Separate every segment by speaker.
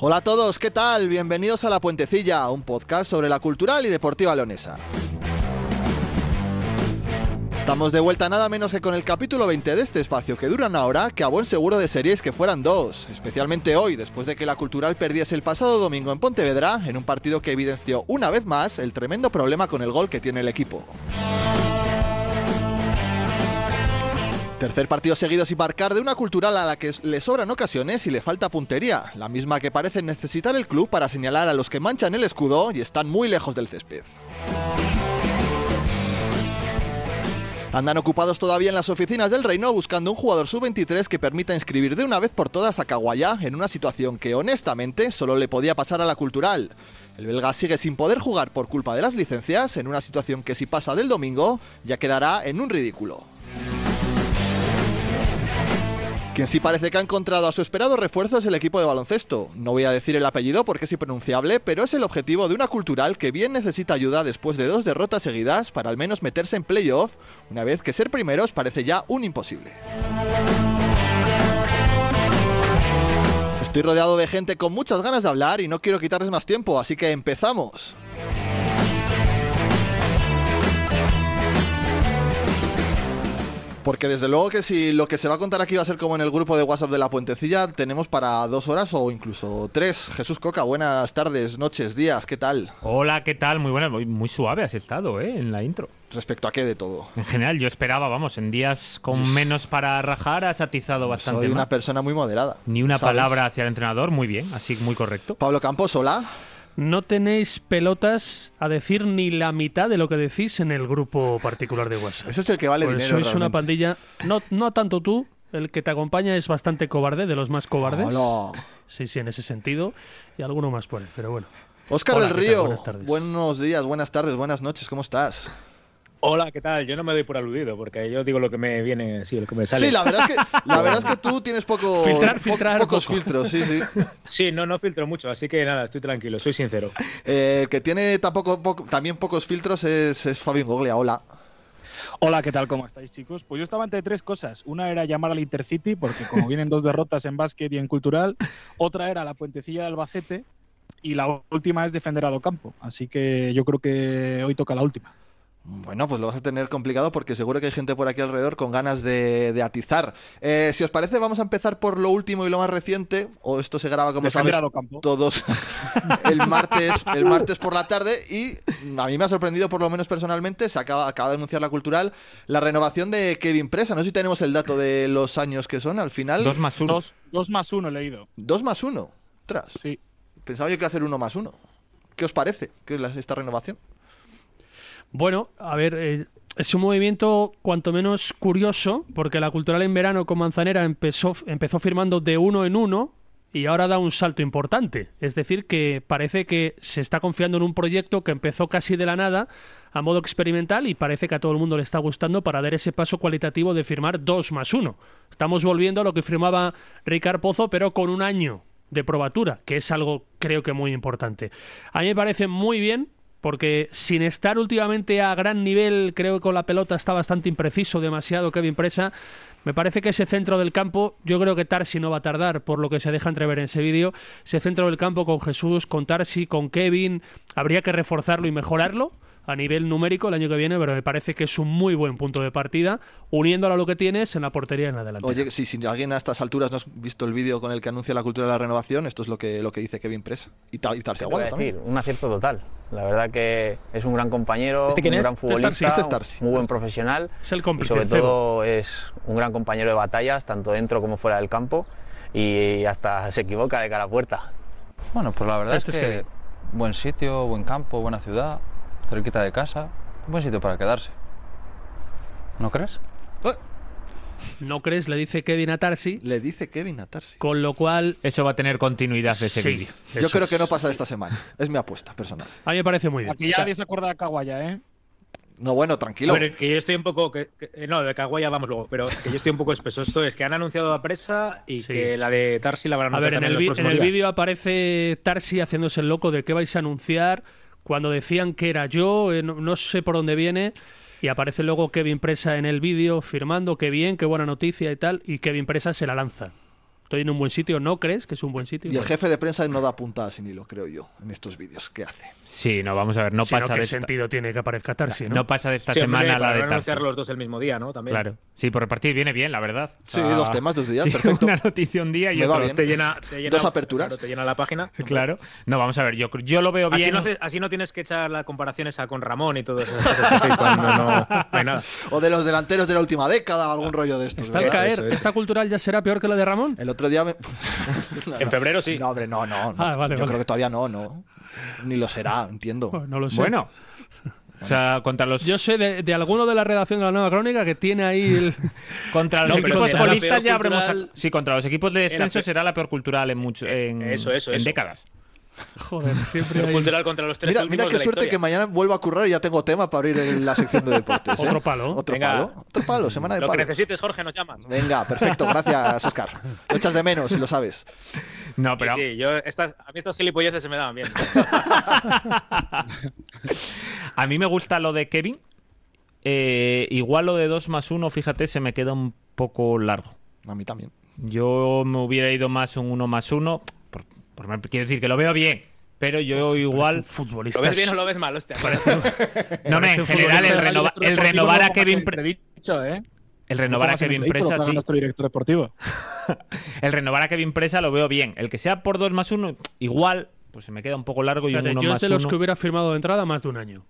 Speaker 1: Hola a todos, ¿qué tal? Bienvenidos a La Puentecilla, un podcast sobre la cultural y deportiva leonesa. Estamos de vuelta nada menos que con el capítulo 20 de este espacio, que dura una hora, que a buen seguro de series que fueran dos, especialmente hoy, después de que la cultural perdiese el pasado domingo en Pontevedra, en un partido que evidenció una vez más el tremendo problema con el gol que tiene el equipo. Tercer partido seguido sin marcar de una cultural a la que le sobran ocasiones y le falta puntería, la misma que parece necesitar el club para señalar a los que manchan el escudo y están muy lejos del césped. Andan ocupados todavía en las oficinas del Reino buscando un jugador sub-23 que permita inscribir de una vez por todas a Kawaya en una situación que honestamente solo le podía pasar a la cultural. El belga sigue sin poder jugar por culpa de las licencias en una situación que si pasa del domingo ya quedará en un ridículo. Quien sí parece que ha encontrado a su esperado refuerzo es el equipo de baloncesto. No voy a decir el apellido porque es impronunciable, pero es el objetivo de una cultural que bien necesita ayuda después de dos derrotas seguidas para al menos meterse en playoff, una vez que ser primeros parece ya un imposible. Estoy rodeado de gente con muchas ganas de hablar y no quiero quitarles más tiempo, así que empezamos. Porque desde luego que si lo que se va a contar aquí va a ser como en el grupo de WhatsApp de la Puentecilla, tenemos para dos horas o incluso tres. Jesús Coca, buenas tardes, noches, días, ¿qué tal?
Speaker 2: Hola, ¿qué tal? Muy buenas, muy, muy suave has estado, ¿eh? En la intro.
Speaker 1: Respecto a qué de todo.
Speaker 2: En general, yo esperaba, vamos, en días con menos para rajar has atizado bastante.
Speaker 1: Soy una
Speaker 2: más.
Speaker 1: persona muy moderada.
Speaker 2: Ni una
Speaker 1: ¿sabes?
Speaker 2: palabra hacia el entrenador, muy bien, así muy correcto.
Speaker 1: Pablo Campos, hola.
Speaker 3: No tenéis pelotas a decir ni la mitad de lo que decís en el grupo particular de WhatsApp.
Speaker 1: Ese es el que vale
Speaker 3: Pues
Speaker 1: dinero.
Speaker 3: sois una
Speaker 1: realmente.
Speaker 3: pandilla, no, no tanto tú, el que te acompaña es bastante cobarde, de los más cobardes.
Speaker 1: Hola.
Speaker 3: Sí, sí, en ese sentido. Y alguno más por él, pero bueno.
Speaker 1: Óscar
Speaker 3: Hola,
Speaker 1: del
Speaker 3: ¿qué tal?
Speaker 1: Río,
Speaker 3: Buenas tardes.
Speaker 1: buenos días, buenas tardes, buenas noches, ¿cómo estás?
Speaker 4: Hola, ¿qué tal? Ah, Yo no me doy por aludido porque yo digo lo que me viene, sí, lo que me sale.
Speaker 1: Sí, la verdad, es que, la verdad es que tú tienes poco,
Speaker 3: Filtrar,
Speaker 1: po-
Speaker 3: filtrar
Speaker 1: pocos
Speaker 3: poco.
Speaker 1: filtros, sí, sí.
Speaker 4: Sí, no, no filtro mucho, así que nada, estoy tranquilo, soy sincero.
Speaker 1: Eh, el que tiene tampoco, poco- también pocos filtros es, es Fabián Goglia, hola.
Speaker 5: Hola, ¿qué tal? ¿Cómo estáis, chicos? Pues yo estaba ante tres cosas. Una era llamar al Intercity, porque como vienen dos derrotas en básquet y en cultural. Otra era la puentecilla de Albacete. Y la última es defender a Docampo. Así que yo creo que hoy toca la última.
Speaker 1: Bueno, pues lo vas a tener complicado porque seguro que hay gente por aquí alrededor con ganas de, de atizar. Eh, si os parece, vamos a empezar por lo último y lo más reciente. O esto se graba, como
Speaker 5: defender
Speaker 1: sabéis,
Speaker 5: a Docampo.
Speaker 1: todos el martes, el martes por la tarde. Y a mí me ha sorprendido, por lo menos personalmente, se acaba, acaba de anunciar la cultural, la renovación de Kevin Presa. No sé si tenemos el dato de los años que son al final.
Speaker 2: Dos más uno.
Speaker 5: Dos, dos más uno he leído.
Speaker 1: Dos más uno. Tras.
Speaker 5: Sí.
Speaker 1: Pensaba yo que iba a ser uno más uno. ¿Qué os parece ¿Qué es la- esta renovación?
Speaker 3: Bueno, a ver, eh, es un movimiento cuanto menos curioso, porque la cultural en verano con Manzanera empezó, empezó firmando de uno en uno y ahora da un salto importante. Es decir, que parece que se está confiando en un proyecto que empezó casi de la nada, a modo experimental, y parece que a todo el mundo le está gustando para dar ese paso cualitativo de firmar 2 más 1. Estamos volviendo a lo que firmaba Ricard Pozo, pero con un año de probatura, que es algo creo que muy importante. A mí me parece muy bien porque sin estar últimamente a gran nivel, creo que con la pelota está bastante impreciso, demasiado Kevin Presa, me parece que ese centro del campo, yo creo que Tarsi no va a tardar, por lo que se deja entrever en ese vídeo, ese centro del campo con Jesús, con Tarsi, con Kevin, habría que reforzarlo y mejorarlo a nivel numérico el año que viene, pero me parece que es un muy buen punto de partida, uniéndolo a lo que tienes en la portería en adelante.
Speaker 1: Oye, si, si alguien a estas alturas no has visto el vídeo con el que anuncia la cultura de la renovación, esto es lo que, lo que dice Kevin Presa. Y, ta- y Tarsi Aguado también.
Speaker 6: un acierto total. La verdad que es un gran compañero,
Speaker 3: ¿Este quién
Speaker 6: un
Speaker 3: es?
Speaker 6: gran
Speaker 3: Este es
Speaker 6: futbolista,
Speaker 3: Tarsi.
Speaker 1: Este es Tarsi.
Speaker 6: muy buen profesional
Speaker 3: Es el
Speaker 6: y
Speaker 3: cómplice.
Speaker 6: sobre
Speaker 3: cebo.
Speaker 6: todo es un gran compañero de batallas, tanto dentro como fuera del campo y hasta se equivoca de cara a puerta. Bueno, pues la verdad
Speaker 3: Este es
Speaker 6: es que
Speaker 3: Kevin.
Speaker 6: buen sitio, buen campo, buena ciudad, cerquita de casa, buen sitio para quedarse. ¿No crees?
Speaker 3: ¿No crees? Le dice Kevin a Tarsi,
Speaker 1: Le dice Kevin a Tarsi.
Speaker 3: con lo cual... eh,
Speaker 2: Eso va a tener continuidad ese
Speaker 3: sí,
Speaker 2: vídeo.
Speaker 1: Yo
Speaker 3: eso
Speaker 1: creo que
Speaker 3: es.
Speaker 1: no pasa de esta semana. Es mi apuesta personal.
Speaker 3: A mí me parece muy bien.
Speaker 5: Aquí ya nadie se acuerda de Kawaya, ¿eh?
Speaker 1: No, bueno, tranquilo.
Speaker 4: Pero que yo estoy un poco. que- que- no, de Caguaya vamos luego, pero que yo estoy un poco espeso. Esto es que han anunciado a presa y
Speaker 3: Sí.
Speaker 4: que la de Tarsi la van a
Speaker 3: A ver,
Speaker 4: anunciar
Speaker 3: en
Speaker 4: también
Speaker 3: el,
Speaker 4: los
Speaker 3: vi- en
Speaker 4: próximos
Speaker 3: el
Speaker 4: días.
Speaker 3: vídeo aparece Tarsi haciéndose el loco de qué vais a anunciar, cuando decían que era yo, eh, no, no sé por dónde viene, y aparece luego Kevin Presa en el vídeo firmando, qué bien, qué buena noticia y tal, y Kevin Presa se la lanza. Estoy en un buen sitio, ¿no crees que es un buen sitio?
Speaker 1: Y el jefe de prensa no da puntada sin hilo, creo yo, en estos vídeos que hace.
Speaker 2: Sí, no, vamos a ver, no
Speaker 3: Sino,
Speaker 2: pasa
Speaker 3: ¿qué
Speaker 2: de esta,
Speaker 3: sentido tiene que aparezca Tarsi, no?
Speaker 2: no pasa de esta
Speaker 4: Sí, hombre,
Speaker 2: semana
Speaker 4: para
Speaker 2: la
Speaker 4: no
Speaker 2: de Tarsi.
Speaker 4: anunciar los dos el mismo día, ¿no? También.
Speaker 2: Claro. Sí, por repartir viene bien, la verdad.
Speaker 1: Sí,
Speaker 2: Ah,
Speaker 1: dos temas, dos días,
Speaker 2: sí,
Speaker 1: perfecto.
Speaker 2: Una noticia un día y
Speaker 1: Me va
Speaker 2: otro.
Speaker 1: bien.
Speaker 4: Te llena, te llena-
Speaker 1: Dos aperturas.
Speaker 4: claro, te llena la página.
Speaker 2: Claro. No, vamos a ver, yo, cre- yo lo veo bien.
Speaker 4: Así no, haces- así no tienes que echar la comparación esa con Ramón y todo eso. cuando no, no hay nada.
Speaker 1: O de los delanteros de la última década, algún rollo de estos.
Speaker 3: Está al
Speaker 1: ¿verdad?
Speaker 3: caer.
Speaker 4: eso, eso.
Speaker 3: ¿Esta cultural ya será peor que la de Ramón?
Speaker 1: El otro día me...
Speaker 4: En febrero sí.
Speaker 1: No, hombre, no, no. no.
Speaker 3: Ah, vale,
Speaker 1: Yo
Speaker 3: vale.
Speaker 1: creo que todavía no, no. Ni lo será, entiendo.
Speaker 3: Bueno, Pues no lo sé.
Speaker 2: Bueno. O sea, contra los,
Speaker 3: Yo sé de, de alguno de la redacción de la Nueva Crónica que tiene ahí el...
Speaker 2: contra los
Speaker 4: No, pero
Speaker 2: equipos
Speaker 4: será la
Speaker 2: colistas
Speaker 4: peor
Speaker 2: ya habremos.
Speaker 4: cultural-
Speaker 2: Sí, contra los equipos de
Speaker 4: la
Speaker 2: descenso
Speaker 4: pe-
Speaker 2: será la peor cultural en, mucho, en,
Speaker 4: Eso, eso,
Speaker 2: en
Speaker 4: eso.
Speaker 2: décadas.
Speaker 3: Joder, siempre
Speaker 4: Pero
Speaker 3: hay
Speaker 4: cultural contra los tres
Speaker 1: Mira,
Speaker 4: últimos
Speaker 1: mira qué
Speaker 4: de la
Speaker 1: suerte que
Speaker 4: historia.
Speaker 1: mañana vuelva a currar y ya tengo tema para abrir el- la sección de deportes. ¿eh?
Speaker 3: Otro palo.
Speaker 1: Otro
Speaker 4: Venga.
Speaker 1: palo. Otro palo, semana de
Speaker 4: Lo que
Speaker 1: palos.
Speaker 4: necesites, Jorge, nos llamas.
Speaker 1: Venga, perfecto, gracias, Oscar. Lo echas de menos, si lo sabes.
Speaker 2: No, pero.
Speaker 4: Sí, yo estas, a mí estas gilipolleces se me daban bien.
Speaker 2: A mí me gusta lo de Kevin. Eh, igual lo de 2 más 1, fíjate, se me queda un poco largo.
Speaker 1: A mí también.
Speaker 2: Yo me hubiera ido más un 1 más 1. Por, por- quiero decir que lo veo bien. Pero yo
Speaker 3: Igual
Speaker 2: igual.
Speaker 4: ¿Lo
Speaker 3: futbolista.
Speaker 4: ves bien o lo ves mal? Hostia.
Speaker 2: No, me,
Speaker 3: Parece
Speaker 2: en
Speaker 3: un
Speaker 2: general, el,
Speaker 3: futbolista.
Speaker 2: renova-
Speaker 5: Nuestro
Speaker 2: el
Speaker 5: deportivo
Speaker 2: renovar a
Speaker 5: lo pongas en
Speaker 2: Kevin. Pre-
Speaker 5: entredicho, ¿eh?
Speaker 2: El
Speaker 5: Lo
Speaker 2: renovar a
Speaker 5: pongas en
Speaker 2: Kevin
Speaker 5: entredicho, lo
Speaker 2: Presa,
Speaker 5: ponga
Speaker 2: sí.
Speaker 5: nuestro director deportivo.
Speaker 2: El renovar a Kevin Presa lo veo bien. El que sea por 2 más 1, igual, pues se me queda un poco largo y un
Speaker 3: Fíjate,
Speaker 2: 1
Speaker 3: yo
Speaker 2: más
Speaker 3: es de los
Speaker 2: 1.
Speaker 3: que hubiera firmado de entrada más de un año.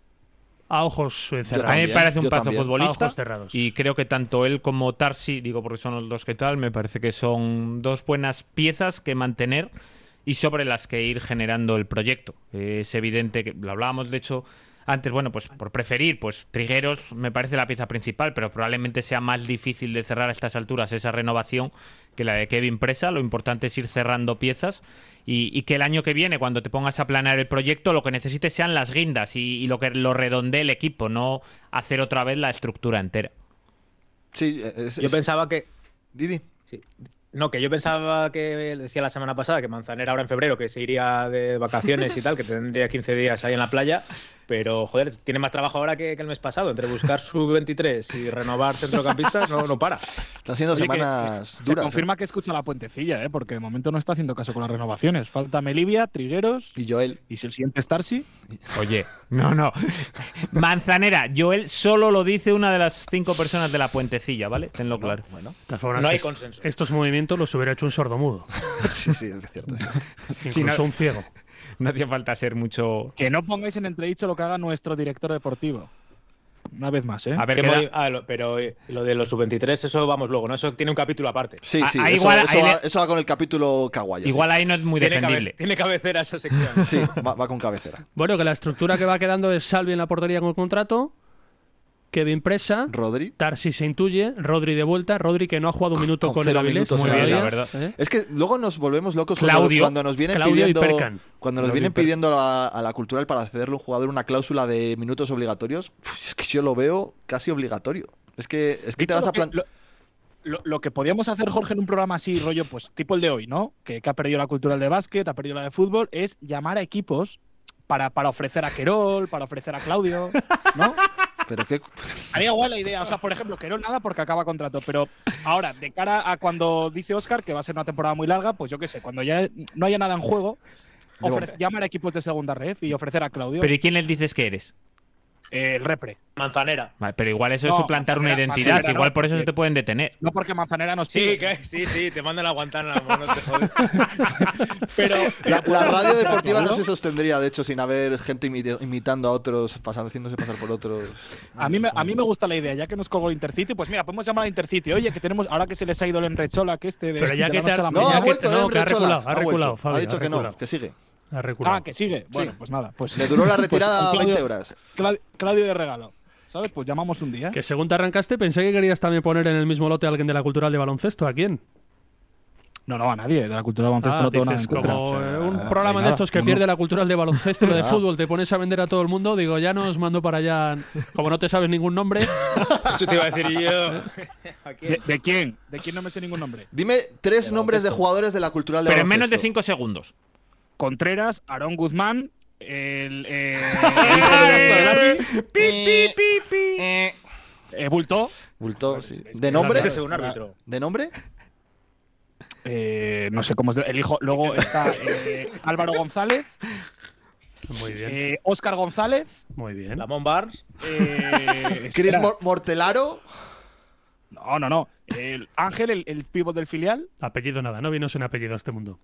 Speaker 3: A ojos eh, cerrados.
Speaker 2: A mí me
Speaker 1: También,
Speaker 2: parece un
Speaker 1: yo
Speaker 2: paso
Speaker 1: también.
Speaker 2: futbolista.
Speaker 3: Ojos cerrados.
Speaker 2: Y creo que tanto él como Tarsi, digo porque son los dos que tal, me parece que son dos buenas piezas que mantener y sobre las que ir generando el proyecto. Eh, Es evidente que lo hablábamos, de hecho, antes, bueno, pues por preferir, pues Trigueros me parece la pieza principal, pero probablemente sea más difícil de cerrar a estas alturas esa renovación que la de Kevin Presa. Lo importante es ir cerrando piezas y, y que el año que viene, cuando te pongas a planear el proyecto, lo que necesites sean las guindas y, y lo que lo redondee el equipo, no hacer otra vez la estructura entera.
Speaker 1: Sí, es-
Speaker 4: Yo
Speaker 1: es-
Speaker 4: pensaba que.
Speaker 1: Didi.
Speaker 4: No, que yo pensaba que decía la semana pasada que Manzanera ahora en febrero que se iría de vacaciones y tal, que tendría 15 días ahí en la playa, pero joder, tiene más trabajo ahora que, que el mes pasado, entre buscar sub 23 y renovar centrocampistas, no, no para.
Speaker 1: Están siendo
Speaker 5: Oye, que-
Speaker 1: semanas
Speaker 5: Se
Speaker 1: duras. ¿eh?
Speaker 5: confirma que escucha la puentecilla, ¿eh? Porque de momento no está haciendo caso con las renovaciones. Falta Melivia, Trigueros
Speaker 1: Y Joel.
Speaker 5: y si el siguiente es Tarsi.
Speaker 2: Oye, no, no. Manzanera, Joel solo lo dice una de las cinco personas de la puentecilla, ¿vale?
Speaker 5: Ah,
Speaker 2: Tenlo claro.
Speaker 1: Bueno,
Speaker 3: De todas formas,
Speaker 5: pues
Speaker 4: No hay
Speaker 3: est-
Speaker 4: consenso.
Speaker 3: Estos movimientos los hubiera hecho un sordomudo.
Speaker 1: sí, sí, es cierto. sí.
Speaker 3: Incluso
Speaker 2: no-
Speaker 3: un ciego.
Speaker 2: No hacía falta ser mucho.
Speaker 5: Que no pongáis en entredicho lo que haga nuestro director deportivo. Una vez más, ¿eh?
Speaker 2: A ver,
Speaker 4: Que
Speaker 2: queda-
Speaker 4: mo- ah, lo- pero eh, lo de los sub 23, eso vamos luego, ¿no? Eso tiene un capítulo aparte.
Speaker 1: Sí,
Speaker 2: Ah,
Speaker 1: sí.
Speaker 2: ahí
Speaker 1: eso,
Speaker 2: igual-
Speaker 1: eso
Speaker 2: ahí
Speaker 1: va,
Speaker 2: le-
Speaker 1: eso va con el capítulo Kawaii.
Speaker 2: igual ahí no es muy
Speaker 4: Tiene, cabe-
Speaker 2: defendible.
Speaker 4: tiene cabecera esa sección.
Speaker 1: Sí, Sí, va, va con cabecera.
Speaker 3: Bueno, que la estructura que va quedando es Salvi en la portería con contrato, Kevin Presa,
Speaker 1: Rodri.
Speaker 3: Tarsi se intuye, Rodri de vuelta, Rodri que no ha jugado un minuto
Speaker 1: Con
Speaker 3: con, el
Speaker 1: cero
Speaker 3: Avilés.
Speaker 1: minutos,
Speaker 2: Muy bien, la
Speaker 3: todavía,
Speaker 2: verdad.
Speaker 3: ¿eh?
Speaker 1: Es que luego nos volvemos locos cuando-
Speaker 2: Claudio-
Speaker 1: cuando nos vienen
Speaker 3: Claudio y
Speaker 1: pidiendo,
Speaker 3: Perkan.
Speaker 1: cuando nos
Speaker 3: Claudio
Speaker 1: vienen
Speaker 3: y Perkan.
Speaker 1: pidiendo a, a la cultural para hacerle un jugador una cláusula de minutos obligatorios. Uf, Es que yo lo veo casi obligatorio. Es que, es que te
Speaker 5: Dicho
Speaker 1: vas
Speaker 5: lo
Speaker 1: a
Speaker 5: que-
Speaker 1: plan-
Speaker 5: lo- Lo, lo que podíamos hacer, Jorge, en un programa así, rollo, pues tipo el de hoy, ¿no? Que, que ha perdido la cultural de básquet, ha perdido la de fútbol, es llamar a equipos para, para ofrecer a Querol, para ofrecer a Claudio, ¿no?
Speaker 1: Pero que
Speaker 5: Haría igual la idea. O sea, por ejemplo, Querol nada porque acaba contrato. Pero ahora, de cara a cuando dice Oscar que va a ser una temporada muy larga, pues yo qué sé, cuando ya no haya nada en juego, ofre- llamar a equipos de segunda red y ofrecer a Claudio
Speaker 2: Pero ¿y quién les dices que eres?
Speaker 5: eh, el repre. Manzanera.
Speaker 2: Vale, Pero igual eso
Speaker 5: No,
Speaker 2: es suplantar una
Speaker 5: Manzanera-
Speaker 2: identidad,
Speaker 5: Manzanera
Speaker 2: igual
Speaker 5: no,
Speaker 2: por eso se
Speaker 5: porque-
Speaker 2: te pueden detener.
Speaker 5: No porque Manzanera nos
Speaker 4: Sí,
Speaker 5: pide.
Speaker 4: que- sí, sí, te mandan a aguantar la mano, te jodes.
Speaker 5: Pero
Speaker 1: la, la radio deportiva no
Speaker 5: ¿Seguro?
Speaker 1: se sostendría, de hecho, sin haber gente imi- imitando a otros, pasando, haciéndose pasar por otros.
Speaker 5: A mí, me, a mí me gusta la idea, ya que nos colgó el Intercity, pues mira, podemos llamar a Intercity. Oye, que tenemos, ahora que se les ha ido el Enrechola, que este de.
Speaker 3: Pero ya
Speaker 5: de
Speaker 3: que
Speaker 5: la noche
Speaker 3: te ha-
Speaker 5: a la
Speaker 1: No,
Speaker 3: Ya
Speaker 1: ha
Speaker 5: mañana.
Speaker 3: que-
Speaker 1: vuelto,
Speaker 3: no,
Speaker 1: eh,
Speaker 3: que ha
Speaker 1: Brechola,
Speaker 3: reculado, ha
Speaker 1: vuelto.
Speaker 3: reculado, Fabio,
Speaker 1: Ha dicho
Speaker 3: ha
Speaker 1: que no,
Speaker 3: reculado.
Speaker 1: que sigue.
Speaker 3: Ha reculado.
Speaker 5: Ah, que sigue. Bueno, pues nada. Pues,
Speaker 1: Le duró la
Speaker 5: pues,
Speaker 1: retirada
Speaker 5: Claudio-
Speaker 1: 20 horas.
Speaker 5: Cla- Claudio de regalo. ¿Sabes? Pues llamamos un día.
Speaker 3: Que según te arrancaste, pensé que querías también poner en el mismo lote a alguien de la cultural de baloncesto. ¿A quién?
Speaker 5: No, no, a nadie. ¿eh? De la cultura baloncesto
Speaker 3: Ah,
Speaker 5: no tengo nada en
Speaker 3: dices,
Speaker 5: contra.
Speaker 3: como eh, un
Speaker 5: nada,
Speaker 3: programa de
Speaker 5: nada,
Speaker 3: estos que
Speaker 5: no,
Speaker 3: pierde
Speaker 5: no.
Speaker 3: la cultural de baloncesto y lo de
Speaker 1: Ah.
Speaker 3: fútbol, te pones a vender a todo el mundo, digo, ya nos mando para allá, como no te sabes ningún nombre,
Speaker 4: Eso te iba a decir yo.
Speaker 5: ¿De, de quién? ¿De quién no me sé ningún nombre?
Speaker 1: Dime tres nombres de jugadores de la cultural de
Speaker 2: Pero en menos de
Speaker 1: baloncesto.
Speaker 2: 5 segundos.
Speaker 5: Contreras, Aarón Guzmán, el. Eh, eh, Bulto.
Speaker 1: Bulto, sí. ¿De nombre?
Speaker 4: Ese es un árbitro.
Speaker 1: ¿De nombre?
Speaker 5: eh, no sé cómo es. El hijo. Luego está eh, Álvaro González.
Speaker 3: muy bien,
Speaker 5: Eh, Oscar González.
Speaker 3: muy bien.
Speaker 4: Lamont Barnes.
Speaker 5: eh,
Speaker 1: Chris
Speaker 5: espera.
Speaker 1: Mor- Mortelaro.
Speaker 5: No, no, no. El Ángel, el, el pívot del filial.
Speaker 3: Apellido nada, no vino sin apellido a este mundo.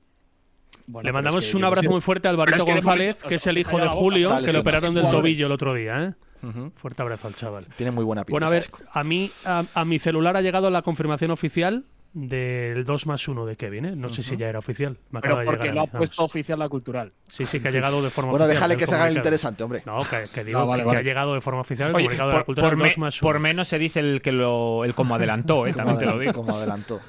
Speaker 5: Bueno,
Speaker 3: Le
Speaker 5: pero
Speaker 3: mandamos
Speaker 5: es que
Speaker 3: un
Speaker 5: yo
Speaker 3: abrazo
Speaker 5: qué sé.
Speaker 3: muy fuerte a
Speaker 5: Pero
Speaker 3: Alvarito
Speaker 5: es que de
Speaker 3: González,
Speaker 5: momento-
Speaker 3: que es el
Speaker 5: os- os
Speaker 3: hijo
Speaker 5: calla
Speaker 3: de
Speaker 5: la boca,
Speaker 3: Julio,
Speaker 1: está
Speaker 3: que lo
Speaker 1: lesionado.
Speaker 3: operaron del
Speaker 5: Jugador.
Speaker 3: tobillo el otro día. ¿eh?
Speaker 1: Ujú.
Speaker 3: Fuerte abrazo al chaval.
Speaker 1: Tiene muy buena pinta.
Speaker 3: Bueno, a
Speaker 1: ese
Speaker 3: ver,
Speaker 1: chico.
Speaker 3: a mí, a, a mi celular ha llegado la confirmación oficial del 2 más 1 de Kevin, ¿eh? No sé si ya era oficial. Me acaba
Speaker 5: Pero
Speaker 3: de
Speaker 5: porque
Speaker 3: llegar a
Speaker 5: lo ha
Speaker 3: mí, vamos.
Speaker 5: puesto oficial la cultural.
Speaker 3: Sí, sí, que ha llegado de forma
Speaker 1: Bueno,
Speaker 3: oficial.
Speaker 1: déjale
Speaker 3: del
Speaker 1: que se haga el
Speaker 3: comunicado.
Speaker 1: interesante, hombre.
Speaker 3: No, que, que digo
Speaker 5: No, Ah, vale,
Speaker 3: que,
Speaker 5: vale.
Speaker 3: que ha llegado de forma oficial el
Speaker 2: Oye,
Speaker 3: comunicado de la
Speaker 2: por,
Speaker 3: cultura
Speaker 2: por
Speaker 3: del
Speaker 2: me-
Speaker 3: 2 más 1.
Speaker 2: por menos se dice el que lo el como adelantó, eh,
Speaker 1: Como,
Speaker 2: también te lo
Speaker 1: adela-
Speaker 2: digo.
Speaker 1: como adelantó.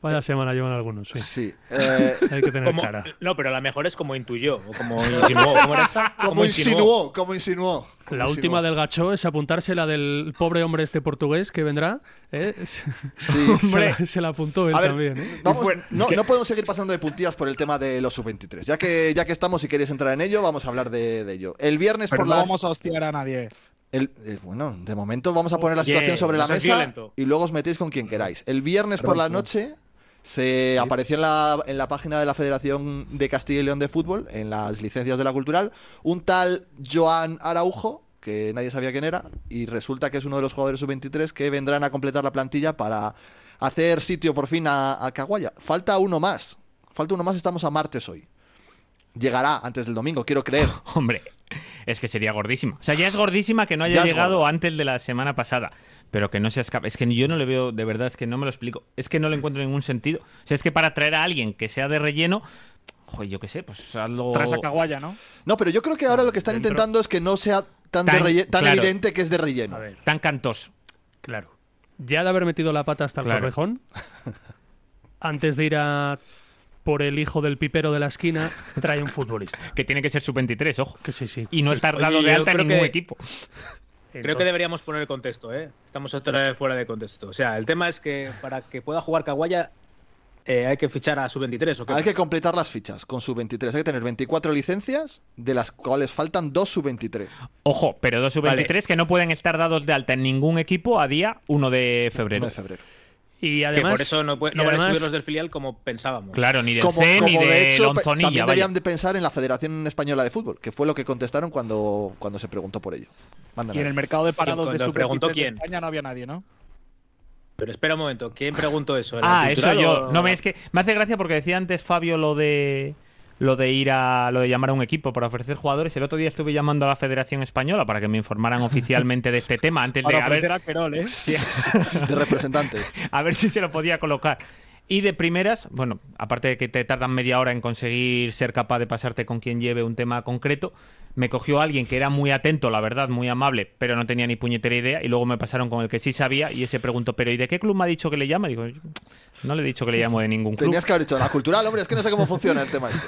Speaker 3: Vaya semana llevan algunos, sí.
Speaker 1: Sí. Eh,
Speaker 3: Hay que tener
Speaker 4: Como-
Speaker 3: cara.
Speaker 4: no, pero la mejor es como intuyó, o como insinuó. ¿Cómo era esa?
Speaker 1: como insinuó, como insinuó. como
Speaker 3: La última
Speaker 1: insinuó.
Speaker 3: del gacho es apuntarse la del pobre hombre este portugués que vendrá. ¿eh? Se,
Speaker 1: Sí.
Speaker 3: se la, se la apuntó él
Speaker 1: A ver,
Speaker 3: también. ¿eh?
Speaker 1: vamos- no, no podemos seguir pasando de puntillas por el tema de los sub-23. Ya que, ya que estamos, si queréis entrar en ello, vamos a hablar de, de ello. El viernes
Speaker 5: Pero
Speaker 1: por
Speaker 5: no
Speaker 1: la.
Speaker 5: vamos a hostiar a nadie.
Speaker 1: el- eh, bueno, de momento vamos a poner la
Speaker 4: Oye,
Speaker 1: situación sobre la
Speaker 4: no seas
Speaker 1: mesa
Speaker 4: violento. Mm.
Speaker 1: y luego os metéis con quien queráis. El viernes por la noche se apareció en la, en la página de la Federación de Castilla y León de Fútbol, en las licencias de la cultural, un tal Joan Araujo, que nadie sabía quién era, y resulta que es uno de los jugadores sub-23 que vendrán a completar la plantilla para hacer sitio por fin a, a Caguaya. Falta uno más. Falta uno más, estamos a martes hoy. Llegará antes del domingo, quiero creer.
Speaker 2: Hombre, es que sería gordísima. O sea, ya es gordísima que no
Speaker 1: Ya
Speaker 2: haya
Speaker 1: es
Speaker 2: llegado
Speaker 1: gorda.
Speaker 2: antes de la semana pasada, pero que no se escape. Es que yo no le veo, de verdad, es que no me lo explico. Es que no le encuentro ningún sentido. O sea, es que para traer a alguien que sea de relleno, joder, yo qué sé, pues hazlo.
Speaker 5: Tras a Caguaya, ¿no?
Speaker 1: No, pero yo creo que ahora lo que están
Speaker 3: dentro-
Speaker 1: intentando es que no sea tan, de
Speaker 2: Tan-
Speaker 1: relle- tan
Speaker 2: claro.
Speaker 1: evidente que es de relleno.
Speaker 3: A ver,
Speaker 2: Tan cantoso.
Speaker 3: claro. Ya de haber metido la pata hasta el
Speaker 2: Claro.
Speaker 3: correjón, antes de ir a por el hijo del pipero de la esquina, trae un futbolista.
Speaker 2: Que tiene que ser sub-23, ojo.
Speaker 3: Que sí, sí.
Speaker 1: Pues,
Speaker 2: Y no estar dado
Speaker 4: Oye,
Speaker 2: de
Speaker 4: yo
Speaker 2: alta en
Speaker 4: creo
Speaker 2: ningún
Speaker 4: que-
Speaker 2: equipo.
Speaker 4: Creo que deberíamos poner el contexto, ¿eh? Estamos otra vez fuera de contexto. O sea, el tema es que para que pueda jugar Caguaya eh, hay que fichar a sub-23 o qué
Speaker 1: Hay que
Speaker 4: pasa?
Speaker 1: completar las fichas con sub-23. Hay que tener 24 licencias, de las cuales faltan dos sub-23.
Speaker 2: Ojo, pero dos sub-23
Speaker 4: Vale.
Speaker 2: que no pueden estar dados de alta en ningún equipo a día 1 de febrero.
Speaker 1: uno de febrero.
Speaker 3: Y
Speaker 4: Que
Speaker 3: además,
Speaker 4: por eso no, puede,
Speaker 3: y
Speaker 4: no van a
Speaker 3: además-
Speaker 4: subir los del filial como pensábamos.
Speaker 2: Claro, ni del
Speaker 1: Como,
Speaker 2: C ni
Speaker 1: como
Speaker 2: de,
Speaker 1: hecho, pe-
Speaker 2: Lonzonilla,
Speaker 1: también
Speaker 2: vaya.
Speaker 1: deberían de pensar en la Federación Española de Fútbol, que fue lo que contestaron cuando, cuando se preguntó por ello. Mándame.
Speaker 5: Y en el mercado de parados de
Speaker 4: Cuando
Speaker 5: su
Speaker 4: preguntó quién.
Speaker 5: de España no había nadie, ¿no?
Speaker 4: Pero espera un momento, ¿quién preguntó eso? ¿El
Speaker 2: Ah, eso
Speaker 4: cultural
Speaker 2: yo.
Speaker 4: o-
Speaker 2: No me es que me hace gracia porque decía antes Fabio lo de lo de ir a lo de llamar a un equipo para ofrecer jugadores. El otro día estuve llamando a la Federación Española para que me informaran oficialmente de este tema antes de
Speaker 5: Para
Speaker 2: a
Speaker 5: ofrecer
Speaker 2: ver,
Speaker 5: a Querol, ¿eh?
Speaker 1: De representantes.
Speaker 2: a ver si se lo podía colocar. Y de primeras, bueno, aparte de que te tardan media hora en conseguir ser capaz de pasarte con quien lleve un tema concreto, me cogió alguien que era muy atento, la verdad, muy amable, pero no tenía ni puñetera idea, y luego me pasaron con el que sí sabía, y ese preguntó, pero ¿y de qué club me ha dicho que le llama? Digo, no le he dicho que le llamo de ningún club.
Speaker 1: Tenías que haber dicho, la cultural, hombre, es que no sé cómo funciona el tema este.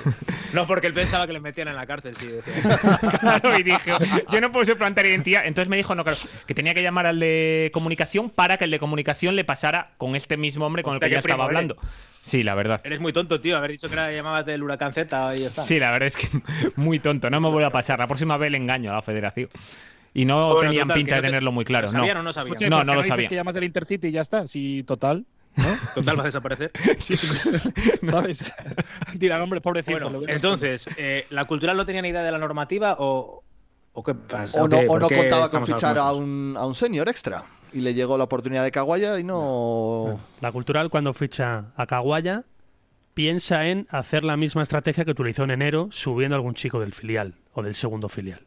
Speaker 4: No, porque él pensaba que le metían en la cárcel, sí. decía.
Speaker 2: Claro, y dije, yo no puedo suplantar identidad. Entonces me dijo, no, claro, que tenía que llamar al de comunicación para que el de comunicación le pasara con este mismo hombre con el que
Speaker 4: Hostia,
Speaker 2: ya
Speaker 4: qué primo
Speaker 2: estaba
Speaker 4: eres.
Speaker 2: hablando. Sí, la verdad.
Speaker 4: Eres muy tonto, tío. Haber dicho que era llamabas del huracán Z y ya está.
Speaker 2: Sí, la verdad es que muy tonto. No me vuelve a pasar. La próxima vez le engaño a la federación. Y no
Speaker 4: Bueno,
Speaker 2: tenían
Speaker 4: total,
Speaker 2: pinta de
Speaker 4: que no te-
Speaker 2: tenerlo muy claro.
Speaker 4: ¿Lo sabían
Speaker 2: no.
Speaker 4: o no sabían?
Speaker 2: No, no lo
Speaker 5: dices
Speaker 2: sabían.
Speaker 5: que llamas del Intercity y ya está. Sí, total.
Speaker 4: Total, va a desaparecer.
Speaker 5: ¿Sabes? Dirán, hombre, pobrecito.
Speaker 4: Bueno,
Speaker 5: lo hubiera-
Speaker 4: entonces, eh, ¿la cultural no tenía ni idea de la normativa o, o qué pasa?
Speaker 1: O no,
Speaker 4: ¿Qué-
Speaker 1: o
Speaker 4: por
Speaker 1: no
Speaker 4: qué
Speaker 1: contaba con
Speaker 4: estamos
Speaker 1: fichar a
Speaker 4: hablando de
Speaker 1: un, a un senior extra. Y le llegó la oportunidad de Caguaya y no.
Speaker 3: La cultural, cuando ficha a Caguaya, piensa en hacer la misma estrategia que utilizó en enero, subiendo a algún chico del filial o del segundo filial.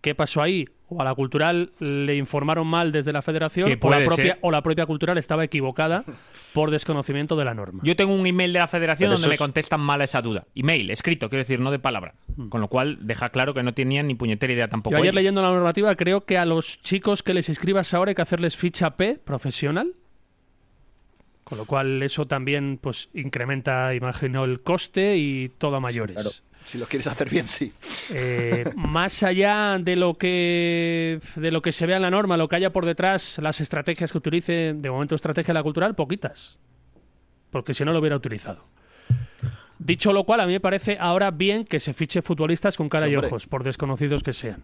Speaker 3: ¿Qué pasó ahí? O a la cultural le informaron mal desde la federación,
Speaker 2: Que
Speaker 3: o la,
Speaker 2: puede
Speaker 3: propia,
Speaker 2: ser.
Speaker 3: o la propia cultural estaba equivocada por desconocimiento de la norma.
Speaker 2: Yo tengo un email de la federación
Speaker 4: Pero
Speaker 2: donde
Speaker 4: eso
Speaker 2: me
Speaker 4: es-
Speaker 2: contestan mal a esa duda. Email, escrito, quiero decir, no de palabra.
Speaker 5: Hmm.
Speaker 2: Con lo cual deja claro que no tenían ni puñetera idea tampoco.
Speaker 3: Yo ayer
Speaker 2: ellos.
Speaker 3: leyendo la normativa creo que a los chicos que les inscribas ahora hay que hacerles ficha P profesional. Con lo cual eso también pues incrementa, imagino, el coste y todo a mayores.
Speaker 1: Si lo quieres hacer bien, sí.
Speaker 3: Eh, más allá de lo que de lo que se vea en la norma, lo que haya por detrás, las estrategias que utilice, de momento estrategia la cultural, poquitas. Porque si no lo hubiera utilizado. Dicho lo cual, a mí me parece ahora bien que se fiche futbolistas con cara
Speaker 1: Sí,
Speaker 3: y
Speaker 1: hombre.
Speaker 3: ojos, por desconocidos que sean.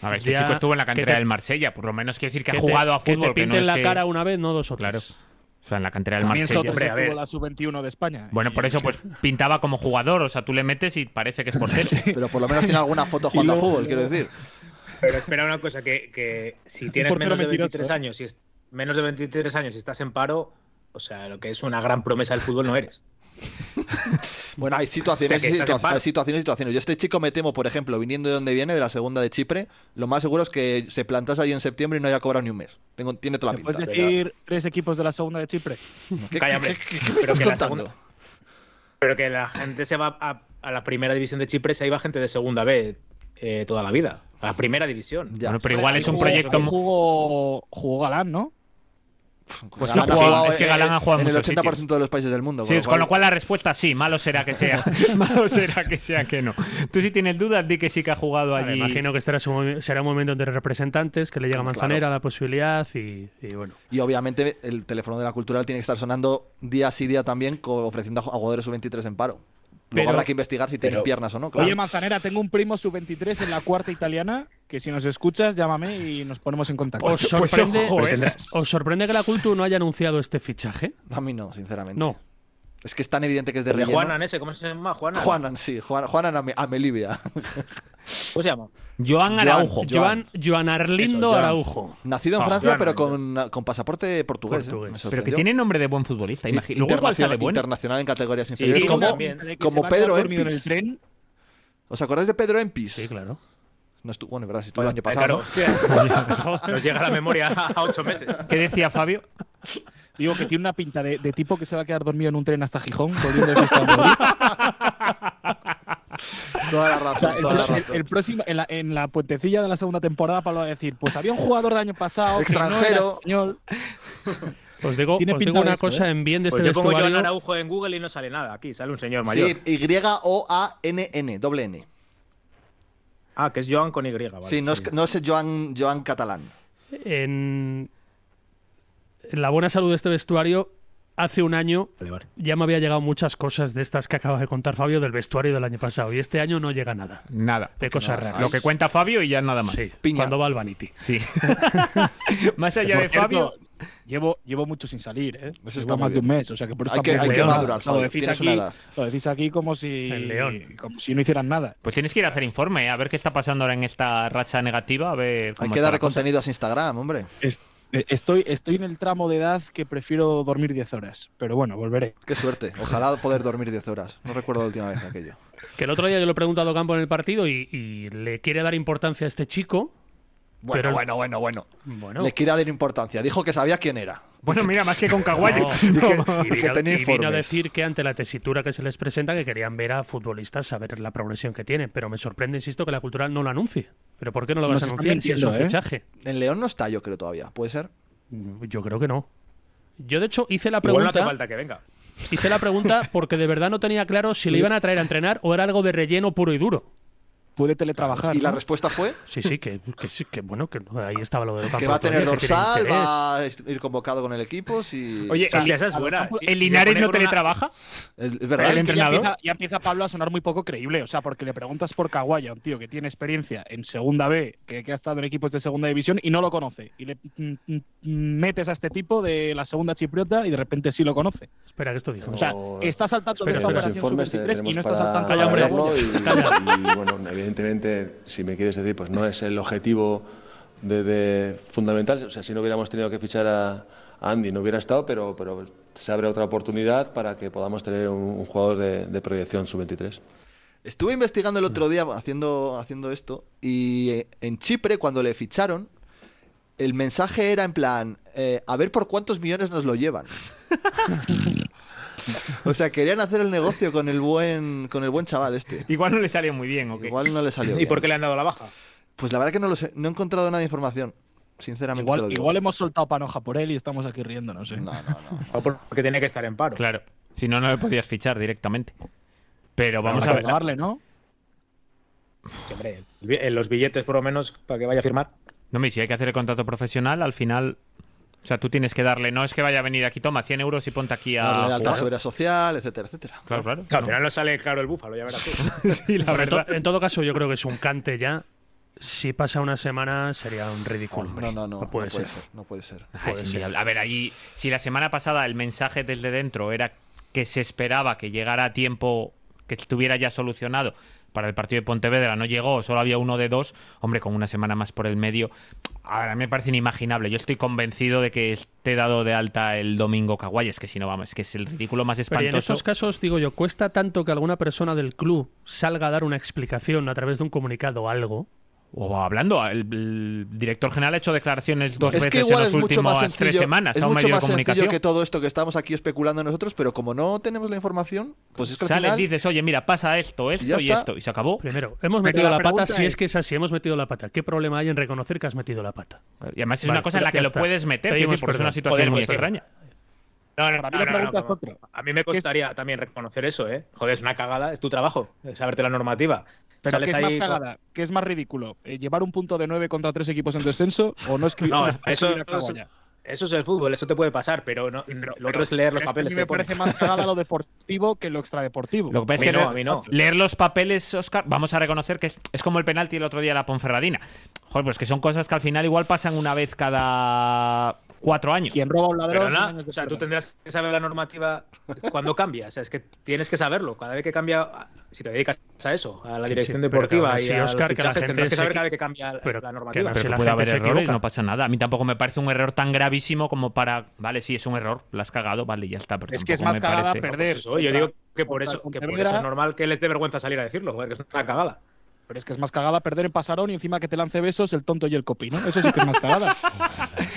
Speaker 2: A ver, este
Speaker 3: Ya-
Speaker 2: chico estuvo en la
Speaker 3: que
Speaker 2: cantera
Speaker 3: te-
Speaker 2: del Marsella. Por lo menos quiero decir que,
Speaker 3: te-
Speaker 2: ha jugado a
Speaker 3: que
Speaker 2: fútbol.
Speaker 3: te
Speaker 2: que no
Speaker 3: pinten
Speaker 2: es
Speaker 3: la
Speaker 2: que-
Speaker 3: cara una vez, no dos o
Speaker 2: Claro.
Speaker 3: tres.
Speaker 2: O sea, en la cantera del
Speaker 5: También
Speaker 2: Marsella.
Speaker 5: Sotres
Speaker 4: hombre, a
Speaker 5: estuvo
Speaker 4: ver.
Speaker 5: la sub-21 de España.
Speaker 2: Bueno, por
Speaker 5: Y-
Speaker 2: eso pues pintaba como jugador, o sea, tú le metes y parece que es portero.
Speaker 1: Pero por lo menos tiene alguna foto jugando a fútbol, quiero decir.
Speaker 4: eso? Pero espera una cosa, que, que si tienes
Speaker 5: ¿eh? portero
Speaker 4: menos de
Speaker 5: mentiroso,
Speaker 4: 23
Speaker 5: ¿eh?
Speaker 4: años y es- menos de 23 años y estás en paro, o sea, lo que es una gran promesa del fútbol no eres.
Speaker 1: Bueno, hay situaciones,
Speaker 4: O sea,
Speaker 1: y
Speaker 4: que estás en
Speaker 1: situa-
Speaker 4: paro.
Speaker 1: hay situaciones y situaciones. Yo este chico me temo, por ejemplo, viniendo de donde viene, de la segunda de Chipre, lo más seguro es que se plantase ahí en septiembre y no haya cobrado ni un mes. Tengo, tiene toda la
Speaker 5: ¿Me puedes
Speaker 1: pinta.
Speaker 5: decir tres equipos de la segunda de Chipre?
Speaker 1: ¿Qué,
Speaker 4: Cállame.
Speaker 1: qué- qué- qué me
Speaker 4: Pero
Speaker 1: estás
Speaker 4: que la
Speaker 1: contando? Pues
Speaker 4: segunda- Pero que la gente se va a, a la primera división de Chipre, se iba gente de segunda B eh, toda la vida. A la primera división.
Speaker 1: Ya.
Speaker 2: Bueno, pero igual es un
Speaker 5: Jugó-
Speaker 2: proyecto.
Speaker 5: ahí
Speaker 2: mo-
Speaker 5: Jugó, jugó Galán, ¿no?
Speaker 2: Pues
Speaker 1: Galán
Speaker 2: no
Speaker 1: ha
Speaker 2: jugaba,
Speaker 1: jugado
Speaker 2: es que
Speaker 1: en-
Speaker 2: Galán ha jugado
Speaker 1: en
Speaker 2: en
Speaker 1: el
Speaker 2: muchos
Speaker 1: 80%
Speaker 2: sitios.
Speaker 1: de los países del mundo.
Speaker 2: Sí, es- con lo cual la respuesta sí, malo será que sea. malo será que sea que no. Tú si tienes dudas, di que sí que ha jugado
Speaker 3: Vale,
Speaker 2: allí.
Speaker 3: imagino que será, su movi- será un momento entre representantes que le llega a Manzanera la posibilidad y, y bueno.
Speaker 1: Y obviamente el teléfono de la cultural tiene que estar sonando día sí día también, co- ofreciendo a jugadores sub-23 en paro. Luego
Speaker 3: Pero-
Speaker 1: habrá que investigar si tienen
Speaker 4: pero-
Speaker 1: piernas o no, claro.
Speaker 5: Oye, Manzanera, tengo un primo sub-23 en la cuarta italiana que si nos escuchas, llámame y nos ponemos en contacto.
Speaker 3: ¿Os sorprende,
Speaker 2: Pues ojo,
Speaker 3: os-
Speaker 2: ¿eh?
Speaker 3: os sorprende que la Cultu no haya anunciado este fichaje?
Speaker 1: a mí no, sinceramente.
Speaker 3: No.
Speaker 1: Es que es tan evidente que es de
Speaker 4: Y
Speaker 1: relleno.
Speaker 4: Juanan ese, ¿cómo se llama? Juanan.
Speaker 1: Juanan, sí. Juan, Juanan Ame- Amelibia.
Speaker 4: ¿Cómo se llama?
Speaker 2: Joan Araujo.
Speaker 1: Joan.
Speaker 3: Joan, Joan Arlindo
Speaker 4: Eso, Joan.
Speaker 3: Araujo.
Speaker 1: Nacido en
Speaker 2: Ah,
Speaker 1: Francia,
Speaker 4: Juanan,
Speaker 1: pero con, con pasaporte portugués. ¿eh? Me
Speaker 3: Portugués.
Speaker 2: Pero que
Speaker 1: sorprendió.
Speaker 2: tiene nombre de buen futbolista. imagi- Luego igual sale
Speaker 1: internacional,
Speaker 2: bueno.
Speaker 1: internacional en categorías inferiores.
Speaker 4: sí,
Speaker 1: como
Speaker 4: también.
Speaker 5: De que se
Speaker 1: como
Speaker 5: va a quedar
Speaker 1: Pedro
Speaker 5: dormido en el
Speaker 1: Empis.
Speaker 5: tren.
Speaker 1: ¿Os acordáis de Pedro Empis?
Speaker 3: Sí, claro.
Speaker 1: No estuvo, bueno, en verdad, si estuvo el año
Speaker 4: Eh,
Speaker 1: pasado.
Speaker 4: claro,
Speaker 1: ¿no?
Speaker 4: hostia. Nos llega la memoria a ocho meses.
Speaker 2: ¿Qué decía Fabio?
Speaker 5: Digo que tiene una pinta de, de tipo que se va a quedar dormido en un tren hasta Gijón, Pues, volviendo de fiesta de Madrid.
Speaker 1: Toda la
Speaker 5: O sea,
Speaker 1: razón,
Speaker 5: el,
Speaker 1: toda la
Speaker 5: el-
Speaker 1: razón.
Speaker 5: el próximo, en la, en la puentecilla de la segunda temporada, Pablo va a decir: Pues había un jugador del año pasado, que no era
Speaker 1: Extranjero.
Speaker 5: español.
Speaker 3: Os digo,
Speaker 5: Tiene
Speaker 3: os
Speaker 5: pinta de
Speaker 3: digo una
Speaker 5: eso, ¿eh?
Speaker 3: cosa en bien de
Speaker 4: Pues
Speaker 3: este
Speaker 4: yo pongo Joan
Speaker 3: vestuario.
Speaker 4: Araujo en Google y no sale nada. Aquí sale un señor mayor.
Speaker 1: Sí, Y-O-A-N-N, doble N.
Speaker 4: Ah, que es Joan con Y. Vale,
Speaker 1: sí, no es, no es Joan, Joan Catalán.
Speaker 3: En... en la buena salud de este vestuario, hace un año
Speaker 4: Vale, vale.
Speaker 3: ya me había llegado muchas cosas de estas que acabas de contar, Fabio, del vestuario del año pasado. Y este año no llega nada.
Speaker 2: Nada.
Speaker 3: De cosas raras.
Speaker 2: Lo que cuenta Fabio y ya nada más.
Speaker 3: Sí,
Speaker 1: Piña.
Speaker 3: cuando va al Vanity.
Speaker 2: Sí. más allá
Speaker 5: Por
Speaker 2: de
Speaker 3: eh,
Speaker 2: Fabio.
Speaker 5: cierto, llevo, llevo mucho sin salir, ¿eh?
Speaker 1: Eso está
Speaker 5: llevo
Speaker 1: muy
Speaker 5: más de un
Speaker 1: bien.
Speaker 5: mes, o sea que por eso
Speaker 1: Hay que-
Speaker 5: tampoco-
Speaker 1: hay
Speaker 3: que
Speaker 5: León,
Speaker 1: madurar, Fabio,
Speaker 5: lo, decís
Speaker 1: tienes una
Speaker 5: aquí,
Speaker 1: edad.
Speaker 5: lo decís aquí como si,
Speaker 3: El León.
Speaker 5: como si no hicieran nada.
Speaker 2: Pues tienes que ir a hacer informe, ¿eh? a ver qué está pasando ahora en esta racha negativa, a ver
Speaker 1: Hay
Speaker 2: cómo
Speaker 1: que
Speaker 2: está
Speaker 1: darle
Speaker 2: la cosa.
Speaker 1: contenido a su Instagram, hombre.
Speaker 5: Es- eh, Estoy, estoy en el tramo de edad que prefiero dormir 10 horas, pero bueno, volveré.
Speaker 1: Qué suerte. Ojalá poder dormir 10 horas. No recuerdo la última vez aquello.
Speaker 3: Que el otro día yo lo he preguntado a Campo en el partido y, y le quiere dar importancia a este chico,
Speaker 1: Bueno,
Speaker 3: Pero-
Speaker 1: bueno, bueno, bueno.
Speaker 3: Bueno.
Speaker 1: Le quiera dar importancia. Dijo que sabía quién era.
Speaker 2: Bueno, mira, más que con Caguayo.
Speaker 1: Y que- y
Speaker 3: Y
Speaker 1: que
Speaker 3: vino,
Speaker 1: tenía
Speaker 3: y vino a
Speaker 1: informes.
Speaker 3: decir que ante la tesitura que se les presenta que querían ver a futbolistas saber la progresión que tienen, pero me sorprende, insisto, que la cultural no lo anuncie. ¿Pero por qué no lo vas
Speaker 5: Nos
Speaker 3: a
Speaker 5: están
Speaker 3: anunciar si es un
Speaker 5: mintiendo, ¿eh?
Speaker 3: fichaje?
Speaker 1: En León no está, yo creo, todavía. ¿Puede ser?
Speaker 3: Yo creo que no. Yo de hecho hice la
Speaker 4: Igual no hace
Speaker 3: pregunta,
Speaker 4: falta que venga.
Speaker 3: hice la pregunta porque de verdad no tenía claro si le iban a traer a entrenar o era algo de relleno puro y duro.
Speaker 5: Puede teletrabajar.
Speaker 1: Y la
Speaker 5: ¿no?
Speaker 1: respuesta fue
Speaker 3: Sí, sí, que, que sí, que bueno, que ahí estaba lo del campo.
Speaker 1: que va a tener
Speaker 3: Ah, todavía, que tiene
Speaker 1: dorsal,
Speaker 3: interés.
Speaker 1: va a est- ir convocado con el equipo. Si...
Speaker 2: Oye,
Speaker 4: O sea,
Speaker 2: el,
Speaker 4: esa es buena. Si-
Speaker 2: el
Speaker 4: si se
Speaker 2: Linares
Speaker 4: pone
Speaker 2: no
Speaker 4: por una-
Speaker 2: teletrabaja.
Speaker 1: Es es
Speaker 5: Pero
Speaker 1: verdad.
Speaker 5: es que
Speaker 1: es que-
Speaker 5: ya,
Speaker 2: entrenador?
Speaker 5: empieza, ya empieza Pablo a sonar muy poco creíble, o sea, porque le preguntas por Caguaya, un tío que tiene experiencia en segunda B, que, que ha estado en equipos de segunda división y no lo conoce. Y le mm, mm, metes a este tipo de la segunda chipriota y de repente sí lo conoce.
Speaker 3: Espera, que esto dijo.
Speaker 5: O sea,
Speaker 4: Oh,
Speaker 5: está saltando de
Speaker 3: Espera,
Speaker 5: esta
Speaker 3: espera.
Speaker 5: operación
Speaker 7: eh,
Speaker 5: sub-23 y no está saltando
Speaker 3: Calla, hombre.
Speaker 7: y,
Speaker 5: Caguaya.
Speaker 7: y, bueno, evidentemente, si me quieres decir, pues no es el objetivo de, de Eh, fundamental. O sea, si no hubiéramos tenido que fichar a a Andy, no hubiera estado, pero, pero se abre otra oportunidad para que podamos tener un, un jugador de, de proyección sub-23.
Speaker 1: Estuve investigando el otro día haciendo, haciendo esto y eh, en Chipre, cuando le ficharon, el mensaje era en plan, eh, a ver por cuántos millones nos lo llevan. o sea, querían hacer el negocio con el buen, con el buen chaval este.
Speaker 2: Igual no le salía muy bien, ¿o qué?
Speaker 1: Igual no le salió.
Speaker 4: ¿Y
Speaker 1: bien.
Speaker 4: por qué le han dado la baja?
Speaker 1: Pues la verdad que no lo sé. No he encontrado nada de información. Sinceramente. te lo
Speaker 5: Igual,
Speaker 1: digo.
Speaker 5: igual hemos soltado panoja por él y estamos aquí riéndonos. ¿eh?
Speaker 1: No, no, no.
Speaker 4: O porque tiene que estar en paro.
Speaker 2: Claro. Si no, no le podías fichar directamente. Pero vamos
Speaker 5: Habrá
Speaker 2: a
Speaker 5: que
Speaker 2: ver.
Speaker 5: pagarle, ¿no?
Speaker 4: Que, hombre, el bi- eh, los billetes por lo menos para que vaya a firmar.
Speaker 2: No, mi, si hay que hacer el contrato profesional, al final. O sea, tú tienes que darle. No es que vaya a venir aquí, toma 100 euros y ponte aquí a.
Speaker 1: Darle de alta
Speaker 2: jugar.
Speaker 1: seguridad social, etcétera, etcétera.
Speaker 2: Ah, Claro, claro.
Speaker 4: Claro, al final no sale claro el búfalo, ya verás tú.
Speaker 2: Sí, la
Speaker 3: En to-
Speaker 2: verdad.
Speaker 3: en todo caso, yo creo que es un cante ya. Si pasa una semana, sería un ridículo. hombre.
Speaker 1: No, no, no.
Speaker 3: puede ser.
Speaker 1: No puede ser.
Speaker 2: Ah, es inviable. A ver, allí, si la semana pasada el mensaje desde dentro era que se esperaba que llegara a tiempo, que estuviera ya solucionado para el partido de Pontevedra, no llegó, solo había uno de dos, hombre, con una semana más por el medio, ahora me parece inimaginable. Yo estoy convencido de que esté dado de alta el domingo Caguay, es que si no, vamos, es que es el ridículo más
Speaker 3: Pero y en
Speaker 2: espantoso.
Speaker 3: estos casos, digo yo, cuesta tanto que alguna persona del club salga a dar una explicación a través de un comunicado o algo.
Speaker 2: O hablando, el, el director general ha hecho declaraciones dos
Speaker 1: es
Speaker 2: veces
Speaker 1: que igual
Speaker 2: en
Speaker 1: es
Speaker 2: las
Speaker 1: mucho más
Speaker 2: últimas
Speaker 1: sencillo.
Speaker 2: tres semanas
Speaker 1: es
Speaker 2: a un
Speaker 1: mucho
Speaker 2: medio de
Speaker 1: más sencillo
Speaker 2: comunicación.
Speaker 1: que todo esto que estamos aquí especulando nosotros, pero como no tenemos la información, pues es que al
Speaker 2: Sales,
Speaker 1: final
Speaker 2: dices, oye, mira, pasa esto, esto y,
Speaker 1: está.
Speaker 2: esto, y se acabó.
Speaker 3: Primero, hemos metido
Speaker 5: la
Speaker 3: la pata,
Speaker 5: pregunta
Speaker 3: si
Speaker 5: es-
Speaker 3: es que es así, hemos metido la pata. ¿Qué problema hay en reconocer que has metido la pata?
Speaker 2: Y además es una
Speaker 3: Vale, pues
Speaker 2: cosa en la
Speaker 3: ya
Speaker 2: que lo
Speaker 3: está.
Speaker 2: puedes meter,
Speaker 3: Pedimos
Speaker 2: quiero decir, porque es
Speaker 3: perdón.
Speaker 2: una situación
Speaker 3: Podemos
Speaker 2: muy
Speaker 3: perdón.
Speaker 2: extraña.
Speaker 4: No, no,
Speaker 5: Para
Speaker 4: no,
Speaker 5: mí la
Speaker 4: no, no,
Speaker 5: pregunta es
Speaker 4: como-
Speaker 5: otra.
Speaker 4: A mí me costaría también reconocer eso, ¿eh? Joder, es una cagada, es tu trabajo, es saberte la normativa.
Speaker 5: Pero ¿qué
Speaker 4: Sales
Speaker 5: es
Speaker 4: ahí
Speaker 5: más
Speaker 4: con-
Speaker 5: cagada? ¿Qué es más ridículo? eh, ¿Llevar un punto de 9 contra tres equipos en descenso o no escribir,
Speaker 4: No,
Speaker 5: no
Speaker 4: eso,
Speaker 5: escribir a
Speaker 4: eso,
Speaker 5: Caguaya?
Speaker 4: eso es el fútbol, eso te puede pasar, pero, no, lo otro es leer los
Speaker 5: Es que
Speaker 4: papeles.
Speaker 5: A mí
Speaker 4: que
Speaker 5: me
Speaker 4: pones.
Speaker 5: parece más cagada lo deportivo que lo extradeportivo.
Speaker 2: Lo que pasa
Speaker 4: A
Speaker 2: es
Speaker 4: mí
Speaker 2: que
Speaker 4: no,
Speaker 2: leer-
Speaker 4: a mí no.
Speaker 2: leer los papeles, Oscar, vamos a reconocer que es, es como el penalti el otro día a la Ponferradina. Joder, pues que son cosas que al final igual pasan una vez cada cuatro años.
Speaker 5: Quien roba a un ladrón.
Speaker 4: Perdona,
Speaker 5: cien años de
Speaker 4: o sea, tú
Speaker 5: perdón.
Speaker 4: tendrás que saber la normativa cuando cambia. O sea, es que tienes que saberlo. Cada vez que cambia, si te dedicas a eso, a la
Speaker 3: Sí,
Speaker 4: dirección
Speaker 3: sí, pero
Speaker 4: deportiva
Speaker 3: que aún
Speaker 4: y
Speaker 3: así,
Speaker 4: a
Speaker 3: Óscar,
Speaker 4: los
Speaker 3: que la
Speaker 4: fichajes,
Speaker 3: gente
Speaker 4: tendrás que
Speaker 3: se
Speaker 4: saber
Speaker 3: equi-
Speaker 4: cada vez que cambia la-
Speaker 3: pero
Speaker 4: la
Speaker 3: que
Speaker 4: normativa.
Speaker 3: no
Speaker 2: Pero
Speaker 3: si
Speaker 2: que
Speaker 3: la
Speaker 2: puede
Speaker 3: gente
Speaker 2: haber
Speaker 3: se
Speaker 2: errores,
Speaker 3: equivoca.
Speaker 2: no pasa nada. A mí tampoco me parece un error tan gravísimo como para. Vale, sí, es un error, la has cagado, vale, y ya está. Pero
Speaker 5: Es que es
Speaker 2: tampoco
Speaker 5: más
Speaker 2: me
Speaker 5: cagada
Speaker 2: parece-
Speaker 5: perder.
Speaker 4: Pues eso, yo digo que por eso, que por eso
Speaker 5: Pontevedra.
Speaker 4: es normal que les dé vergüenza salir a decirlo, joder, que es una cagada.
Speaker 5: Pero es que es más cagada perder en pasarón y encima que te lance besos el tonto y el copino. Eso sí que es más cagada.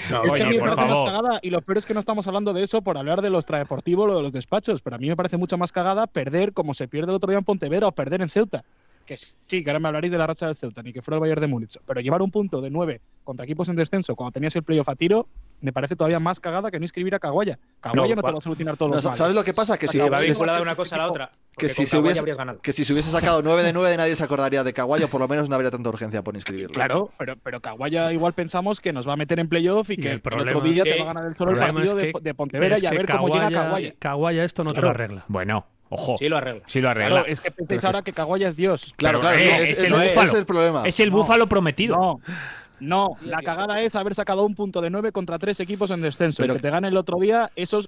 Speaker 2: No,
Speaker 5: es que
Speaker 2: oye,
Speaker 5: a mí me
Speaker 2: por
Speaker 5: parece más
Speaker 2: favor.
Speaker 5: cagada. Y lo peor es que no estamos hablando de eso por hablar de lo extradeportivo, lo de los despachos. Pero a mí me parece mucho más cagada perder como se pierde el otro día en Pontevedra o perder en Ceuta. Que sí, que ahora me hablaréis de la racha del Ceuta, ni que fuera el Bayern de Múnich. Pero llevar un punto de 9 contra equipos en descenso cuando tenías el playoff a tiro me parece todavía más cagada que no inscribir a Caguaya. Caguaya no,
Speaker 4: No,
Speaker 5: te
Speaker 4: cua-
Speaker 5: lo va a solucionar todos
Speaker 1: No,
Speaker 5: los
Speaker 1: sa-
Speaker 5: males.
Speaker 1: ¿Sabes lo que pasa? Que si,
Speaker 4: Que va
Speaker 1: que-
Speaker 4: vinculada
Speaker 5: este
Speaker 4: una cosa a la otra.
Speaker 1: que
Speaker 4: porque
Speaker 1: si
Speaker 4: con
Speaker 1: se
Speaker 4: Caguaya
Speaker 1: hubiese-
Speaker 4: habrías ganado.
Speaker 1: que si se hubiese sacado 9 de 9 de nadie se acordaría de Caguayo, por lo menos no habría tanta urgencia por inscribirlo.
Speaker 5: Claro, pero, pero Caguaya igual pensamos que nos va a meter en playoff y
Speaker 3: Y
Speaker 5: que
Speaker 3: el
Speaker 5: el,
Speaker 3: problema-
Speaker 5: otro día
Speaker 4: que-
Speaker 5: te va a ganar el solo el
Speaker 3: problema
Speaker 5: partido
Speaker 3: es
Speaker 5: de,
Speaker 3: que-
Speaker 5: de Pontevedra
Speaker 3: es
Speaker 5: y a
Speaker 3: que
Speaker 5: ver cómo llega Caguaya.
Speaker 3: Caguaya esto no te lo arregla.
Speaker 2: Bueno, ojo.
Speaker 4: Sí, lo arregla.
Speaker 2: Sí lo arregla.
Speaker 5: Claro, es que pensáis ahora que Caguaya es Dios.
Speaker 1: claro,
Speaker 2: Pero,
Speaker 1: claro,
Speaker 2: eh,
Speaker 1: no,
Speaker 2: es
Speaker 1: es-
Speaker 2: el
Speaker 1: es- ese
Speaker 2: búfalo.
Speaker 1: es el problema.
Speaker 2: Es el
Speaker 5: No.
Speaker 2: búfalo prometido.
Speaker 5: No, no, la cagada es haberse sacado un punto de nueve contra tres equipos en descenso.
Speaker 1: Pero-
Speaker 5: Pero que te gane el otro día, esos.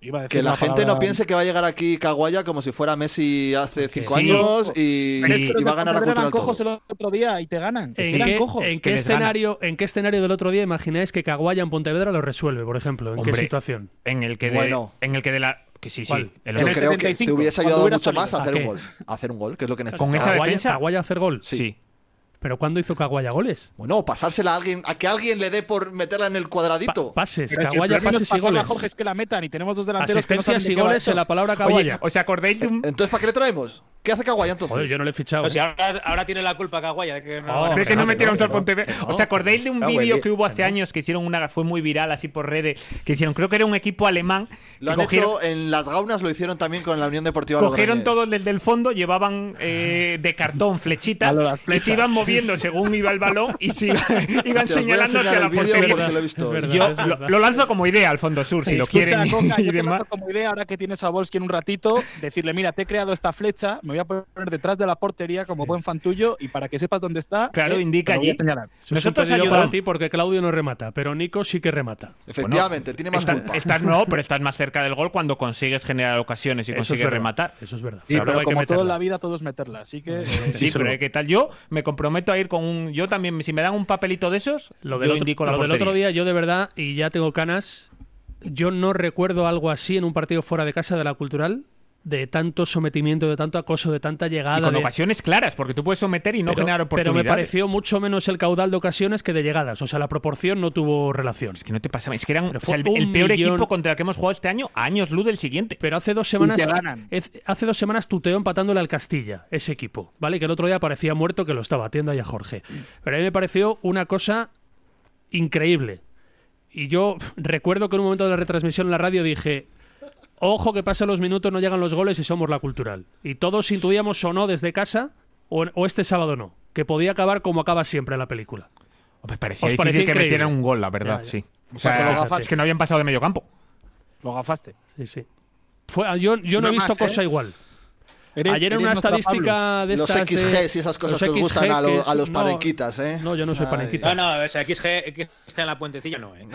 Speaker 5: Iba a decir
Speaker 1: Que la
Speaker 5: una
Speaker 1: gente
Speaker 5: palabra-
Speaker 1: no piense que va a llegar aquí Caguaya como si fuera Messi hace 5
Speaker 2: Sí.
Speaker 1: años y,
Speaker 5: Pero es que
Speaker 1: y
Speaker 5: los
Speaker 1: va a
Speaker 5: de
Speaker 1: ganar
Speaker 5: Pontevedra
Speaker 1: a cultural
Speaker 5: eran
Speaker 1: todo.
Speaker 5: cojos el otro día y te ganan. que
Speaker 3: ¿En
Speaker 5: eran
Speaker 3: qué,
Speaker 5: cojos.
Speaker 3: en
Speaker 2: que
Speaker 3: qué
Speaker 2: les gana.
Speaker 3: escenario, ¿En qué escenario del otro día imagináis que Caguaya en Pontevedra lo resuelve, por ejemplo? ¿En
Speaker 2: Hombre,
Speaker 3: qué situación?
Speaker 2: En el que de,
Speaker 1: Bueno.
Speaker 2: en el que de la que sí, sí,
Speaker 3: ¿Cuál?
Speaker 2: el
Speaker 1: Yo
Speaker 2: otro-
Speaker 5: el
Speaker 1: creo que te
Speaker 5: 75,
Speaker 1: hubiese
Speaker 5: cuando
Speaker 1: ayudado
Speaker 5: hubiera
Speaker 1: mucho más a
Speaker 3: salido.
Speaker 1: hacer un
Speaker 3: ¿A
Speaker 1: gol. A hacer un gol, que es lo que necesitas.
Speaker 2: Con esa
Speaker 3: Caguaya,
Speaker 2: defensa.
Speaker 3: Caguaya hacer gol.
Speaker 2: sí.
Speaker 1: Sí.
Speaker 3: Pero ¿cuándo hizo Caguaya goles?
Speaker 1: Bueno, pasársela a alguien, a que alguien le dé por meterla en el cuadradito.
Speaker 3: Pa- pases,
Speaker 5: Pero si el
Speaker 3: Caguaya
Speaker 5: problema no es
Speaker 3: pases y
Speaker 5: pasarla a
Speaker 3: goles.
Speaker 5: Jorge es que la metan y tenemos dos delanteros que no saben
Speaker 3: Asistencias
Speaker 5: de
Speaker 3: y
Speaker 5: qué va
Speaker 3: goles
Speaker 5: esto.
Speaker 3: en la palabra
Speaker 2: Oye,
Speaker 3: Caguaya.
Speaker 2: ¿os acordáis de un,
Speaker 1: Entonces, ¿para qué le traemos? ¿Qué hace Caguaya entonces?
Speaker 3: Joder, yo no le he fichado. ¿eh?
Speaker 4: O sea, ahora, ahora tiene la culpa Caguaya de que
Speaker 3: Oh,
Speaker 4: van a
Speaker 2: de que no
Speaker 3: no,
Speaker 2: metieron
Speaker 3: que no,
Speaker 2: al Pontevedra.
Speaker 3: que no.
Speaker 2: ¿Os acordáis de un
Speaker 4: Ah,
Speaker 2: vídeo
Speaker 4: güey,
Speaker 2: que hubo hace años que hicieron una, fue muy viral así por redes, que hicieron, creo que era un equipo alemán,
Speaker 1: Lo
Speaker 2: que
Speaker 1: han
Speaker 2: cogieron,
Speaker 1: hecho en las gaunas, lo hicieron también con la Unión Deportiva
Speaker 2: cogieron
Speaker 1: Logroñés.
Speaker 2: todo el del fondo, llevaban eh, de cartón flechitas
Speaker 5: Claro, las
Speaker 2: y se
Speaker 5: flechas.
Speaker 2: iban moviendo según iba el balón y se iba-
Speaker 1: Hostia,
Speaker 2: iban
Speaker 1: os voy a
Speaker 2: señalando hacia
Speaker 1: enseñar
Speaker 2: la
Speaker 1: el vídeo
Speaker 2: portería.
Speaker 1: porque lo he visto.
Speaker 3: Es verdad.
Speaker 2: Yo
Speaker 3: es
Speaker 2: lo, lo lanzo como idea al fondo sur, si lo
Speaker 5: Escucha,
Speaker 2: quieren
Speaker 5: Coca,
Speaker 2: y
Speaker 5: yo te
Speaker 2: demás.
Speaker 5: lanzo como idea ahora que tienes a Volsky en un ratito, decirle, mira, te he creado esta flecha, me voy a poner detrás de la portería como buen fan tuyo y para que sepas dónde está.
Speaker 2: Claro,
Speaker 5: eh,
Speaker 2: indica
Speaker 5: te lo voy a
Speaker 2: allí.
Speaker 5: señalar".
Speaker 2: Nosotros
Speaker 3: Nosotros para
Speaker 2: ayudamos.
Speaker 3: ti porque Claudio no remata, pero Nico sí que remata.
Speaker 1: Efectivamente, tiene más
Speaker 2: Estás-
Speaker 1: culpa.
Speaker 2: estás no, pero estás más cerca del gol cuando consigues generar ocasiones y
Speaker 3: Eso es
Speaker 2: consigues
Speaker 3: verdad,
Speaker 2: rematar.
Speaker 3: Eso es verdad.
Speaker 5: Sí,
Speaker 3: Claro,
Speaker 5: pero
Speaker 3: hay que
Speaker 5: como todo en
Speaker 3: meterla.
Speaker 5: la vida, todo es meterla. Así que. eh,
Speaker 2: Sí, pero ¿eh? ¿qué tal? Yo me comprometo a ir con un. Yo también, si me dan un papelito de esos,
Speaker 3: Lo del,
Speaker 2: yo
Speaker 3: otro,
Speaker 2: indico la
Speaker 3: lo del
Speaker 2: portería.
Speaker 3: otro día, yo de verdad, y ya tengo canas, yo no recuerdo algo así en un partido fuera de casa de la cultural, de tanto sometimiento, de tanto acoso, de tanta llegada.
Speaker 2: Y con
Speaker 3: de-
Speaker 2: ocasiones claras, porque tú puedes someter y no
Speaker 3: pero,
Speaker 2: generar
Speaker 3: pero
Speaker 2: oportunidades.
Speaker 3: me pareció mucho menos el caudal de ocasiones que de llegadas. O sea, la proporción no tuvo relación.
Speaker 2: Es que no te pasaba. Es que eran
Speaker 3: Pero
Speaker 2: o sea, el,
Speaker 3: fue
Speaker 2: el
Speaker 3: un
Speaker 2: peor
Speaker 3: millón.
Speaker 2: equipo contra el que hemos jugado este año, a años luz del siguiente.
Speaker 3: Pero hace dos semanas
Speaker 5: Y te ganan.
Speaker 3: es- hace dos semanas tuteó empatándole al Castilla, ese equipo, ¿vale? Que el otro día parecía muerto que lo estaba batiendo ahí a Jorge. Pero a mí me pareció una cosa increíble. Y yo recuerdo que en un momento de la retransmisión en la radio dije, ojo que pasan los minutos, no llegan los goles y somos la cultural. Y todos intuíamos o no desde casa, o, o este sábado no, que podía acabar como acaba siempre la película.
Speaker 2: Me parecía
Speaker 3: Os
Speaker 2: difícil
Speaker 3: parecía
Speaker 2: que
Speaker 3: increíble.
Speaker 2: metieran un gol, la verdad,
Speaker 3: Ya, ya.
Speaker 2: sí. O
Speaker 5: Con
Speaker 2: sea,
Speaker 5: los gafas.
Speaker 2: es que no habían pasado de medio campo.
Speaker 5: Lo gafaste.
Speaker 3: Sí, sí. Fue- yo yo no, he
Speaker 5: No
Speaker 3: visto
Speaker 5: más, ¿eh?
Speaker 3: cosa igual.
Speaker 5: Eres-
Speaker 3: Ayer en
Speaker 5: eres
Speaker 3: una
Speaker 5: nuestra Pablos.
Speaker 3: estadística de
Speaker 1: Los
Speaker 3: estas. de-
Speaker 1: XGs y esas cosas
Speaker 3: los
Speaker 1: que os gustan a, lo-
Speaker 3: XGs,
Speaker 1: a los
Speaker 3: no,
Speaker 1: panenquitas, ¿eh?
Speaker 3: No, yo no soy
Speaker 1: Ay.
Speaker 3: panenquita.
Speaker 4: No, no, o sea, XG, XG en la puentecilla no, ¿eh?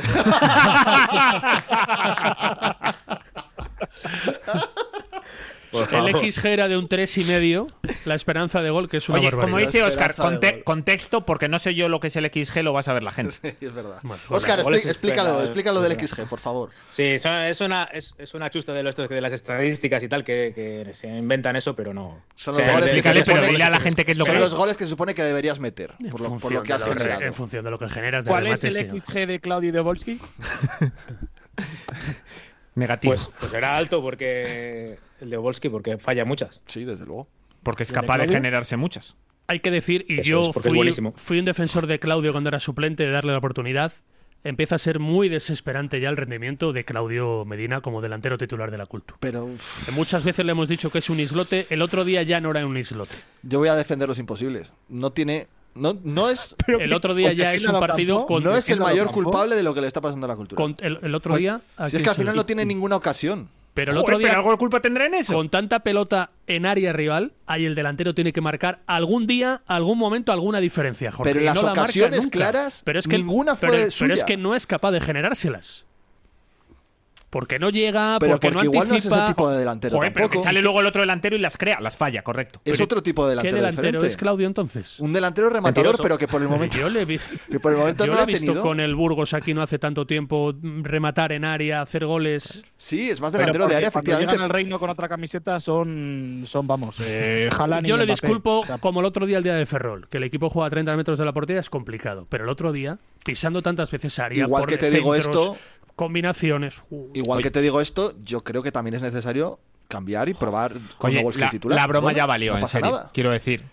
Speaker 3: El XG era de un 3,5. La esperanza de gol, que es una
Speaker 2: Oye,
Speaker 3: barbaridad.
Speaker 2: como dice
Speaker 1: La
Speaker 2: Oscar,
Speaker 1: esperanza de
Speaker 2: conte-
Speaker 1: gol.
Speaker 2: contexto, porque no sé yo lo que es el XG, lo vas a ver la gente.
Speaker 1: es verdad.
Speaker 3: Bueno, pues
Speaker 1: Oscar,
Speaker 4: los goles
Speaker 1: expli- explícalo,
Speaker 4: esperan-
Speaker 1: explícalo del
Speaker 4: es
Speaker 1: XG, por favor.
Speaker 4: Sí, son- es una, es, es una chusta de, los, de las estadísticas y tal que, que se inventan eso, pero no.
Speaker 1: Son
Speaker 4: O sea,
Speaker 1: los goles que se
Speaker 2: explícale,
Speaker 1: supone
Speaker 2: pero
Speaker 1: que-
Speaker 2: dile a la gente qué es lo
Speaker 1: son
Speaker 2: que
Speaker 1: los
Speaker 2: es.
Speaker 1: goles que se supone que deberías meter, por lo, por lo que has
Speaker 3: de lo que-
Speaker 1: generado.
Speaker 3: en función de lo que generas de
Speaker 5: ¿Cuál es
Speaker 3: remate,
Speaker 5: el
Speaker 3: sí.
Speaker 5: XG de Claudio Devolski?
Speaker 2: Negativo.
Speaker 4: Pues, pues era alto porque el de Wolski, porque falla muchas.
Speaker 1: Sí, desde luego.
Speaker 2: porque es capaz de
Speaker 5: Claudio?
Speaker 2: generarse muchas.
Speaker 3: Hay que decir, y
Speaker 4: Eso
Speaker 3: yo
Speaker 4: es, porque es
Speaker 3: fui,
Speaker 4: buenísimo.
Speaker 3: fui un defensor de Claudio cuando era suplente de darle la oportunidad. Empieza a ser muy desesperante ya el rendimiento de Claudio Medina como delantero titular de la Cultu.
Speaker 1: Pero uf,
Speaker 3: Muchas veces le hemos dicho que es un islote, el otro día ya no era un islote.
Speaker 1: yo voy a defender los imposibles. No tiene. No, no es,
Speaker 3: El otro día
Speaker 5: porque
Speaker 3: ya
Speaker 5: si
Speaker 3: es
Speaker 5: no
Speaker 3: un
Speaker 5: lo
Speaker 3: partido
Speaker 5: tapó,
Speaker 3: con,
Speaker 1: no es el
Speaker 5: Entiendo lo
Speaker 1: mayor
Speaker 5: campo.
Speaker 1: culpable de lo que le está pasando a la cultura.
Speaker 3: con- ah, el, el otro día. ¿a
Speaker 1: si es
Speaker 3: quién
Speaker 1: que al
Speaker 3: se-
Speaker 1: final no tiene ninguna ocasión.
Speaker 3: Pero el
Speaker 2: Joder,
Speaker 3: otro día
Speaker 2: ¿Pero algo de culpa tendrá en eso?
Speaker 3: con tanta pelota en área rival, ahí el delantero tiene que marcar algún día, algún momento, alguna diferencia, Jorge.
Speaker 1: Pero en
Speaker 3: Y
Speaker 1: las
Speaker 3: no la marca
Speaker 1: ocasiones
Speaker 3: nunca.
Speaker 1: claras,
Speaker 3: pero es que,
Speaker 1: ninguna fue
Speaker 3: pero, pero
Speaker 1: suya.
Speaker 3: es que no es capaz de generárselas. Porque no llega,
Speaker 1: Pero
Speaker 3: Ah,
Speaker 1: porque,
Speaker 3: porque, no
Speaker 1: igual no es
Speaker 3: anticipa.
Speaker 1: ese tipo de delantero
Speaker 2: Joder, pero que
Speaker 1: tampoco.
Speaker 2: sale luego el otro delantero y las crea, las falla, correcto.
Speaker 1: Es
Speaker 2: Pero-
Speaker 1: otro tipo de
Speaker 3: ¿Qué
Speaker 1: delantero,
Speaker 3: delantero
Speaker 1: diferente.
Speaker 3: es Claudio entonces?
Speaker 1: Un delantero rematador, pero que por el momento.
Speaker 3: Yo le he vi-
Speaker 1: que por el momento
Speaker 3: yo
Speaker 1: no
Speaker 3: le
Speaker 1: lo
Speaker 3: he
Speaker 1: ha
Speaker 3: visto
Speaker 1: tenido.
Speaker 3: con el Burgos aquí no hace tanto tiempo mm, rematar en área, hacer goles.
Speaker 1: Sí, es más
Speaker 5: Pero
Speaker 1: delantero de
Speaker 5: porque
Speaker 1: área,
Speaker 5: cuando llegan
Speaker 1: efectivamente.
Speaker 5: al reino con otra camiseta son, son vamos, eh, Haaland y
Speaker 3: Yo le
Speaker 5: Mbappé.
Speaker 3: disculpo
Speaker 5: O sea,
Speaker 3: como el otro día el día de Ferrol, que el equipo juega a 30 metros de la portería es complicado, pero el otro día pisando tantas veces área,
Speaker 1: Igual
Speaker 3: por
Speaker 1: que te digo
Speaker 3: centros,
Speaker 1: esto,
Speaker 3: combinaciones. Uh,
Speaker 1: igual que te digo esto, yo creo que también es necesario cambiar y probar con
Speaker 2: Oye,
Speaker 1: Novolski
Speaker 2: la,
Speaker 1: titular.
Speaker 2: la broma
Speaker 1: Bueno,
Speaker 2: ya valió,
Speaker 1: no
Speaker 2: en
Speaker 1: pasa
Speaker 2: serio.
Speaker 1: nada.
Speaker 2: Quiero decir.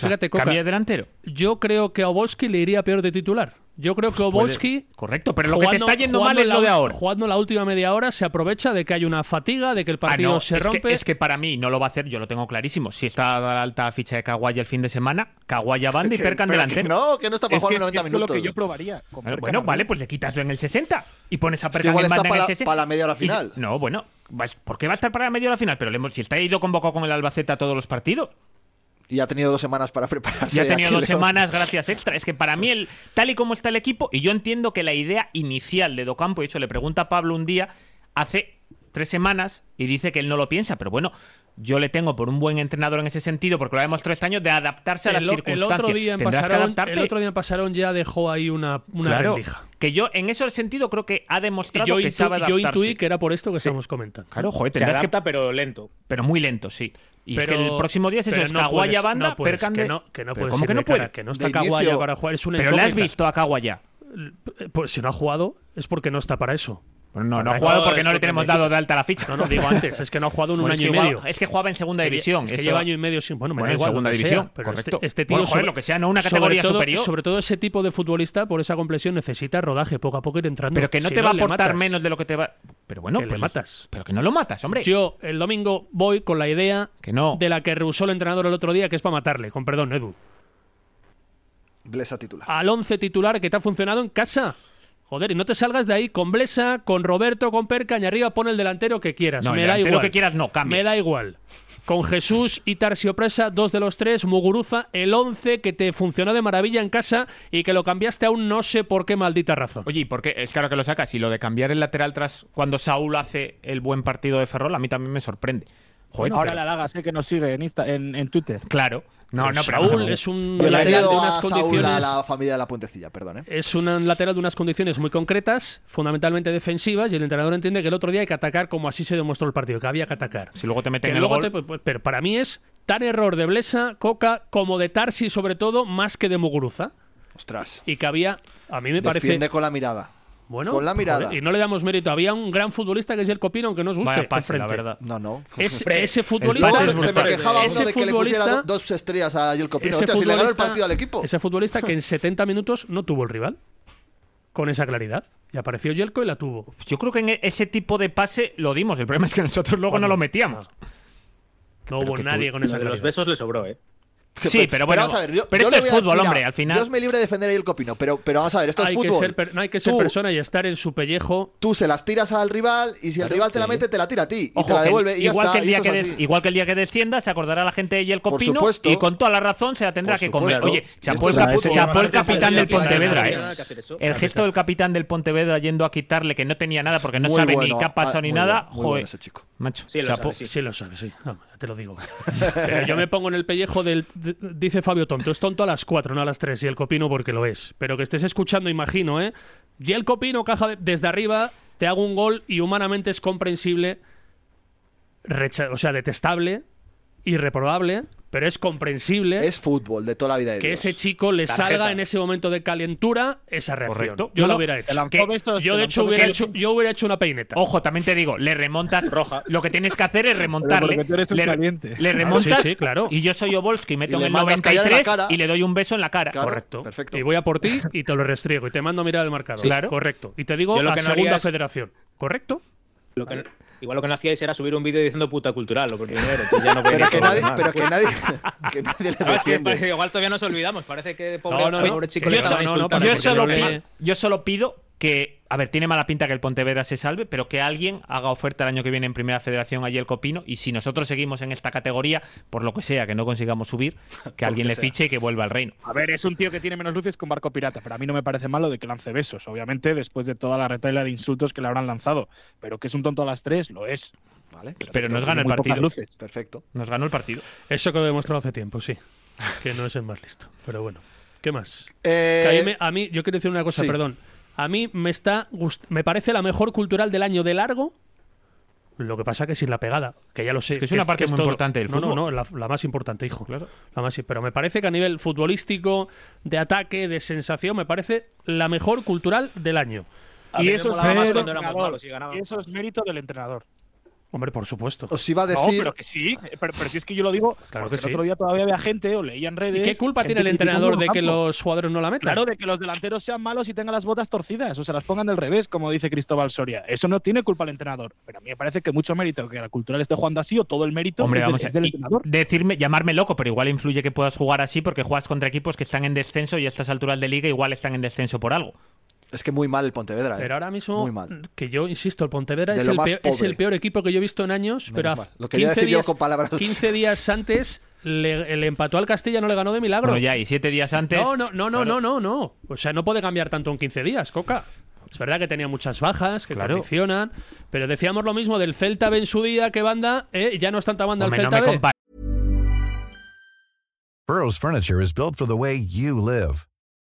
Speaker 2: O sea,
Speaker 3: fíjate, Coca,
Speaker 2: Cambia de delantero.
Speaker 3: yo creo que a Obolski le iría peor de titular. Yo creo que Obolski
Speaker 2: Pues Puede- Correcto, pero lo que te
Speaker 3: jugando-
Speaker 2: está yendo
Speaker 3: jugando
Speaker 2: mal es
Speaker 3: la
Speaker 2: lo de
Speaker 3: ul-
Speaker 2: ahora.
Speaker 3: Jugando la última media hora se aprovecha de que hay una fatiga, de que el
Speaker 2: Ah,
Speaker 3: partido
Speaker 2: no,
Speaker 3: se
Speaker 2: es
Speaker 3: rompe.
Speaker 2: Que, es que para mí no lo va a hacer, yo lo tengo clarísimo. Si está la alta ficha de Caguaya el fin de semana, Caguaya banda y
Speaker 1: Que-
Speaker 2: Percan
Speaker 1: pero
Speaker 2: delantero.
Speaker 1: que no, que no está para
Speaker 5: es que
Speaker 1: jugar
Speaker 5: es,
Speaker 1: 90
Speaker 5: es lo
Speaker 1: minutos.
Speaker 5: que yo probaría. con
Speaker 2: Claro,
Speaker 5: Perkan
Speaker 2: bueno,
Speaker 5: Barrera.
Speaker 2: vale, pues le quitaslo en el 60 y pones a
Speaker 1: que
Speaker 2: Percan
Speaker 1: igual
Speaker 2: en
Speaker 1: está
Speaker 2: banda en
Speaker 1: para-
Speaker 2: el 60.
Speaker 1: para la media hora
Speaker 2: Y-
Speaker 1: final.
Speaker 2: no, bueno, vas- ¿por qué va a estar para la media hora final? Pero le hemos- si está ido convocado con el Albacete a todos los partidos.
Speaker 1: Y ha tenido dos semanas para prepararse.
Speaker 2: Ya ha tenido
Speaker 1: aquí
Speaker 2: dos
Speaker 1: leo.
Speaker 2: semanas gracias extra. Es que para mí, el, tal y como está el equipo, y yo entiendo que la idea inicial de Docampo, y de hecho le pregunta a Pablo un día, hace tres semanas y dice que él no lo piensa, pero bueno, yo le tengo por un buen entrenador en ese sentido, porque lo ha demostrado este año, de adaptarse a las
Speaker 3: el, el
Speaker 2: circunstancias.
Speaker 3: otro día en
Speaker 2: Tendrás que
Speaker 3: Pasarón,
Speaker 2: adaptarte.
Speaker 3: el otro día en Pasarón ya dejó ahí una, una
Speaker 2: Claro,
Speaker 3: rendija.
Speaker 2: que yo en ese sentido creo que ha
Speaker 3: Y
Speaker 2: demostrado
Speaker 3: yo,
Speaker 2: que
Speaker 3: intu-
Speaker 2: sabe
Speaker 3: yo
Speaker 2: adaptarse.
Speaker 3: intuí que era por esto que estamos comentando.
Speaker 2: Claro, joder,
Speaker 4: Se
Speaker 2: tendrás que-
Speaker 4: adapta, pero lento.
Speaker 2: Pero muy lento, sí. Y es
Speaker 3: Pero-
Speaker 2: que el próximo día es eso,
Speaker 3: pero
Speaker 2: es
Speaker 3: no
Speaker 2: Caguaya
Speaker 3: puedes-
Speaker 2: Banda,
Speaker 3: no puedes,
Speaker 2: Perkan
Speaker 3: que
Speaker 2: de-
Speaker 3: no, que no
Speaker 2: Pero
Speaker 3: puedes
Speaker 2: ¿cómo que
Speaker 3: ir
Speaker 2: no
Speaker 3: de cara,
Speaker 2: puede?
Speaker 3: que no está
Speaker 1: De
Speaker 3: Caguaya
Speaker 1: inicio-
Speaker 3: para jugar, es una
Speaker 2: Pero le has
Speaker 3: incógnita.
Speaker 2: visto a Caguaya.
Speaker 3: Eh, Pues si no ha jugado, es porque no está para eso.
Speaker 2: Bueno, Pues no, no
Speaker 3: Ahora,
Speaker 2: ha jugado
Speaker 3: no,
Speaker 2: porque
Speaker 3: es
Speaker 2: no
Speaker 3: lo
Speaker 2: le
Speaker 3: que
Speaker 2: tenemos
Speaker 3: me
Speaker 2: dado
Speaker 3: dices.
Speaker 2: de alta la ficha.
Speaker 3: No, no, digo antes, es que no ha jugado en un
Speaker 2: Bueno, es
Speaker 3: año y
Speaker 2: que jugaba-
Speaker 3: medio.
Speaker 2: Es que jugaba en segunda
Speaker 3: que lle-
Speaker 2: división.
Speaker 3: Es que
Speaker 2: eso-
Speaker 3: lleva año y medio sin. Bueno, me
Speaker 2: Bueno,
Speaker 3: da
Speaker 2: en
Speaker 3: igual,
Speaker 2: segunda
Speaker 3: lo que
Speaker 2: división,
Speaker 3: sea, pero este,
Speaker 2: correcto.
Speaker 3: este tío.
Speaker 2: Bueno, joder,
Speaker 3: sobre-
Speaker 2: lo que sea, no una
Speaker 3: sobre
Speaker 2: categoría
Speaker 3: todo-
Speaker 2: superior.
Speaker 3: Sobre todo ese tipo de futbolista, por esa complexión, necesita rodaje poco a poco ir entrando.
Speaker 2: Pero que no
Speaker 3: Si
Speaker 2: te va a
Speaker 3: le
Speaker 2: aportar
Speaker 3: matas.
Speaker 2: menos de lo que te va. Pero bueno,
Speaker 3: Que le
Speaker 2: pues-
Speaker 3: matas.
Speaker 2: Pero que no lo matas, hombre.
Speaker 3: Yo el domingo voy con la idea
Speaker 2: Que no.
Speaker 3: de la que rehusó el entrenador el otro día, que es para matarle, con perdón, Edu.
Speaker 1: Blesa titular.
Speaker 3: Al 11 titular que te ha funcionado en casa. Joder, y no te salgas de ahí con Blesa, con Roberto, con Percaña arriba pon el delantero que quieras.
Speaker 2: No, el
Speaker 3: Me da
Speaker 2: delantero
Speaker 3: igual.
Speaker 2: que quieras no, cambia.
Speaker 3: Me da igual. Con Jesús y Tarsio Presa, dos de los tres, Muguruza, el 11 que te funcionó de maravilla en casa y que lo cambiaste a un no sé por qué maldita razón.
Speaker 2: Oye, ¿y por qué? Es claro que lo sacas. Y lo de cambiar el lateral tras cuando Saúl hace el buen partido de Ferrol, a mí también me sorprende. Joder,
Speaker 5: Ahora
Speaker 2: pero-
Speaker 5: la lagas, sé que nos sigue en, Insta, en, en Twitter.
Speaker 2: Claro. No, no, pero.
Speaker 3: Pues Saúl es un lateral de
Speaker 1: Bienvenido
Speaker 3: unas
Speaker 1: a Saúl a
Speaker 3: condiciones.
Speaker 1: la familia de la Puentecilla, perdón, ¿eh?
Speaker 3: Es un lateral de unas condiciones muy concretas, fundamentalmente defensivas, y el entrenador entiende que el otro día hay que atacar como así se demostró el partido, que había que atacar.
Speaker 2: Si luego te meten
Speaker 3: Que
Speaker 2: el
Speaker 3: luego
Speaker 2: gol.
Speaker 3: te- pues, pues, pero para mí es tan error de Blesa, Coca, como de Tarsi sobre todo, más que de Muguruza.
Speaker 1: Ostras.
Speaker 3: Y que había, a mí me parece...
Speaker 1: Defiende con la mirada.
Speaker 3: bueno,
Speaker 1: con la mirada.
Speaker 3: joder, y no le damos mérito. Había un gran futbolista que es el Copino, aunque no os guste.
Speaker 2: Vaya pase, la
Speaker 3: enfrente.
Speaker 2: verdad.
Speaker 1: No, no.
Speaker 3: Ese- ese futbolista...
Speaker 1: Luego
Speaker 2: pase es
Speaker 1: se,
Speaker 2: muy
Speaker 1: se me
Speaker 2: fuerte.
Speaker 1: quejaba uno
Speaker 3: ese
Speaker 1: de que le pusiera do-
Speaker 3: futbolista-
Speaker 1: dos estrellas a Yelko Pino.
Speaker 3: ese
Speaker 1: Hostia, si le ganó el
Speaker 3: futbolista-
Speaker 1: partido al equipo.
Speaker 3: Ese futbolista que en 70 minutos no tuvo el rival. Con esa claridad. Y apareció Yelko y la tuvo.
Speaker 2: Yo creo que en e- ese tipo de pase lo dimos. El problema es que nosotros luego no
Speaker 3: Bueno,
Speaker 2: lo metíamos. Pero
Speaker 3: No hubo
Speaker 2: que tú-
Speaker 3: nadie con esa
Speaker 4: Lo de
Speaker 3: claridad.
Speaker 4: los besos le sobró, ¿eh?
Speaker 2: Sí, pero bueno.
Speaker 1: vamos a ver, yo-
Speaker 2: pero
Speaker 1: yo
Speaker 2: esto
Speaker 1: le
Speaker 2: es
Speaker 1: voy a-
Speaker 2: fútbol,
Speaker 1: mira,
Speaker 2: hombre. Al final.
Speaker 1: Yo es mi libre de defender a Yelko Pino, pero, pero vamos a ver, esto
Speaker 3: hay
Speaker 1: es fútbol.
Speaker 3: Que ser, per- no hay que ser
Speaker 1: Tú-
Speaker 3: persona y estar en su pellejo.
Speaker 1: Tú se las tiras al rival y si el
Speaker 3: Claro,
Speaker 1: rival te la
Speaker 3: sí.
Speaker 1: mete, te la tira a ti y
Speaker 2: Ojo,
Speaker 1: te la
Speaker 2: que
Speaker 1: devuelve. y ya
Speaker 2: igual,
Speaker 1: está,
Speaker 2: que el
Speaker 1: y
Speaker 2: día
Speaker 1: esto
Speaker 2: que
Speaker 1: es
Speaker 2: des-
Speaker 1: así.
Speaker 2: igual que el día que descienda, se acordará la gente de Yelko
Speaker 1: Por
Speaker 2: Pino
Speaker 1: supuesto.
Speaker 2: y con toda la razón se la tendrá
Speaker 1: Por
Speaker 2: que comer.
Speaker 1: supuesto.
Speaker 2: Oye, se
Speaker 1: Esto
Speaker 2: apoyó
Speaker 1: es
Speaker 2: el, capu-
Speaker 1: ese
Speaker 2: se
Speaker 1: tipo de
Speaker 2: apoyó el
Speaker 4: marcas que
Speaker 2: capitán
Speaker 4: no
Speaker 2: del
Speaker 4: tiene nada que ver,
Speaker 2: Pontevedra.
Speaker 4: no
Speaker 2: ¿eh?
Speaker 4: tiene nada que hacer eso.
Speaker 2: El gesto del capitán del Pontevedra yendo a quitarle, que no tenía nada porque no
Speaker 1: Muy
Speaker 2: sabe
Speaker 1: bueno,
Speaker 2: ni qué ha pasado
Speaker 1: ah,
Speaker 2: ni
Speaker 1: muy
Speaker 2: nada.
Speaker 1: bueno, muy
Speaker 2: Joder,
Speaker 1: bueno ese chico.
Speaker 2: macho,
Speaker 4: Sí, lo sabe,
Speaker 2: chapó.
Speaker 4: sí.
Speaker 3: Sí lo sabes, sí. Vamos, ya te lo digo. Pero yo me pongo en el pellejo del... d- Dice Fabio Tonto, es tonto a las 4, no a las 3. Y el copino porque lo es. Pero que estés escuchando, imagino, ¿eh? Y el copino caja de- desde arriba, te hago un gol y humanamente es comprensible, recha- o sea, detestable, irreprobable, pero es comprensible.
Speaker 1: Es fútbol de toda la vida de
Speaker 3: que
Speaker 1: Dios.
Speaker 3: ese chico le
Speaker 4: Tarjeta.
Speaker 3: salga en ese momento de calentura esa reacción.
Speaker 2: Correcto.
Speaker 3: Yo
Speaker 2: No,
Speaker 3: lo
Speaker 2: no,
Speaker 3: hubiera hecho.
Speaker 5: te lanzó
Speaker 3: Que-
Speaker 5: besos,
Speaker 3: yo
Speaker 5: te
Speaker 3: de
Speaker 5: lanzó
Speaker 3: hecho hubiera
Speaker 5: besos.
Speaker 3: hecho, yo hubiera hecho una peineta.
Speaker 2: Ojo, también te digo, le remontas
Speaker 4: Roja.
Speaker 2: Lo que tienes que hacer es remontarle.
Speaker 5: porque tú eres un
Speaker 2: le,
Speaker 5: caliente.
Speaker 2: le
Speaker 3: Claro,
Speaker 2: remontas
Speaker 3: Ah, sí, sí, claro.
Speaker 2: y yo soy Obolsky,
Speaker 1: Y
Speaker 2: meto en
Speaker 1: le
Speaker 2: el
Speaker 1: mandas callar en la
Speaker 2: 93
Speaker 1: cara.
Speaker 2: y le doy un beso en la cara.
Speaker 1: Claro,
Speaker 2: Correcto.
Speaker 1: Perfecto.
Speaker 3: Y voy a por ti y te lo restriego y te mando a mirar el marcador.
Speaker 2: Claro.
Speaker 3: Correcto. Y te digo
Speaker 4: Yo lo
Speaker 3: la
Speaker 4: que no haría
Speaker 3: segunda
Speaker 4: es-
Speaker 3: federación. ¿Correcto?
Speaker 4: Lo que- igual lo que no hacíais era subir un vídeo diciendo puta cultural, lo primero. entonces ya no
Speaker 1: Pero
Speaker 4: venía
Speaker 1: que
Speaker 4: todo
Speaker 1: nadie,
Speaker 4: mal.
Speaker 1: pero que nadie, que nadie le
Speaker 4: Ah, es que
Speaker 1: defiende.
Speaker 4: parece- igual todavía nos olvidamos. Parece que pobre,
Speaker 3: No, no,
Speaker 4: al
Speaker 3: no.
Speaker 4: pobre chico
Speaker 3: Yo
Speaker 4: le
Speaker 3: so-
Speaker 4: estaban
Speaker 3: no, no,
Speaker 4: insultando
Speaker 2: yo,
Speaker 4: porque
Speaker 2: solo
Speaker 4: no
Speaker 3: le-
Speaker 2: pi- yo solo pido que, a ver, tiene mala pinta que el Pontevedra se salve, pero que alguien haga oferta el año que viene en Primera Federación allí el Copino y si nosotros seguimos en esta categoría, por lo que sea, que no consigamos subir, que alguien le fiche y que vuelva al reino.
Speaker 5: A ver, es un tío que tiene menos luces que un barco pirata, pero a mí no me parece malo de que lance besos, obviamente, después de toda la retaila de insultos que le habrán lanzado. Pero que es un tonto a las tres, lo es.
Speaker 1: Vale,
Speaker 2: Pero nos
Speaker 5: Tiene
Speaker 2: gana el
Speaker 5: muy pocas
Speaker 2: partido.
Speaker 5: luces.
Speaker 1: perfecto.
Speaker 2: Nos ganó el partido.
Speaker 3: Eso que lo he demostrado hace tiempo, sí. Que no es el más listo. Pero bueno. ¿Qué más?
Speaker 1: Eh,
Speaker 3: Que a, mí, me- a mí- yo quiero decir una cosa,
Speaker 1: sí.
Speaker 3: perdón. A mí me está gust- me parece la mejor cultural del año de largo. Lo que pasa que sin la pegada, que ya lo sé.
Speaker 2: Es que es una parte muy
Speaker 3: todo.
Speaker 2: importante del
Speaker 3: No, no,
Speaker 2: fútbol.
Speaker 3: no, la, la más importante, hijo. La más, pero me parece que a nivel futbolístico, de ataque, de sensación, me parece la mejor cultural del año.
Speaker 4: A
Speaker 5: Y
Speaker 4: mí me
Speaker 5: eso es
Speaker 4: molaba más
Speaker 5: mérito
Speaker 4: cuando
Speaker 5: del
Speaker 4: éramos
Speaker 5: entrenador.
Speaker 4: malos y ganábamos.
Speaker 5: Eso es mérito del entrenador.
Speaker 3: Hombre, por supuesto.
Speaker 1: Os iba a
Speaker 5: No,
Speaker 1: decir.
Speaker 5: pero que sí, eh, pero, pero si es que yo lo digo,
Speaker 3: Claro
Speaker 5: porque
Speaker 3: que sí.
Speaker 5: el otro día todavía había gente o leían redes.
Speaker 3: ¿Y qué culpa
Speaker 5: gente
Speaker 3: tiene el
Speaker 5: criticando
Speaker 3: entrenador
Speaker 5: un
Speaker 3: de que
Speaker 5: campo.
Speaker 3: los jugadores no la metan?
Speaker 5: Claro, de que los delanteros sean malos y tengan las botas torcidas, o se las pongan del revés, como dice Cristóbal Soria. Eso no tiene culpa el entrenador. Pero a mí me parece que mucho mérito que la cultural esté jugando así o todo el mérito
Speaker 2: Hombre,
Speaker 5: es, del,
Speaker 2: vamos a-
Speaker 5: es del
Speaker 2: y
Speaker 5: entrenador.
Speaker 2: decirme, llamarme loco, pero igual influye que puedas jugar así porque juegas contra equipos que están en descenso y a estas alturas de liga igual están en descenso por algo.
Speaker 1: Es que muy mal el Pontevedra. ¿eh?
Speaker 3: Pero ahora mismo,
Speaker 1: Muy mal.
Speaker 3: que yo insisto, el Pontevedra
Speaker 1: De
Speaker 3: es
Speaker 1: lo
Speaker 3: el,
Speaker 1: más
Speaker 3: peor, es
Speaker 1: pobre.
Speaker 3: el peor equipo que yo he visto en años, pero
Speaker 1: mal.
Speaker 3: a
Speaker 1: Lo quería
Speaker 3: 15
Speaker 1: decir yo
Speaker 3: días,
Speaker 1: con palabras.
Speaker 3: 15 días antes le, le empató al Castilla, no le ganó de milagro.
Speaker 2: Bueno, ya, y siete días antes.
Speaker 3: no, no, no, no, no, no, no. O sea, no puede cambiar tanto en 15 días, Coca. Es verdad que tenía muchas bajas, que condicionan, pero decíamos lo mismo del Celta B en su día, que banda, eh, ya no es tanta banda
Speaker 2: Hombre, no
Speaker 3: el Celta
Speaker 2: me
Speaker 3: B.
Speaker 2: compares.
Speaker 8: Burrow's furniture is built for the way you live.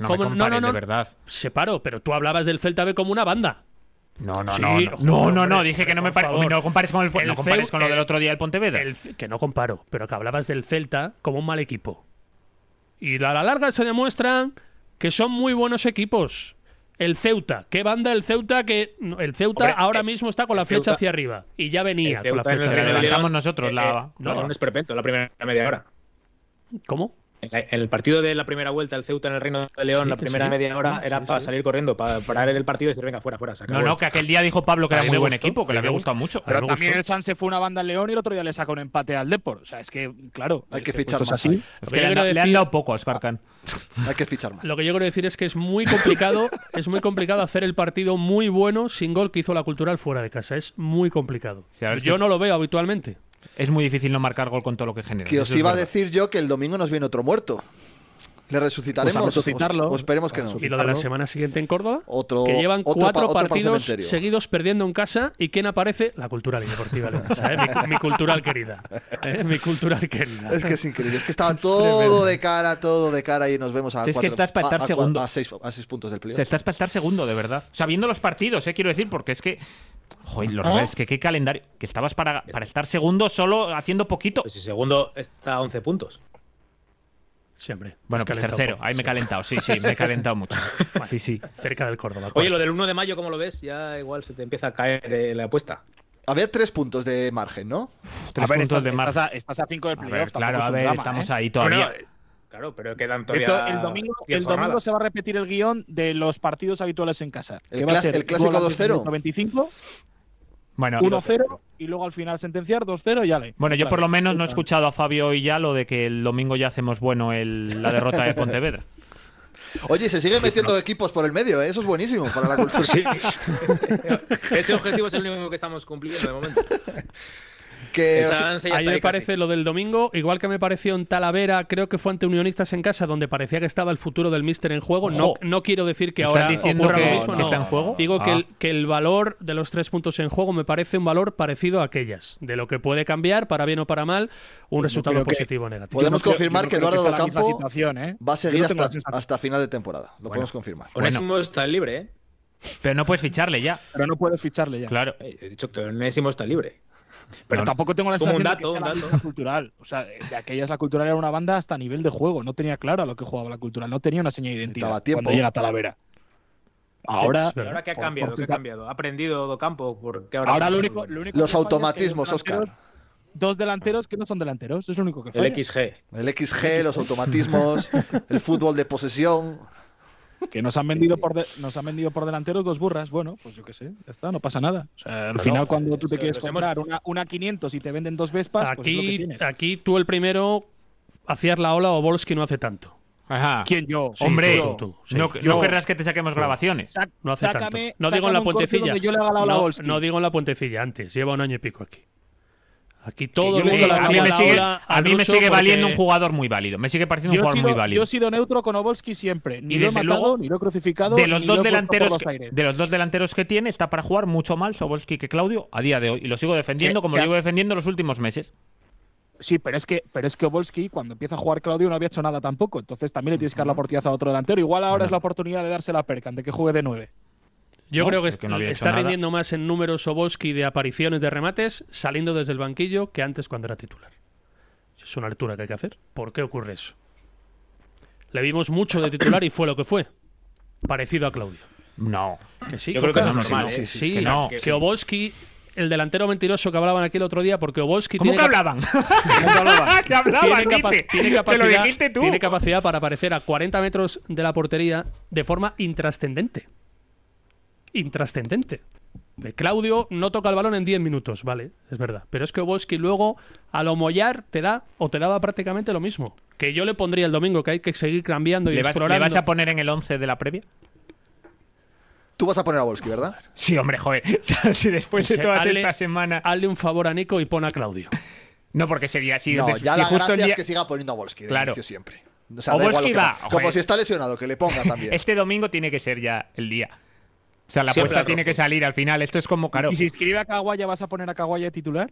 Speaker 2: No me
Speaker 3: ¿Cómo?
Speaker 2: compares, de verdad.
Speaker 3: Separo, pero tú hablabas del Celta B como una banda.
Speaker 2: No, no,
Speaker 3: Sí,
Speaker 2: no. No,
Speaker 3: joder,
Speaker 2: no, no,
Speaker 3: hombre,
Speaker 2: dije que no me
Speaker 3: por
Speaker 2: pare-
Speaker 3: favor.
Speaker 2: no compares con el, fu-
Speaker 3: El
Speaker 2: no compares
Speaker 3: Ceu-
Speaker 2: con lo del
Speaker 3: el-
Speaker 2: otro día del Pontevedra.
Speaker 3: El C- que no comparo, pero que hablabas del Celta como un mal equipo. Y a la larga se demuestran que son muy buenos equipos. El Ceuta, qué banda el Ceuta que no, el Ceuta
Speaker 4: Hombre, eh,
Speaker 3: ahora mismo está con la
Speaker 4: el
Speaker 3: flecha
Speaker 4: Ceuta-
Speaker 3: hacia arriba y ya
Speaker 4: El
Speaker 3: venía con la
Speaker 4: Ceuta en el
Speaker 3: flecha hacia
Speaker 4: que le
Speaker 3: arriba.
Speaker 2: adelantamos
Speaker 4: dieron,
Speaker 2: nosotros
Speaker 4: eh,
Speaker 2: la-
Speaker 4: eh, no,
Speaker 2: la-
Speaker 4: un esperpento la primera media hora.
Speaker 3: ¿Cómo?
Speaker 4: En la- en El, partido de la primera vuelta, el Ceuta en el Reino de León,
Speaker 3: Sí,
Speaker 4: la
Speaker 3: que
Speaker 4: primera
Speaker 3: sí.
Speaker 4: media hora
Speaker 3: Sí,
Speaker 4: era
Speaker 3: sí,
Speaker 4: para
Speaker 3: sí.
Speaker 4: salir corriendo, para parar el partido y decir, venga, fuera, fuera, se acabó
Speaker 2: No, no,
Speaker 4: esto".
Speaker 2: que aquel día dijo Pablo que
Speaker 3: A
Speaker 2: era
Speaker 3: mí
Speaker 2: muy
Speaker 3: me
Speaker 2: buen
Speaker 3: gustó,
Speaker 2: equipo, que
Speaker 3: a
Speaker 2: le
Speaker 3: mí
Speaker 2: había
Speaker 3: me
Speaker 2: gustado mucho.
Speaker 3: A mí
Speaker 5: Pero
Speaker 3: me
Speaker 5: también
Speaker 3: gustó.
Speaker 5: el Sanse fue una banda al León y el otro día le sacó un empate al Depor. O sea, es que, claro.
Speaker 1: Hay
Speaker 5: es
Speaker 1: que
Speaker 5: esto
Speaker 1: fichar
Speaker 5: es
Speaker 1: más
Speaker 5: así.
Speaker 1: ahí.
Speaker 3: Lo
Speaker 2: Es que
Speaker 3: que yo
Speaker 2: le, han,
Speaker 3: quiero
Speaker 2: le han
Speaker 3: decir-
Speaker 2: dado poco a Sparkan.
Speaker 1: Hay que fichar más.
Speaker 3: Lo que yo quiero decir es que es muy complicado, es muy complicado hacer el partido muy bueno sin gol que hizo la Cultural fuera de casa. Es muy complicado.
Speaker 2: Sí, a ver, es
Speaker 3: yo
Speaker 2: que-
Speaker 3: no lo veo habitualmente.
Speaker 2: Es muy difícil no marcar gol con todo lo que genera.
Speaker 1: Que os iba a decir yo que el domingo nos viene otro muerto. ¿Le resucitaremos?
Speaker 5: Pues a resucitarlo.
Speaker 1: O, o esperemos que no.
Speaker 3: Y lo de la semana siguiente en Córdoba,
Speaker 1: Otro-
Speaker 3: que llevan
Speaker 1: otro pa-
Speaker 3: cuatro
Speaker 1: otro para el
Speaker 3: partidos
Speaker 1: cementerio.
Speaker 3: seguidos perdiendo en casa. ¿Y quién aparece? La Cultural y Deportiva Leonesa, ¿eh? mi, cu- mi cultural querida. ¿eh? Mi cultural querida.
Speaker 1: Es que es increíble. Es que estaba
Speaker 3: Es
Speaker 1: todo
Speaker 3: tremendo.
Speaker 1: de cara, todo de cara y nos vemos a
Speaker 2: Si es que
Speaker 1: cuatro-
Speaker 2: estás para
Speaker 1: a-
Speaker 2: estar
Speaker 1: a cua-
Speaker 2: segundo.
Speaker 1: a seis, a seis puntos del playoff.
Speaker 2: Se está a estar segundo, de verdad. O sea, viendo los partidos, eh, quiero decir, porque es que. Joder, los rivales, que qué calendario. Que estabas para, para estar segundo solo haciendo poquito.
Speaker 4: Pues si segundo está a 11 puntos.
Speaker 3: Siempre.
Speaker 2: Bueno, pues tercero. Ahí me he calentado, sí, sí, me he calentado mucho. Sí, sí.
Speaker 3: Cerca del Córdoba.
Speaker 4: Oye, lo del 1 de mayo, ¿cómo lo ves? Ya igual se te empieza a caer eh, la apuesta.
Speaker 1: Había tres puntos de margen, ¿no?
Speaker 2: Tres
Speaker 5: a ver,
Speaker 2: puntos
Speaker 5: estás,
Speaker 2: de más.
Speaker 5: estás a, estás a cinco del
Speaker 2: A ver,
Speaker 5: playoff. tampoco
Speaker 2: claro,
Speaker 5: es
Speaker 2: a
Speaker 5: un
Speaker 2: ver,
Speaker 5: drama,
Speaker 2: estamos
Speaker 5: ¿eh?
Speaker 2: ahí todavía.
Speaker 4: Bueno, eh, claro, pero quedan todavía.
Speaker 5: Esto- el domingo,
Speaker 4: diez
Speaker 5: el domingo
Speaker 4: jornadas.
Speaker 5: se va a repetir el guión de los partidos habituales en casa.
Speaker 1: El
Speaker 5: que va a
Speaker 1: clas-
Speaker 5: ser
Speaker 1: el clásico
Speaker 5: gol al
Speaker 1: 2-0.
Speaker 5: 25,
Speaker 2: Bueno,
Speaker 5: 1-0 y luego al final sentenciar 2-0 y ale.
Speaker 2: Bueno, yo por lo
Speaker 5: Claro.
Speaker 2: menos no he escuchado a Fabio y ya lo de que el domingo ya hacemos bueno el- la derrota de Pontevedra.
Speaker 1: Oye, y se siguen metiendo equipos por el medio, ¿eh? eso es buenísimo para la cultura.
Speaker 4: Sí. Ese objetivo es el único que estamos cumpliendo de momento.
Speaker 1: Que
Speaker 4: El Sanse ya
Speaker 3: A mí
Speaker 4: está
Speaker 3: me
Speaker 4: ahí
Speaker 3: parece lo del domingo, igual que me pareció en Talavera, creo que fue ante Unionistas en casa, donde parecía que estaba el futuro del Míster en juego. No,
Speaker 2: Ojo.
Speaker 3: no quiero decir que
Speaker 2: ¿Estás
Speaker 3: ahora
Speaker 2: diciendo
Speaker 3: ocurra
Speaker 2: que-
Speaker 3: lo mismo.
Speaker 2: que
Speaker 3: no.
Speaker 2: está en juego?
Speaker 3: Digo que,
Speaker 2: Ah.
Speaker 3: el, que el valor de los tres puntos en juego me parece un valor parecido a aquellas, de lo que puede cambiar, para bien o para mal,
Speaker 2: Pues
Speaker 3: un resultado
Speaker 5: creo que-
Speaker 3: positivo o negativo.
Speaker 1: Podemos
Speaker 5: Yo no creo-
Speaker 1: confirmar
Speaker 5: yo no
Speaker 1: que
Speaker 5: creo
Speaker 1: Eduardo
Speaker 5: sea la misma
Speaker 1: Docampo
Speaker 5: situación, ¿eh?
Speaker 1: va a seguir
Speaker 5: Yo no tengo la
Speaker 1: hasta,
Speaker 5: sensación.
Speaker 1: hasta final de temporada. Lo podemos confirmar.
Speaker 5: pues
Speaker 4: Con
Speaker 2: Bueno.
Speaker 4: está libre, ¿eh?
Speaker 2: Pero no puedes ficharle ya,
Speaker 5: Pero no puedes ficharle ya.
Speaker 2: claro.
Speaker 4: Eh, He dicho que Onésimo está libre.
Speaker 5: Pero
Speaker 2: No,
Speaker 5: tampoco tengo la
Speaker 4: Es como
Speaker 5: sensación de
Speaker 4: un
Speaker 5: que
Speaker 4: dato,
Speaker 5: sea
Speaker 4: un
Speaker 5: la
Speaker 4: dato.
Speaker 5: misma cultural. O sea, de aquellas la cultural era una banda hasta a nivel de juego. No tenía claro a lo que jugaba la cultural. No tenía una seña de
Speaker 1: Daba
Speaker 5: identidad
Speaker 1: tiempo.
Speaker 5: cuando llega Talavera. Ahora,
Speaker 3: es verdad.
Speaker 4: Ahora que ha
Speaker 5: por-
Speaker 4: cambiado,
Speaker 5: por
Speaker 4: ¿qué ha
Speaker 5: citar-
Speaker 4: cambiado? ¿Ha aprendido Docampo? Porque ahora
Speaker 5: ahora lo único, lo único que
Speaker 1: Los
Speaker 5: falla es que hay
Speaker 1: automatismos,
Speaker 5: dos
Speaker 1: Oscar.
Speaker 5: delanteros- Dos delanteros que no son delanteros. Es lo único que falla.
Speaker 4: El XG.
Speaker 1: El XG, los automatismos, el fútbol de posesión.
Speaker 5: Que nos han vendido por de- nos han vendido por delanteros dos burras. Bueno, pues yo qué sé, ya está, no pasa nada. O sea, al
Speaker 4: Pero
Speaker 5: final,
Speaker 4: no,
Speaker 5: cuando tú te
Speaker 4: eso,
Speaker 5: quieres
Speaker 4: los hemos-
Speaker 5: comprar una, una 500 y te venden dos Vespas, pues es lo que
Speaker 3: Aquí,
Speaker 5: tienes.
Speaker 3: aquí tú el primero hacías la ola o Volsky no hace tanto.
Speaker 2: Ajá.
Speaker 5: ¿Quién yo?
Speaker 3: Sí,
Speaker 2: Hombre,
Speaker 3: tú, tú, tú. Sí,
Speaker 2: no,
Speaker 3: yo.
Speaker 2: no querrás que te saquemos grabaciones.
Speaker 5: Sac-
Speaker 3: No hace
Speaker 5: sácame-
Speaker 3: tanto. No digo en
Speaker 5: sácame
Speaker 3: la
Speaker 5: un corte
Speaker 3: puentecilla.
Speaker 5: donde yo le haga la ola a
Speaker 3: no,
Speaker 5: Volsky.
Speaker 3: no digo en la puentecilla antes. Lleva un año y pico aquí. Aquí todo
Speaker 5: yo
Speaker 3: el
Speaker 5: le
Speaker 3: mundo
Speaker 5: he
Speaker 3: le
Speaker 5: hecho la
Speaker 2: a mí
Speaker 3: hacía
Speaker 2: me
Speaker 3: la
Speaker 2: sigue,
Speaker 3: ola
Speaker 2: a
Speaker 3: al
Speaker 2: mí me
Speaker 3: ruso
Speaker 2: sigue valiendo
Speaker 3: porque-
Speaker 2: un jugador muy válido. Me sigue pareciendo un
Speaker 5: yo, he
Speaker 2: jugador
Speaker 5: sido,
Speaker 2: muy válido.
Speaker 5: yo he sido neutro con Obolski siempre. Ni
Speaker 2: Y
Speaker 5: lo he
Speaker 2: desde
Speaker 5: matado,
Speaker 2: luego,
Speaker 5: ni lo he crucificado.
Speaker 2: de los
Speaker 5: ni
Speaker 2: dos
Speaker 5: lo he puesto
Speaker 2: delanteros
Speaker 5: por los
Speaker 2: que,
Speaker 5: aires.
Speaker 2: de los dos delanteros que tiene está para jugar mucho mal Sobolski que Claudio a día de hoy y lo sigo defendiendo
Speaker 5: Que-
Speaker 2: como
Speaker 5: que-
Speaker 2: lo llevo defendiendo los últimos meses
Speaker 5: Sí, pero es que pero es que Obolski, cuando empieza a jugar Claudio, no había hecho nada tampoco. Entonces también le tienes que dar la oportunidad a otro delantero. Igual ahora es la oportunidad de dársela a Perkan, de que juegue de nueve.
Speaker 3: Yo
Speaker 2: ¿no?
Speaker 3: creo que,
Speaker 2: Porque no había hecho
Speaker 3: está
Speaker 2: nada.
Speaker 3: rindiendo más en números Soboski de apariciones de remates saliendo desde el banquillo que antes cuando era titular. Es una lectura que hay que hacer. ¿Por qué ocurre eso? Le vimos mucho de titular y fue lo que fue. Parecido a Claudio.
Speaker 2: No.
Speaker 3: Que sí,
Speaker 2: Yo creo que
Speaker 3: Coca.
Speaker 2: es normal,
Speaker 3: Sí,
Speaker 2: ¿eh?
Speaker 3: sí, sí.
Speaker 2: Que no.
Speaker 3: Que Obolski, el delantero mentiroso que hablaban aquí el otro día, porque Obolski
Speaker 2: ¿Cómo
Speaker 3: tiene
Speaker 2: que
Speaker 3: cap-
Speaker 2: hablaban?
Speaker 3: ¿Cómo que hablaban?
Speaker 2: Que hablaban,
Speaker 3: tiene, capa-
Speaker 2: dice.
Speaker 3: tiene
Speaker 2: Que lo
Speaker 3: capacidad,
Speaker 2: dijiste tú.
Speaker 3: tiene capacidad para aparecer a 40 metros de la portería de forma intrascendente. Intrascendente. Eh, Claudio no toca el balón en 10 minutos, vale, es verdad. Pero es que Obolski luego, a lo mollar, te da o te daba prácticamente lo mismo. Que yo le pondría el domingo, que hay que seguir cambiando y
Speaker 2: ¿Le vas, le
Speaker 3: explorando.
Speaker 2: vas a poner en el 11 de la previa?
Speaker 1: Tú vas a poner a Volsky, ¿verdad?
Speaker 2: Sí, hombre, joder. O sea, si después de
Speaker 3: Ese-
Speaker 2: todas
Speaker 3: hazle-
Speaker 2: estas semanas.
Speaker 3: Hazle un favor a Nico y pon a Claudio.
Speaker 2: No, porque sería así.
Speaker 1: no,
Speaker 2: de-
Speaker 1: ya
Speaker 2: si
Speaker 1: la
Speaker 2: justo
Speaker 1: gracia
Speaker 2: el día-
Speaker 1: es que siga poniendo a Volsky de
Speaker 2: Claro.
Speaker 1: inicio siempre. O sea, da igual
Speaker 2: Obolski
Speaker 1: lo que
Speaker 2: va,
Speaker 1: ponga.
Speaker 2: joder.
Speaker 1: Como si está lesionado, que le ponga también.
Speaker 2: Este domingo tiene que ser ya el día. O sea, la
Speaker 4: Siempre
Speaker 2: apuesta
Speaker 4: a
Speaker 2: tiene
Speaker 4: rojo.
Speaker 2: que salir al final. Esto es como caro.
Speaker 5: Y si escribe a Caguaya, ¿vas a poner a Caguaya de titular?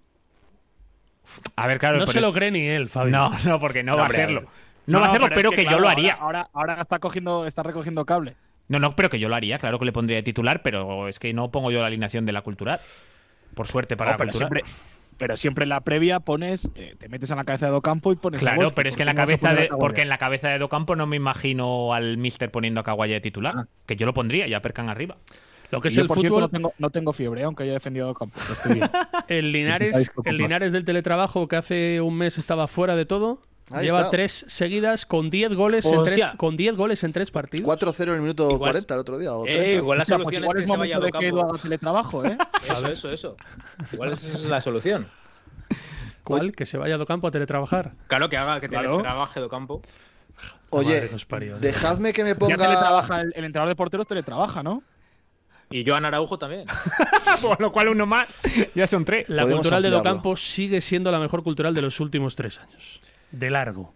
Speaker 2: A ver, claro.
Speaker 3: No
Speaker 2: pero
Speaker 3: se lo
Speaker 2: es-
Speaker 3: cree ni él, Fabio.
Speaker 2: No, no, porque no,
Speaker 4: No,
Speaker 2: va a
Speaker 4: hombre,
Speaker 2: hacerlo.
Speaker 4: a ver.
Speaker 2: No, va a hacerlo, pero
Speaker 5: es
Speaker 2: que, yo
Speaker 5: claro,
Speaker 2: lo haría.
Speaker 5: Ahora, ahora, ahora está cogiendo, está recogiendo cable.
Speaker 2: No, no, pero que yo lo haría. Claro que le pondría de titular, pero es que no pongo yo la alineación de la cultural. Por suerte para
Speaker 5: No,
Speaker 2: la
Speaker 5: pero,
Speaker 2: cultural.
Speaker 5: siempre, pero siempre en la previa pones, eh, te metes en la cabeza de Ocampo y pones. a
Speaker 2: Claro,
Speaker 5: Bosque,
Speaker 2: pero es que en la
Speaker 5: ¿por qué no vas a
Speaker 2: cabeza
Speaker 5: poner a
Speaker 2: de,
Speaker 5: Caguaya?
Speaker 2: porque en la cabeza de Docampo no me imagino al Mister poniendo a Kawaya de titular,
Speaker 5: Ah.
Speaker 2: que yo lo pondría ya percan arriba.
Speaker 3: Lo que es
Speaker 5: Yo,
Speaker 3: el
Speaker 5: por cierto,
Speaker 3: fútbol,
Speaker 5: no, tengo, no tengo fiebre, aunque haya defendido a Ocampo. Estoy bien.
Speaker 3: el
Speaker 5: Sí,
Speaker 3: Linares,
Speaker 5: sí, sí.
Speaker 3: el Linares del teletrabajo que hace un mes estaba fuera de todo,
Speaker 1: Ahí
Speaker 3: lleva
Speaker 1: está.
Speaker 3: tres seguidas con 10 goles en
Speaker 5: Hostia.
Speaker 3: tres con 10 goles en tres partidos.
Speaker 1: 4-0 en el minuto 40 el otro día. O 30.
Speaker 4: Eh, igual la
Speaker 5: Hostia,
Speaker 4: solución
Speaker 5: pues igual
Speaker 4: es que se vaya
Speaker 5: momento de que Edu
Speaker 4: Docampo.
Speaker 5: haga teletrabajo, ¿eh?
Speaker 4: Eso, eso, eso. Igual esa es la solución.
Speaker 3: ¿Cuál? Que se vaya a campo a teletrabajar.
Speaker 4: Claro, que haga que te
Speaker 5: Claro.
Speaker 4: trabaje de campo.
Speaker 1: Oye,
Speaker 3: Madre que os parió, ¿eh?
Speaker 1: dejadme que me
Speaker 5: Ya
Speaker 1: ponga.
Speaker 5: teletrabaja, el, el entrenador de porteros teletrabaja, ¿no?
Speaker 4: Y Joan Araujo también.
Speaker 2: Por lo cual uno más, ya son tres.
Speaker 3: La
Speaker 1: Podemos
Speaker 3: cultural de
Speaker 1: ampliarlo.
Speaker 3: Docampo sigue siendo la mejor cultural de los últimos tres años. De largo.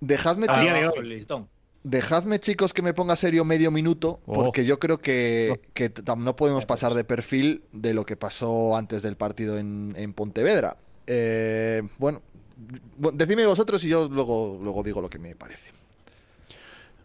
Speaker 1: Dejadme,
Speaker 4: Ah,
Speaker 1: chi-
Speaker 5: día de
Speaker 4: abajo
Speaker 5: hoy.
Speaker 4: el listón.
Speaker 1: dejadme, chicos, que me ponga serio medio minuto,
Speaker 2: Oh.
Speaker 1: porque yo creo que, que tam- no podemos pasar de perfil de lo que pasó antes del partido en, en Pontevedra. Eh, bueno, bu- decidme vosotros y yo luego, luego digo lo que me parece.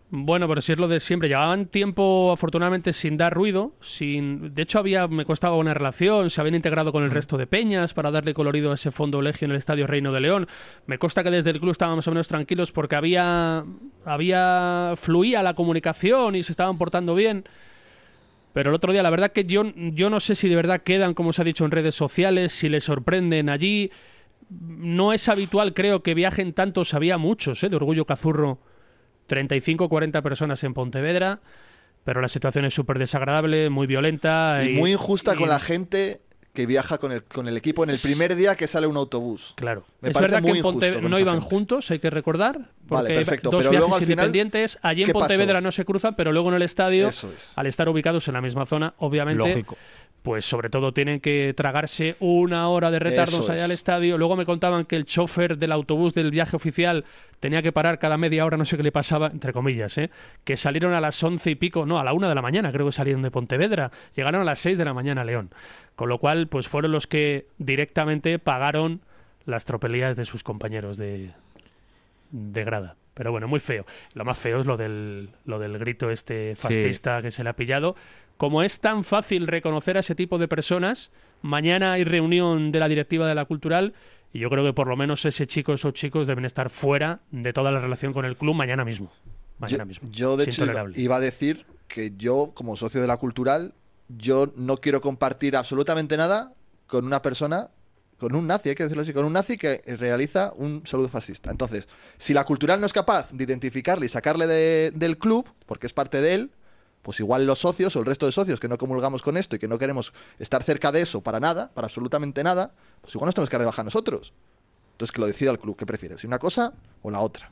Speaker 3: Bueno, pero si es lo de siempre. Llevaban tiempo, afortunadamente, sin dar ruido. Sin... De hecho, había, me costaba una relación. Se habían integrado con el resto de peñas para darle colorido a ese fondo legio en el Estadio Reino de León. Me consta que desde el club estaban más o menos tranquilos porque había, había fluía la comunicación y se estaban portando bien. Pero el otro día, la verdad que yo, yo no sé si de verdad quedan, como se ha dicho, en redes sociales, si les sorprenden allí. No es habitual, creo, que viajen tantos. Había muchos, ¿eh? De Orgullo Cazurro. 35 40 personas en Pontevedra, pero la situación es súper desagradable, muy violenta.
Speaker 1: Y muy injusta
Speaker 3: y-
Speaker 1: con la gente que viaja con el, con el equipo en el primer día que sale un autobús.
Speaker 3: Claro.
Speaker 1: Me
Speaker 3: es
Speaker 1: parece
Speaker 3: verdad que
Speaker 1: muy
Speaker 3: en
Speaker 1: injusto
Speaker 3: Pontevedra
Speaker 1: con
Speaker 3: no
Speaker 1: esa
Speaker 3: iban
Speaker 1: gente.
Speaker 3: juntos, hay que recordar, porque
Speaker 1: perfecto,
Speaker 3: dos
Speaker 1: pero
Speaker 3: viajes
Speaker 1: luego al final,
Speaker 3: independientes. Allí en
Speaker 1: ¿qué pasó?
Speaker 3: Pontevedra no se cruzan, pero luego en el estadio,
Speaker 1: Eso es.
Speaker 3: al estar ubicados en la misma zona, obviamente,
Speaker 2: Lógico.
Speaker 3: pues sobre todo tienen que tragarse una hora de retardos
Speaker 1: Eso
Speaker 3: allá
Speaker 1: es.
Speaker 3: al estadio. Luego me contaban que el chofer del autobús del viaje oficial tenía que parar cada media hora, no sé qué le pasaba, entre comillas, ¿eh? que salieron a las once y pico, no, a la una de la mañana creo que salieron de Pontevedra, llegaron a las seis de la mañana a León. Con lo cual, pues fueron los que directamente pagaron las tropelías de sus compañeros de, de grada. Pero bueno, muy feo. Lo más feo es lo del, lo del grito este fascista que se le ha pillado. Como es tan fácil reconocer a ese tipo de personas, mañana hay reunión de la directiva de la cultural y yo creo que por lo menos ese chico, esos chicos deben estar fuera de toda la relación con el club mañana mismo. Mañana
Speaker 1: yo,
Speaker 3: mismo.
Speaker 1: yo, de
Speaker 3: Es
Speaker 1: hecho, iba,
Speaker 3: intolerable.
Speaker 1: iba a decir que yo, como socio de la cultural, yo no quiero compartir absolutamente nada con una persona, con un nazi, hay que decirlo así, con un nazi que realiza un saludo fascista. Entonces, si la cultural no es capaz de identificarle y sacarle de- del club, porque es parte de él, pues igual los socios o el resto de socios que no comulgamos con esto y que no queremos estar cerca de eso para nada, para absolutamente nada, pues igual nos tenemos que dar de baja nosotros. Entonces, que lo decida el club, ¿qué prefieres? ¿Una cosa o la otra?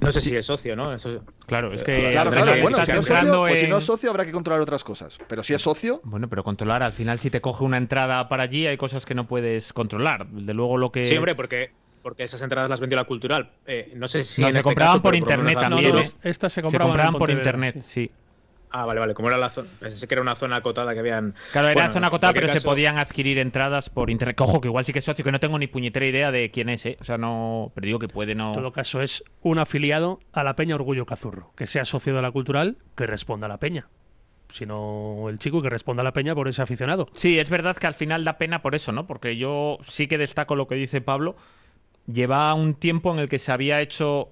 Speaker 4: No sé si es socio, ¿no? Eso-
Speaker 2: Claro, es que
Speaker 1: Claro,
Speaker 2: al final
Speaker 1: claro,
Speaker 4: que
Speaker 1: bueno,
Speaker 2: estás
Speaker 1: si no, es
Speaker 2: entrando
Speaker 1: socio, pues si
Speaker 2: en-
Speaker 1: no es socio habrá que controlar otras cosas. Pero si es socio,
Speaker 2: Bueno, pero controlar, al final si te coge una entrada para allí hay cosas que no puedes controlar. De luego lo que
Speaker 4: Sí, hombre, porque, porque esas entradas las vendió la cultural. Eh, no sé si.
Speaker 2: No,
Speaker 4: en
Speaker 2: se
Speaker 4: este
Speaker 2: compraban
Speaker 4: caso,
Speaker 2: por
Speaker 4: pero lo menos
Speaker 2: internet
Speaker 4: las
Speaker 2: también,
Speaker 3: No, no,
Speaker 4: vendió-
Speaker 2: ¿eh?
Speaker 3: estas se
Speaker 2: se
Speaker 3: compraban, en
Speaker 2: compraban por
Speaker 3: Pontevedra,
Speaker 2: internet,
Speaker 3: sí.
Speaker 2: sí.
Speaker 4: Ah, vale, vale. Como era la zona. Pensé que era una zona acotada que habían.
Speaker 2: Claro, era
Speaker 4: Bueno,
Speaker 2: zona
Speaker 4: en
Speaker 2: acotada,
Speaker 4: cualquier
Speaker 2: pero se
Speaker 4: caso-
Speaker 2: podían adquirir entradas por internet. Que, Ojo, que igual sí que es socio, que no tengo ni puñetera idea de quién es, ¿eh? O sea, no. Pero digo que puede no.
Speaker 3: En todo caso, es un afiliado a la Peña Orgullo Cazurro, que sea socio de la cultural, que responda a la Peña. sino el chico que responda a la peña por ese aficionado.
Speaker 2: Sí, es verdad que al final da pena por eso, ¿no? Porque yo sí que destaco lo que dice Pablo. Lleva un tiempo en el que se había hecho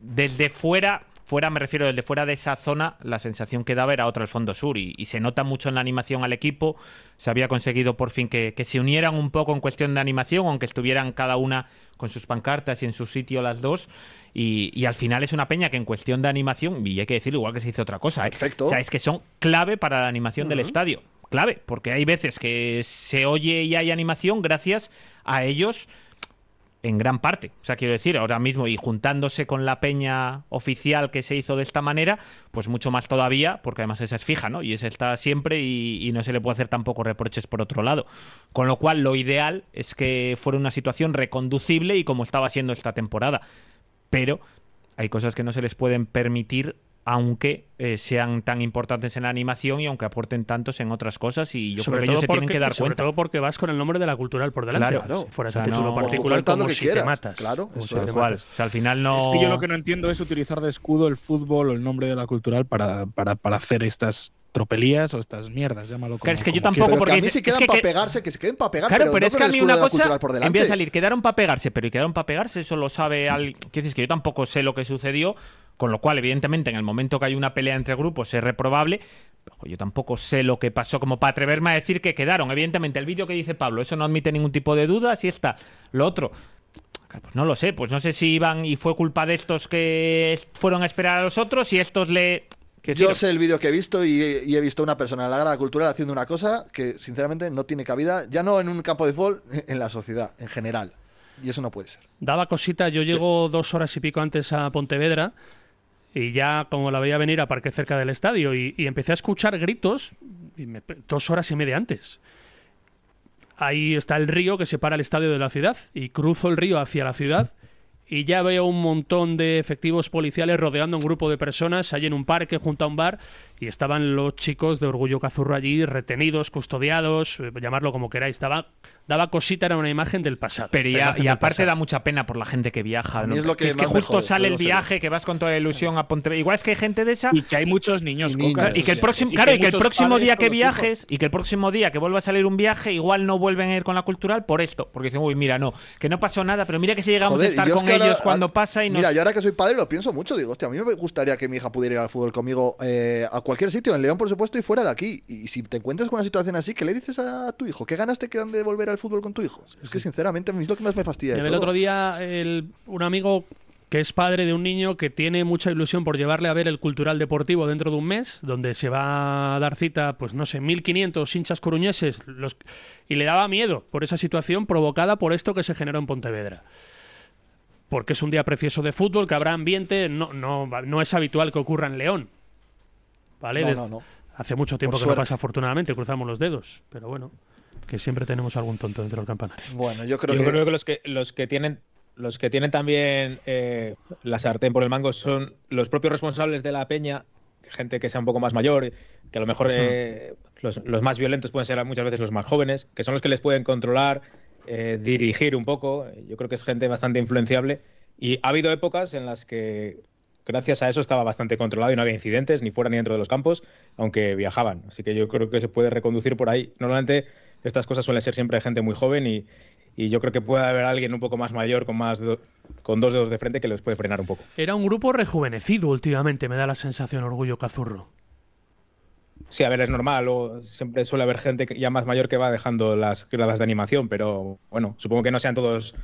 Speaker 2: desde fuera, fuera me refiero, desde fuera de esa zona, la sensación que daba era otra al fondo sur y, y se nota mucho en la animación al equipo. Se había conseguido por fin que, que se unieran un poco en cuestión de animación, aunque estuvieran cada una con sus pancartas y en su sitio las dos. Y, y al final es una peña que en cuestión de animación, y hay que decirlo igual que se hizo otra cosa, ¿eh?
Speaker 1: Perfecto.
Speaker 2: O sea, es que son clave para la animación del
Speaker 1: Ujú.
Speaker 2: estadio. Clave, porque hay veces que se oye y hay animación gracias a ellos en gran parte. O sea, quiero decir, ahora mismo y juntándose con la peña oficial que se hizo de esta manera, pues mucho más todavía, porque además esa es fija, ¿no? Y esa está siempre y, y no se le puede hacer tampoco reproches por otro lado. Con lo cual, lo ideal es que fuera una situación reconducible y como estaba siendo esta temporada. Pero hay cosas que no se les pueden permitir aunque eh, sean tan importantes en la animación y aunque aporten tantos en otras cosas y yo creo que ellos se tienen que dar
Speaker 3: sobre
Speaker 2: cuenta.
Speaker 3: todo porque vas con el nombre de la cultural por delante.
Speaker 2: Claro,
Speaker 3: Si fuera
Speaker 2: o sea,
Speaker 3: a título
Speaker 2: no-
Speaker 3: particular,
Speaker 2: Tú cuentas lo
Speaker 3: como
Speaker 2: que
Speaker 3: si te
Speaker 2: quieras,
Speaker 3: matas.
Speaker 1: claro,
Speaker 3: como
Speaker 2: Pues
Speaker 3: si
Speaker 2: Tal
Speaker 3: te
Speaker 2: cual.
Speaker 3: matas.
Speaker 2: O sea, al final no...
Speaker 5: Es que yo lo que no entiendo es utilizar de escudo el fútbol o el nombre de la cultural para, para, para hacer estas tropelías o estas mierdas, llámalo como
Speaker 2: Claro, es que yo
Speaker 5: como quieras.
Speaker 1: Pero
Speaker 2: tampoco,
Speaker 1: que
Speaker 2: porque
Speaker 1: a mí
Speaker 2: dice-
Speaker 1: se quedan
Speaker 2: es que-
Speaker 1: para
Speaker 2: que-
Speaker 1: pegarse, que se queden para pegar.
Speaker 2: Claro, pero,
Speaker 1: no
Speaker 2: es
Speaker 1: con
Speaker 2: que a
Speaker 1: el
Speaker 2: mí
Speaker 1: escudo
Speaker 2: una
Speaker 1: de la
Speaker 2: cosa,
Speaker 1: cultural por
Speaker 2: en vez de
Speaker 1: delante.
Speaker 2: salir, quedaron para pegarse, pero y quedaron para pegarse, eso lo sabe al... Quiero decir, que yo tampoco sé lo que sucedió, con lo cual, evidentemente, en el momento que hay una pelea entre grupos es reprobable, pero yo tampoco sé lo que pasó como para atreverme a decir que quedaron. Evidentemente, el vídeo que dice Pablo, eso no admite ningún tipo de duda, si está. Lo otro, Claro, Pues no lo sé, pues no sé si iban y fue culpa de estos que fueron a esperar a los otros y estos le... que
Speaker 1: Yo
Speaker 2: sí,
Speaker 1: sé el vídeo que he visto y, y he visto una persona en la grada cultural haciendo una cosa que, sinceramente, no tiene cabida, ya no en un campo de fútbol, en la sociedad, en general. Y eso no puede ser.
Speaker 3: Daba cosita, yo llego dos horas y pico antes a Pontevedra y ya como la veía venir aparqué cerca del estadio y, y empecé a escuchar gritos y me- dos horas y media antes. Ahí está el río que separa el estadio de la ciudad y cruzo el río hacia la ciudad y ya veo un montón de efectivos policiales rodeando a un grupo de personas allí en un parque junto a un bar y estaban los chicos de Orgullo Cazurro allí retenidos, custodiados, eh, llamarlo como queráis, daba, daba cosita, era una imagen del pasado.
Speaker 2: Pero
Speaker 3: Era una
Speaker 2: ya-
Speaker 3: imagen
Speaker 2: y
Speaker 3: del
Speaker 2: aparte
Speaker 3: pasado.
Speaker 2: da mucha pena por la gente que viaja.
Speaker 1: mí
Speaker 2: ¿no?
Speaker 1: es lo que
Speaker 2: es que
Speaker 1: más me
Speaker 2: justo
Speaker 1: jode,
Speaker 2: sale el
Speaker 1: luego se ve.
Speaker 2: viaje, que vas con toda la ilusión a Pontevedra. Igual es que hay gente de esa
Speaker 5: Y que hay muchos niños,
Speaker 1: Y
Speaker 5: Coca,
Speaker 1: niños,
Speaker 5: o
Speaker 2: y que
Speaker 5: sea,
Speaker 2: el próximo,
Speaker 5: sí,
Speaker 2: claro,
Speaker 5: hay
Speaker 2: y que el
Speaker 5: muchos
Speaker 2: próximo
Speaker 5: padres
Speaker 2: día
Speaker 5: con
Speaker 2: que
Speaker 5: los hijos.
Speaker 2: viajes y que el próximo día que vuelva a salir un viaje, igual no vuelven a ir con la cultural por esto, porque dicen, uy, mira, no, que no pasó nada, pero mira que si llegamos
Speaker 1: Joder,
Speaker 2: a estar
Speaker 1: yo es
Speaker 2: con
Speaker 1: que
Speaker 2: ellos
Speaker 1: ahora-
Speaker 2: cuando
Speaker 1: ahora-
Speaker 2: pasa y nos...
Speaker 1: Mira, yo ahora que soy padre lo pienso mucho. Digo, hostia, a mí me gustaría que mi hija pudiera ir al fútbol conmigo eh, a cualquier sitio, en León, por supuesto, y fuera de aquí. Y si te encuentras con una situación así, ¿qué le dices a tu hijo? ¿Qué ganas te quedan de volver al fútbol con tu hijo? Es que, sinceramente, a mí es lo que más me fastidia. de
Speaker 3: Ya ve, El
Speaker 1: todo.
Speaker 3: otro día, el- un amigo que es padre de un niño que tiene mucha ilusión por llevarle a ver el cultural deportivo dentro de un mes, donde se va a dar cita, pues no sé, 1500 hinchas coruñeses, los, y le daba miedo por esa situación provocada por esto que se generó en Pontevedra. Porque es un día precioso de fútbol, que habrá ambiente, no, no, no es habitual que ocurra en León. ¿Vale?
Speaker 1: No,
Speaker 3: Desde-
Speaker 1: no, no.
Speaker 3: Hace mucho tiempo
Speaker 1: Por
Speaker 3: que
Speaker 1: suerte.
Speaker 3: no pasa, afortunadamente, cruzamos los dedos, pero bueno, que siempre tenemos algún tonto dentro del campanario.
Speaker 1: Bueno, yo creo
Speaker 4: yo
Speaker 1: que.
Speaker 4: creo que los que los que tienen los que tienen también eh, la sartén por el mango son los propios responsables de la peña, gente que sea un poco más mayor, que a lo mejor eh, los, los más violentos pueden ser muchas veces los más jóvenes, que son los que les pueden controlar, eh, dirigir un poco. Yo creo que es gente bastante influenciable. Y ha habido épocas en las que gracias a eso estaba bastante controlado y no había incidentes ni fuera ni dentro de los campos, aunque viajaban. Así que yo creo que se puede reconducir por ahí. Normalmente estas cosas suelen ser siempre gente muy joven y, y yo creo que puede haber alguien un poco más mayor con más do- con dos dedos de frente que los puede frenar un poco.
Speaker 3: Era un grupo rejuvenecido últimamente, me da la sensación, Orgullo Cazurro.
Speaker 4: Sí, a ver, es normal. o siempre suele haber gente que- ya más mayor que va dejando las gradas de animación, pero bueno, supongo que no sean todos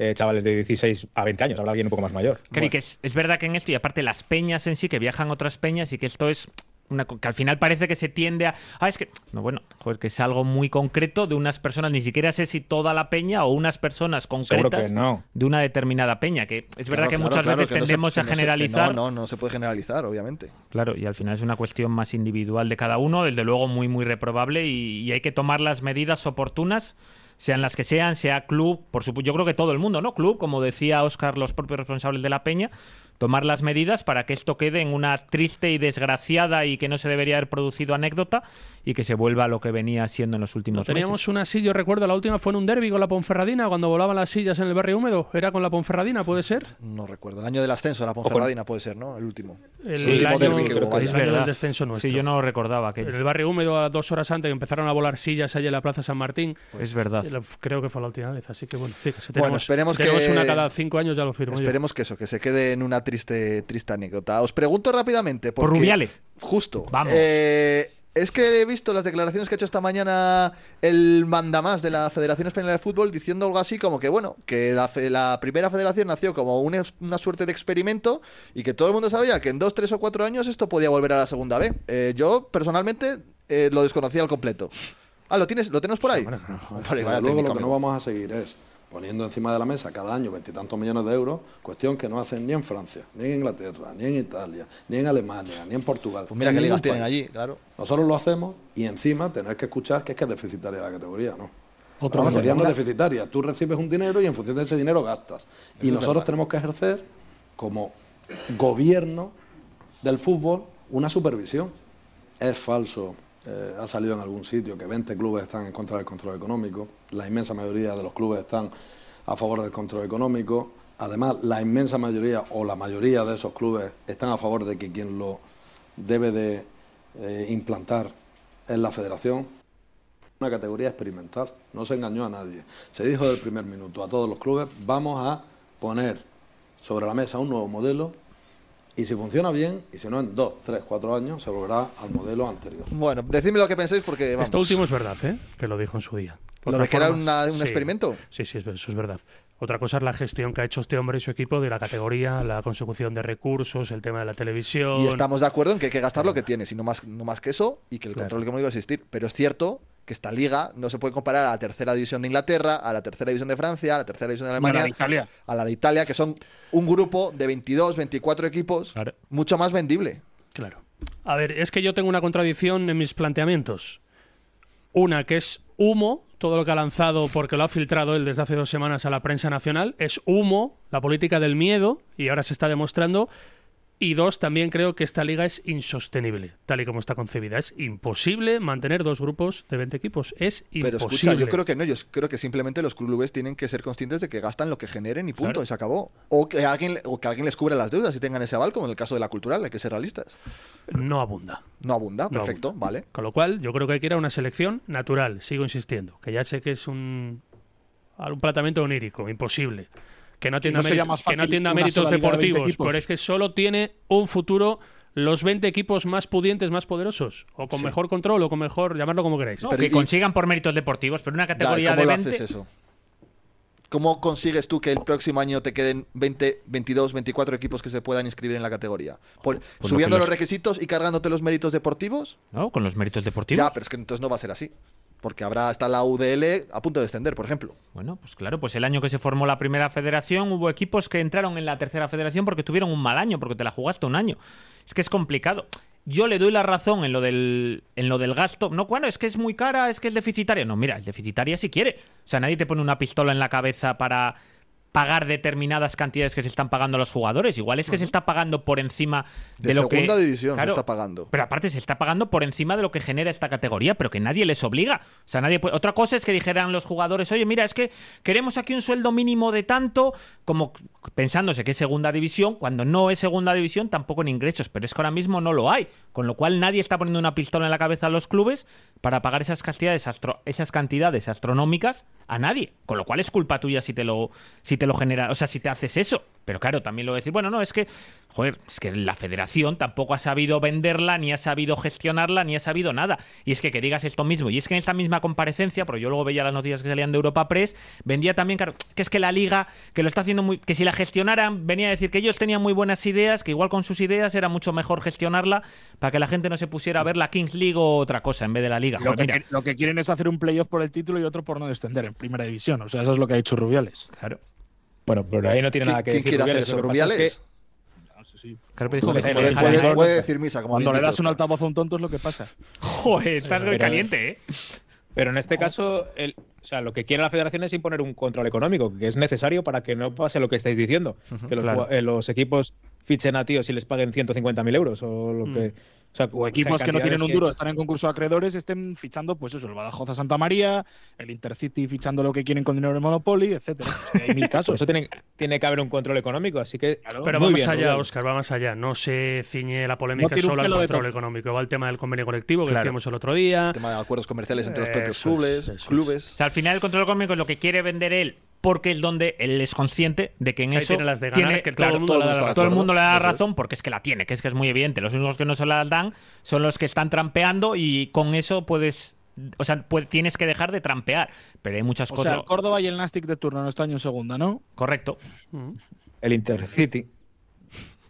Speaker 4: eh, chavales de 16 a 20 años. Habrá alguien un poco más mayor.
Speaker 2: Cari, que es, es verdad que en esto, y aparte las peñas en sí, que viajan otras peñas y que esto es una co- que al final parece que se tiende a. Ah, es que. No, bueno, joder, que es algo muy concreto de unas personas, ni siquiera sé si toda la peña o unas personas
Speaker 4: Seguro
Speaker 2: concretas
Speaker 4: que no.
Speaker 2: de una determinada peña, que es verdad
Speaker 1: Claro,
Speaker 2: que
Speaker 1: claro,
Speaker 2: muchas
Speaker 1: claro,
Speaker 2: veces
Speaker 1: que no se-
Speaker 2: tendemos
Speaker 1: que
Speaker 2: a
Speaker 1: no se- que
Speaker 2: generalizar.
Speaker 1: No, no, no se puede generalizar, obviamente.
Speaker 2: Claro, y al final es una cuestión más individual de cada uno, desde luego muy, muy reprobable y, y hay que tomar las medidas oportunas, sean las que sean, sea club, por supuesto, yo creo que todo el mundo, ¿no? Club, como decía Oscar, los propios responsables de la peña, tomar las medidas para que esto quede en una triste y desgraciada y que no se debería haber producido anécdota y que se vuelva a lo que venía siendo en los últimos
Speaker 3: Teníamos
Speaker 2: meses.
Speaker 3: una silla, yo recuerdo, la última fue en un derby con la Ponferradina, cuando volaban las sillas en el barrio húmedo. ¿Era con la Ponferradina, puede ser?
Speaker 1: No recuerdo. El año del ascenso, la Ponferradina puede ser, ¿no? El último.
Speaker 3: El,
Speaker 1: último
Speaker 3: año,
Speaker 1: derbi que
Speaker 3: creo
Speaker 1: hubo,
Speaker 3: que el
Speaker 1: vaya.
Speaker 3: año del descenso nuestro.
Speaker 2: Sí, yo no lo recordaba aquello.
Speaker 3: En el barrio húmedo, a dos horas antes, que empezaron a volar sillas allí en la Plaza San Martín.
Speaker 2: Es verdad.
Speaker 3: Eh, lo- Creo que fue la última vez, así que bueno, fíjese,
Speaker 1: Ah. Bueno,
Speaker 3: tenemos,
Speaker 1: esperemos
Speaker 3: si tenemos
Speaker 1: que-
Speaker 3: una cada cinco años, ya lo firmo yo.
Speaker 1: Esperemos que eso, que se quede en una triste, triste anécdota. Os pregunto rápidamente.
Speaker 2: Por
Speaker 1: porque-
Speaker 2: Rubiales.
Speaker 1: Justo.
Speaker 2: Vamos.
Speaker 1: Eh, es que he visto las declaraciones que ha hecho esta mañana el mandamás de la Federación Española de Fútbol diciendo algo así como que, bueno, que la, fe- la primera federación nació como una, una suerte de experimento y que todo el mundo sabía que en dos, tres o cuatro años esto podía volver a la segunda B. Eh, yo, personalmente, eh, lo desconocía al completo. Ah, ¿lo, tienes, ¿lo tenemos por ahí? Hombre, vaya
Speaker 9: Desde luego
Speaker 1: técnico,
Speaker 9: lo que no
Speaker 1: amigo.
Speaker 9: vamos a seguir es poniendo encima de la mesa cada año veintitantos millones de euros, cuestión que no hacen ni en Francia, ni en Inglaterra, ni en Italia, ni en Alemania, ni en Portugal. Pues
Speaker 1: Mira qué ligas tienen allí, claro.
Speaker 9: Nosotros lo hacemos y encima tener que escuchar que es que es deficitaria la categoría, ¿no? Otra
Speaker 10: Otra vez.
Speaker 9: sería no deficitaria. Tú recibes un dinero y en función de ese dinero gastas.
Speaker 10: Eso
Speaker 9: y
Speaker 10: es
Speaker 9: nosotros
Speaker 10: verdad.
Speaker 9: tenemos que ejercer como gobierno del fútbol una supervisión. Es falso, eh, ha salido en algún sitio que 20 clubes están en contra del control económico, la inmensa mayoría de los clubes están a favor del control económico, además la inmensa mayoría o la mayoría de esos clubes están a favor de que quien lo debe de eh, implantar es la federación, una categoría experimental, no se engañó a nadie. Se dijo del primer minuto a todos los clubes, vamos a poner sobre la mesa un nuevo modelo y si funciona bien, y si no en dos, tres, cuatro años, se volverá al modelo anterior.
Speaker 1: Bueno, decidme lo que pensáis porque vamos.
Speaker 3: Esto último es verdad, ¿eh? que lo dijo en su día.
Speaker 1: ¿Lo
Speaker 3: Otra
Speaker 1: de que era
Speaker 3: forma-
Speaker 1: una- un
Speaker 3: sí.
Speaker 1: experimento?
Speaker 3: Sí, sí, es- eso es verdad. Otra cosa es la gestión que ha hecho este hombre y su equipo de la categoría, la consecución de recursos, el tema de la televisión.
Speaker 1: Y estamos de acuerdo en que hay que gastar lo que tienes, y no más, no más que eso, y que el
Speaker 3: Claro.
Speaker 1: control económico va a existir. Pero es cierto que esta liga no se puede comparar a la tercera división de Inglaterra, a la tercera división de Francia, a la tercera división de
Speaker 5: Ni a la
Speaker 1: Alemania,
Speaker 5: de Italia.
Speaker 1: a la de Italia, que son un grupo de 22, 24 equipos, mucho más vendible.
Speaker 3: Claro. A ver, es que yo tengo una contradicción en mis planteamientos. Una que es humo, todo lo que ha lanzado porque lo ha filtrado él desde hace dos semanas a la prensa nacional, es humo, la política del miedo, y ahora se está demostrando. Y dos, también creo que esta liga es insostenible, tal y como está concebida. Es imposible mantener dos grupos de 20 equipos. Es imposible.
Speaker 1: Pero escucha, yo creo que no, yo creo que simplemente los clubes tienen que ser conscientes de que gastan lo que generen y punto,
Speaker 3: Claro.
Speaker 1: y se acabó. O que, alguien, o que alguien les cubra las deudas y tengan ese aval, como en el caso de la cultural, hay que ser realistas.
Speaker 3: No abunda.
Speaker 1: No abunda,
Speaker 3: No
Speaker 1: perfecto,
Speaker 3: abunda.
Speaker 1: vale.
Speaker 3: Con lo cual, yo creo que hay que ir a una selección natural, sigo insistiendo, que ya sé que es un, un planteamiento onírico, imposible, que no atienda,
Speaker 5: no sería
Speaker 3: mérito-
Speaker 5: más
Speaker 3: que no
Speaker 5: fácil
Speaker 3: atienda
Speaker 5: una
Speaker 3: méritos
Speaker 5: sola liga de 20
Speaker 3: deportivos,
Speaker 5: equipos?
Speaker 3: pero es que solo tiene un futuro los 20 equipos más pudientes, más poderosos, o con
Speaker 2: Sí.
Speaker 3: mejor control, o con mejor, llamarlo como queráis.
Speaker 2: No, que consigan por méritos deportivos, pero una categoría
Speaker 1: Dale, ¿cómo
Speaker 2: de
Speaker 1: lo
Speaker 2: 20
Speaker 1: haces eso? ¿Cómo consigues tú que el próximo año te queden 20, 22, 24 equipos que se puedan inscribir en la categoría? Por-
Speaker 2: lo
Speaker 1: ¿Subiendo
Speaker 2: que
Speaker 1: los
Speaker 2: los-
Speaker 1: requisitos y cargándote los méritos deportivos?
Speaker 2: ¿no? Con los méritos deportivos.
Speaker 1: Ya, pero es que entonces no va a ser así. Porque habrá hasta la UDL a punto de descender, por ejemplo.
Speaker 2: Bueno, pues claro, pues el año que se formó la primera federación hubo equipos que entraron en la tercera federación porque tuvieron un mal año, porque te la jugaste un año. Es que es complicado. Yo le doy la razón en lo del, en lo del gasto. No, bueno, es que es muy cara, es que es deficitaria. No, mira, es deficitaria si quiere. O sea, nadie te pone una pistola en la cabeza para pagar determinadas cantidades que se están pagando a los jugadores. Igual es que se está pagando por encima de,
Speaker 1: De,
Speaker 2: lo que...
Speaker 1: segunda división
Speaker 2: Claro,
Speaker 1: se está pagando.
Speaker 2: pero aparte se está pagando por encima de lo que genera esta categoría, pero que nadie les obliga. O sea, nadie puede- Otra cosa es que dijeran los jugadores, oye, mira, es que queremos aquí un sueldo mínimo de tanto, como pensándose que es segunda división, cuando no es segunda división, tampoco en ingresos, pero es que ahora mismo no lo hay. Con lo cual nadie está poniendo una pistola en la cabeza a los clubes para pagar esas cantidades, astro- esas cantidades astronómicas a nadie. Con lo cual es culpa tuya si te lo, si te lo genera, o sea, si te haces eso. Pero claro, también lo voy a decir, bueno, no, es que, joder, es que la federación tampoco ha sabido venderla, ni ha sabido gestionarla, ni ha sabido nada. Y es que que digas esto mismo. Y es que en esta misma comparecencia, porque yo luego veía las noticias que salían de Europa Press, vendía también, claro, que es que la liga, que lo está haciendo muy, que si la gestionaran, venía a decir que ellos tenían muy buenas ideas, que igual con sus ideas era mucho mejor gestionarla para que la gente no se pusiera a ver la Kings League o otra cosa en vez de la liga.
Speaker 5: Lo
Speaker 2: Joder,
Speaker 5: que,
Speaker 2: mira.
Speaker 5: lo que quieren es hacer un playoff por el título y otro por no descender en primera división. O sea, eso es lo que ha dicho Rubiales.
Speaker 2: Claro.
Speaker 5: Bueno, pero ahí no tiene
Speaker 1: ¿Qui-
Speaker 5: nada que
Speaker 1: ¿Quién
Speaker 5: decir.
Speaker 1: quiere hacer
Speaker 5: Rubiales.
Speaker 1: eso?
Speaker 5: Lo que pasa es que-
Speaker 1: ¿Rubiales?
Speaker 2: Claro, pero dijo
Speaker 1: Puede,
Speaker 2: que-
Speaker 1: puede- puede- puede decir misa, como
Speaker 5: Cuando
Speaker 1: bien
Speaker 5: le das
Speaker 1: dice
Speaker 5: un
Speaker 1: Óscar.
Speaker 5: altavoz a un tonto es lo que pasa.
Speaker 2: Joder, estás muy
Speaker 5: Pero-
Speaker 2: caliente, ¿eh?
Speaker 4: Pero en este
Speaker 3: Ah.
Speaker 4: caso, el, o sea, lo que quiere la federación es
Speaker 3: Mm,
Speaker 4: imponer un control económico, que es necesario para que no pase lo que estáis diciendo, que los,
Speaker 2: Claro.
Speaker 4: jua- eh, los equipos fichen a tíos y les paguen 150.000 euros o
Speaker 3: Mm.
Speaker 4: lo que. O, sea,
Speaker 5: O equipos que no tienen un
Speaker 4: cantidades
Speaker 5: duro, están en concurso de acreedores, estén fichando, pues eso, el Badajoz a Santa María, el Intercity fichando lo que quieren con dinero en Monopoly, etcétera. Hay mil casos.
Speaker 4: Eso tiene, tiene que haber un control económico, así que.
Speaker 3: Pero
Speaker 4: muy
Speaker 3: vamos
Speaker 4: bien,
Speaker 3: allá,
Speaker 4: Rubén.
Speaker 3: Oscar, va más allá. No se ciñe la polémica
Speaker 4: No tiene un
Speaker 3: solo al
Speaker 4: pelo de
Speaker 3: control
Speaker 4: tonto.
Speaker 3: económico. Va el tema del convenio colectivo que
Speaker 2: Claro.
Speaker 3: decíamos el otro día.
Speaker 1: tema de acuerdos comerciales entre los
Speaker 3: Eso
Speaker 1: propios
Speaker 3: es,
Speaker 1: clubes,
Speaker 3: eso es.
Speaker 1: clubes.
Speaker 2: O sea, al final el control económico es lo que quiere vender él, porque es donde él es consciente de que en
Speaker 3: Ahí
Speaker 2: eso
Speaker 3: tiene las de ganar, que todo el mundo le da la
Speaker 2: está-
Speaker 3: razón.
Speaker 2: todo el mundo le da
Speaker 3: Eso es.
Speaker 2: razón, porque es que la tiene, que es que es muy evidente. Los únicos que no se la dan son los que están trampeando y con eso puedes, o sea, pues tienes que dejar de trampear. Pero hay muchas
Speaker 5: O sea,
Speaker 2: cosas.
Speaker 5: el Córdoba y el Nastic de turno no este año en segunda, ¿no?
Speaker 2: Correcto.
Speaker 4: El Intercity.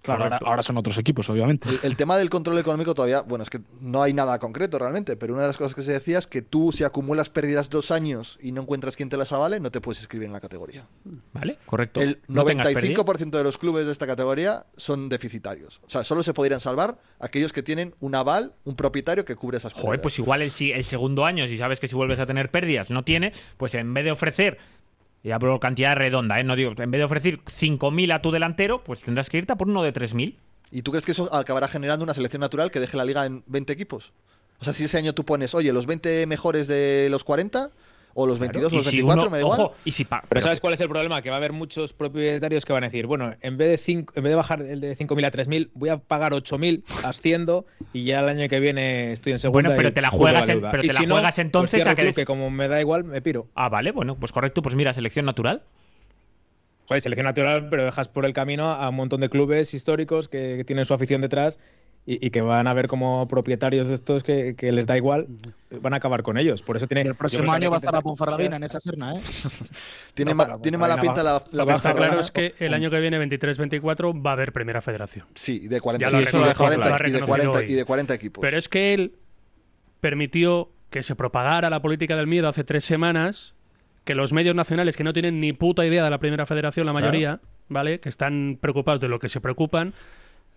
Speaker 5: Claro, ahora, ahora son otros equipos, obviamente.
Speaker 1: El, el tema del control económico todavía, bueno, es que no hay nada concreto realmente, pero una de las cosas que se decía es que tú si acumulas pérdidas dos años y no encuentras quien te las avale, no te puedes inscribir en la categoría.
Speaker 2: ¿Vale? Correcto.
Speaker 1: El
Speaker 2: No tengas pérdida.
Speaker 1: 95% de los clubes de esta categoría son deficitarios. O sea, solo se podrían salvar aquellos que tienen un aval, un propietario que cubre esas
Speaker 2: Joder,
Speaker 1: pérdidas.
Speaker 2: pues igual el, si- el segundo año, si sabes que si vuelves a tener pérdidas, no tiene, pues en vez de ofrecer, ya hablo cantidad redonda, ¿eh? no digo, en vez de ofrecer 5.000 a tu delantero, pues tendrás que irte a por uno de 3.000.
Speaker 1: ¿Y tú crees que eso acabará generando una selección natural que deje la liga en 20 equipos? O sea, si ese año tú pones, oye, los 20 mejores de los 40 o los 22
Speaker 2: y
Speaker 1: o los
Speaker 2: si
Speaker 1: 24,
Speaker 2: uno-
Speaker 1: me da
Speaker 2: ojo,
Speaker 1: igual.
Speaker 2: y si pa-
Speaker 4: Pero ¿sabes cuál es el problema? Que va a haber muchos propietarios que van a decir, bueno, en vez de, cinco- en vez de bajar el de 5.000 a 3.000, voy a pagar 8.000, asciendo, y ya el año que viene estoy en segunda.
Speaker 2: Bueno, pero
Speaker 4: y
Speaker 2: te la
Speaker 4: cubro
Speaker 2: juegas en-
Speaker 4: deuda.
Speaker 2: pero
Speaker 4: Y
Speaker 2: te la
Speaker 4: si no,
Speaker 2: juegas
Speaker 4: pues
Speaker 2: entonces
Speaker 4: cierro
Speaker 2: a que
Speaker 4: el club,
Speaker 2: des-
Speaker 4: que como me da igual, me piro.
Speaker 2: Ah, vale, bueno, pues correcto, pues mira, selección natural.
Speaker 4: Joder, selección natural, pero dejas por el camino a un montón de clubes históricos que, que tienen su afición detrás y, y que van a ver como propietarios de estos que, que les da igual, van a acabar con ellos. Por eso tiene.
Speaker 5: El próximo año va a estar la Ponferradina en esa serna, ¿eh?
Speaker 1: Tiene,
Speaker 4: no,
Speaker 1: ma-
Speaker 4: para-
Speaker 1: tiene
Speaker 4: para
Speaker 1: mala
Speaker 4: la
Speaker 1: pinta la,
Speaker 4: baja-
Speaker 1: la
Speaker 3: Lo que está
Speaker 1: Barcelona.
Speaker 3: claro es que el año que viene, 23-24, va a haber primera federación.
Speaker 1: Sí, de 40,
Speaker 3: Ya lo
Speaker 1: sí,
Speaker 3: ha
Speaker 1: y de
Speaker 3: reconocido,
Speaker 1: 40,
Speaker 3: lo ha
Speaker 1: y de
Speaker 3: reconocido
Speaker 1: 40
Speaker 3: hoy.
Speaker 1: y de 40 equipos.
Speaker 3: Pero es que él permitió que se propagara la política del miedo hace tres semanas, que los medios nacionales que no tienen ni puta idea de la primera federación, la mayoría, ¿vale? Que están preocupados de lo que se preocupan,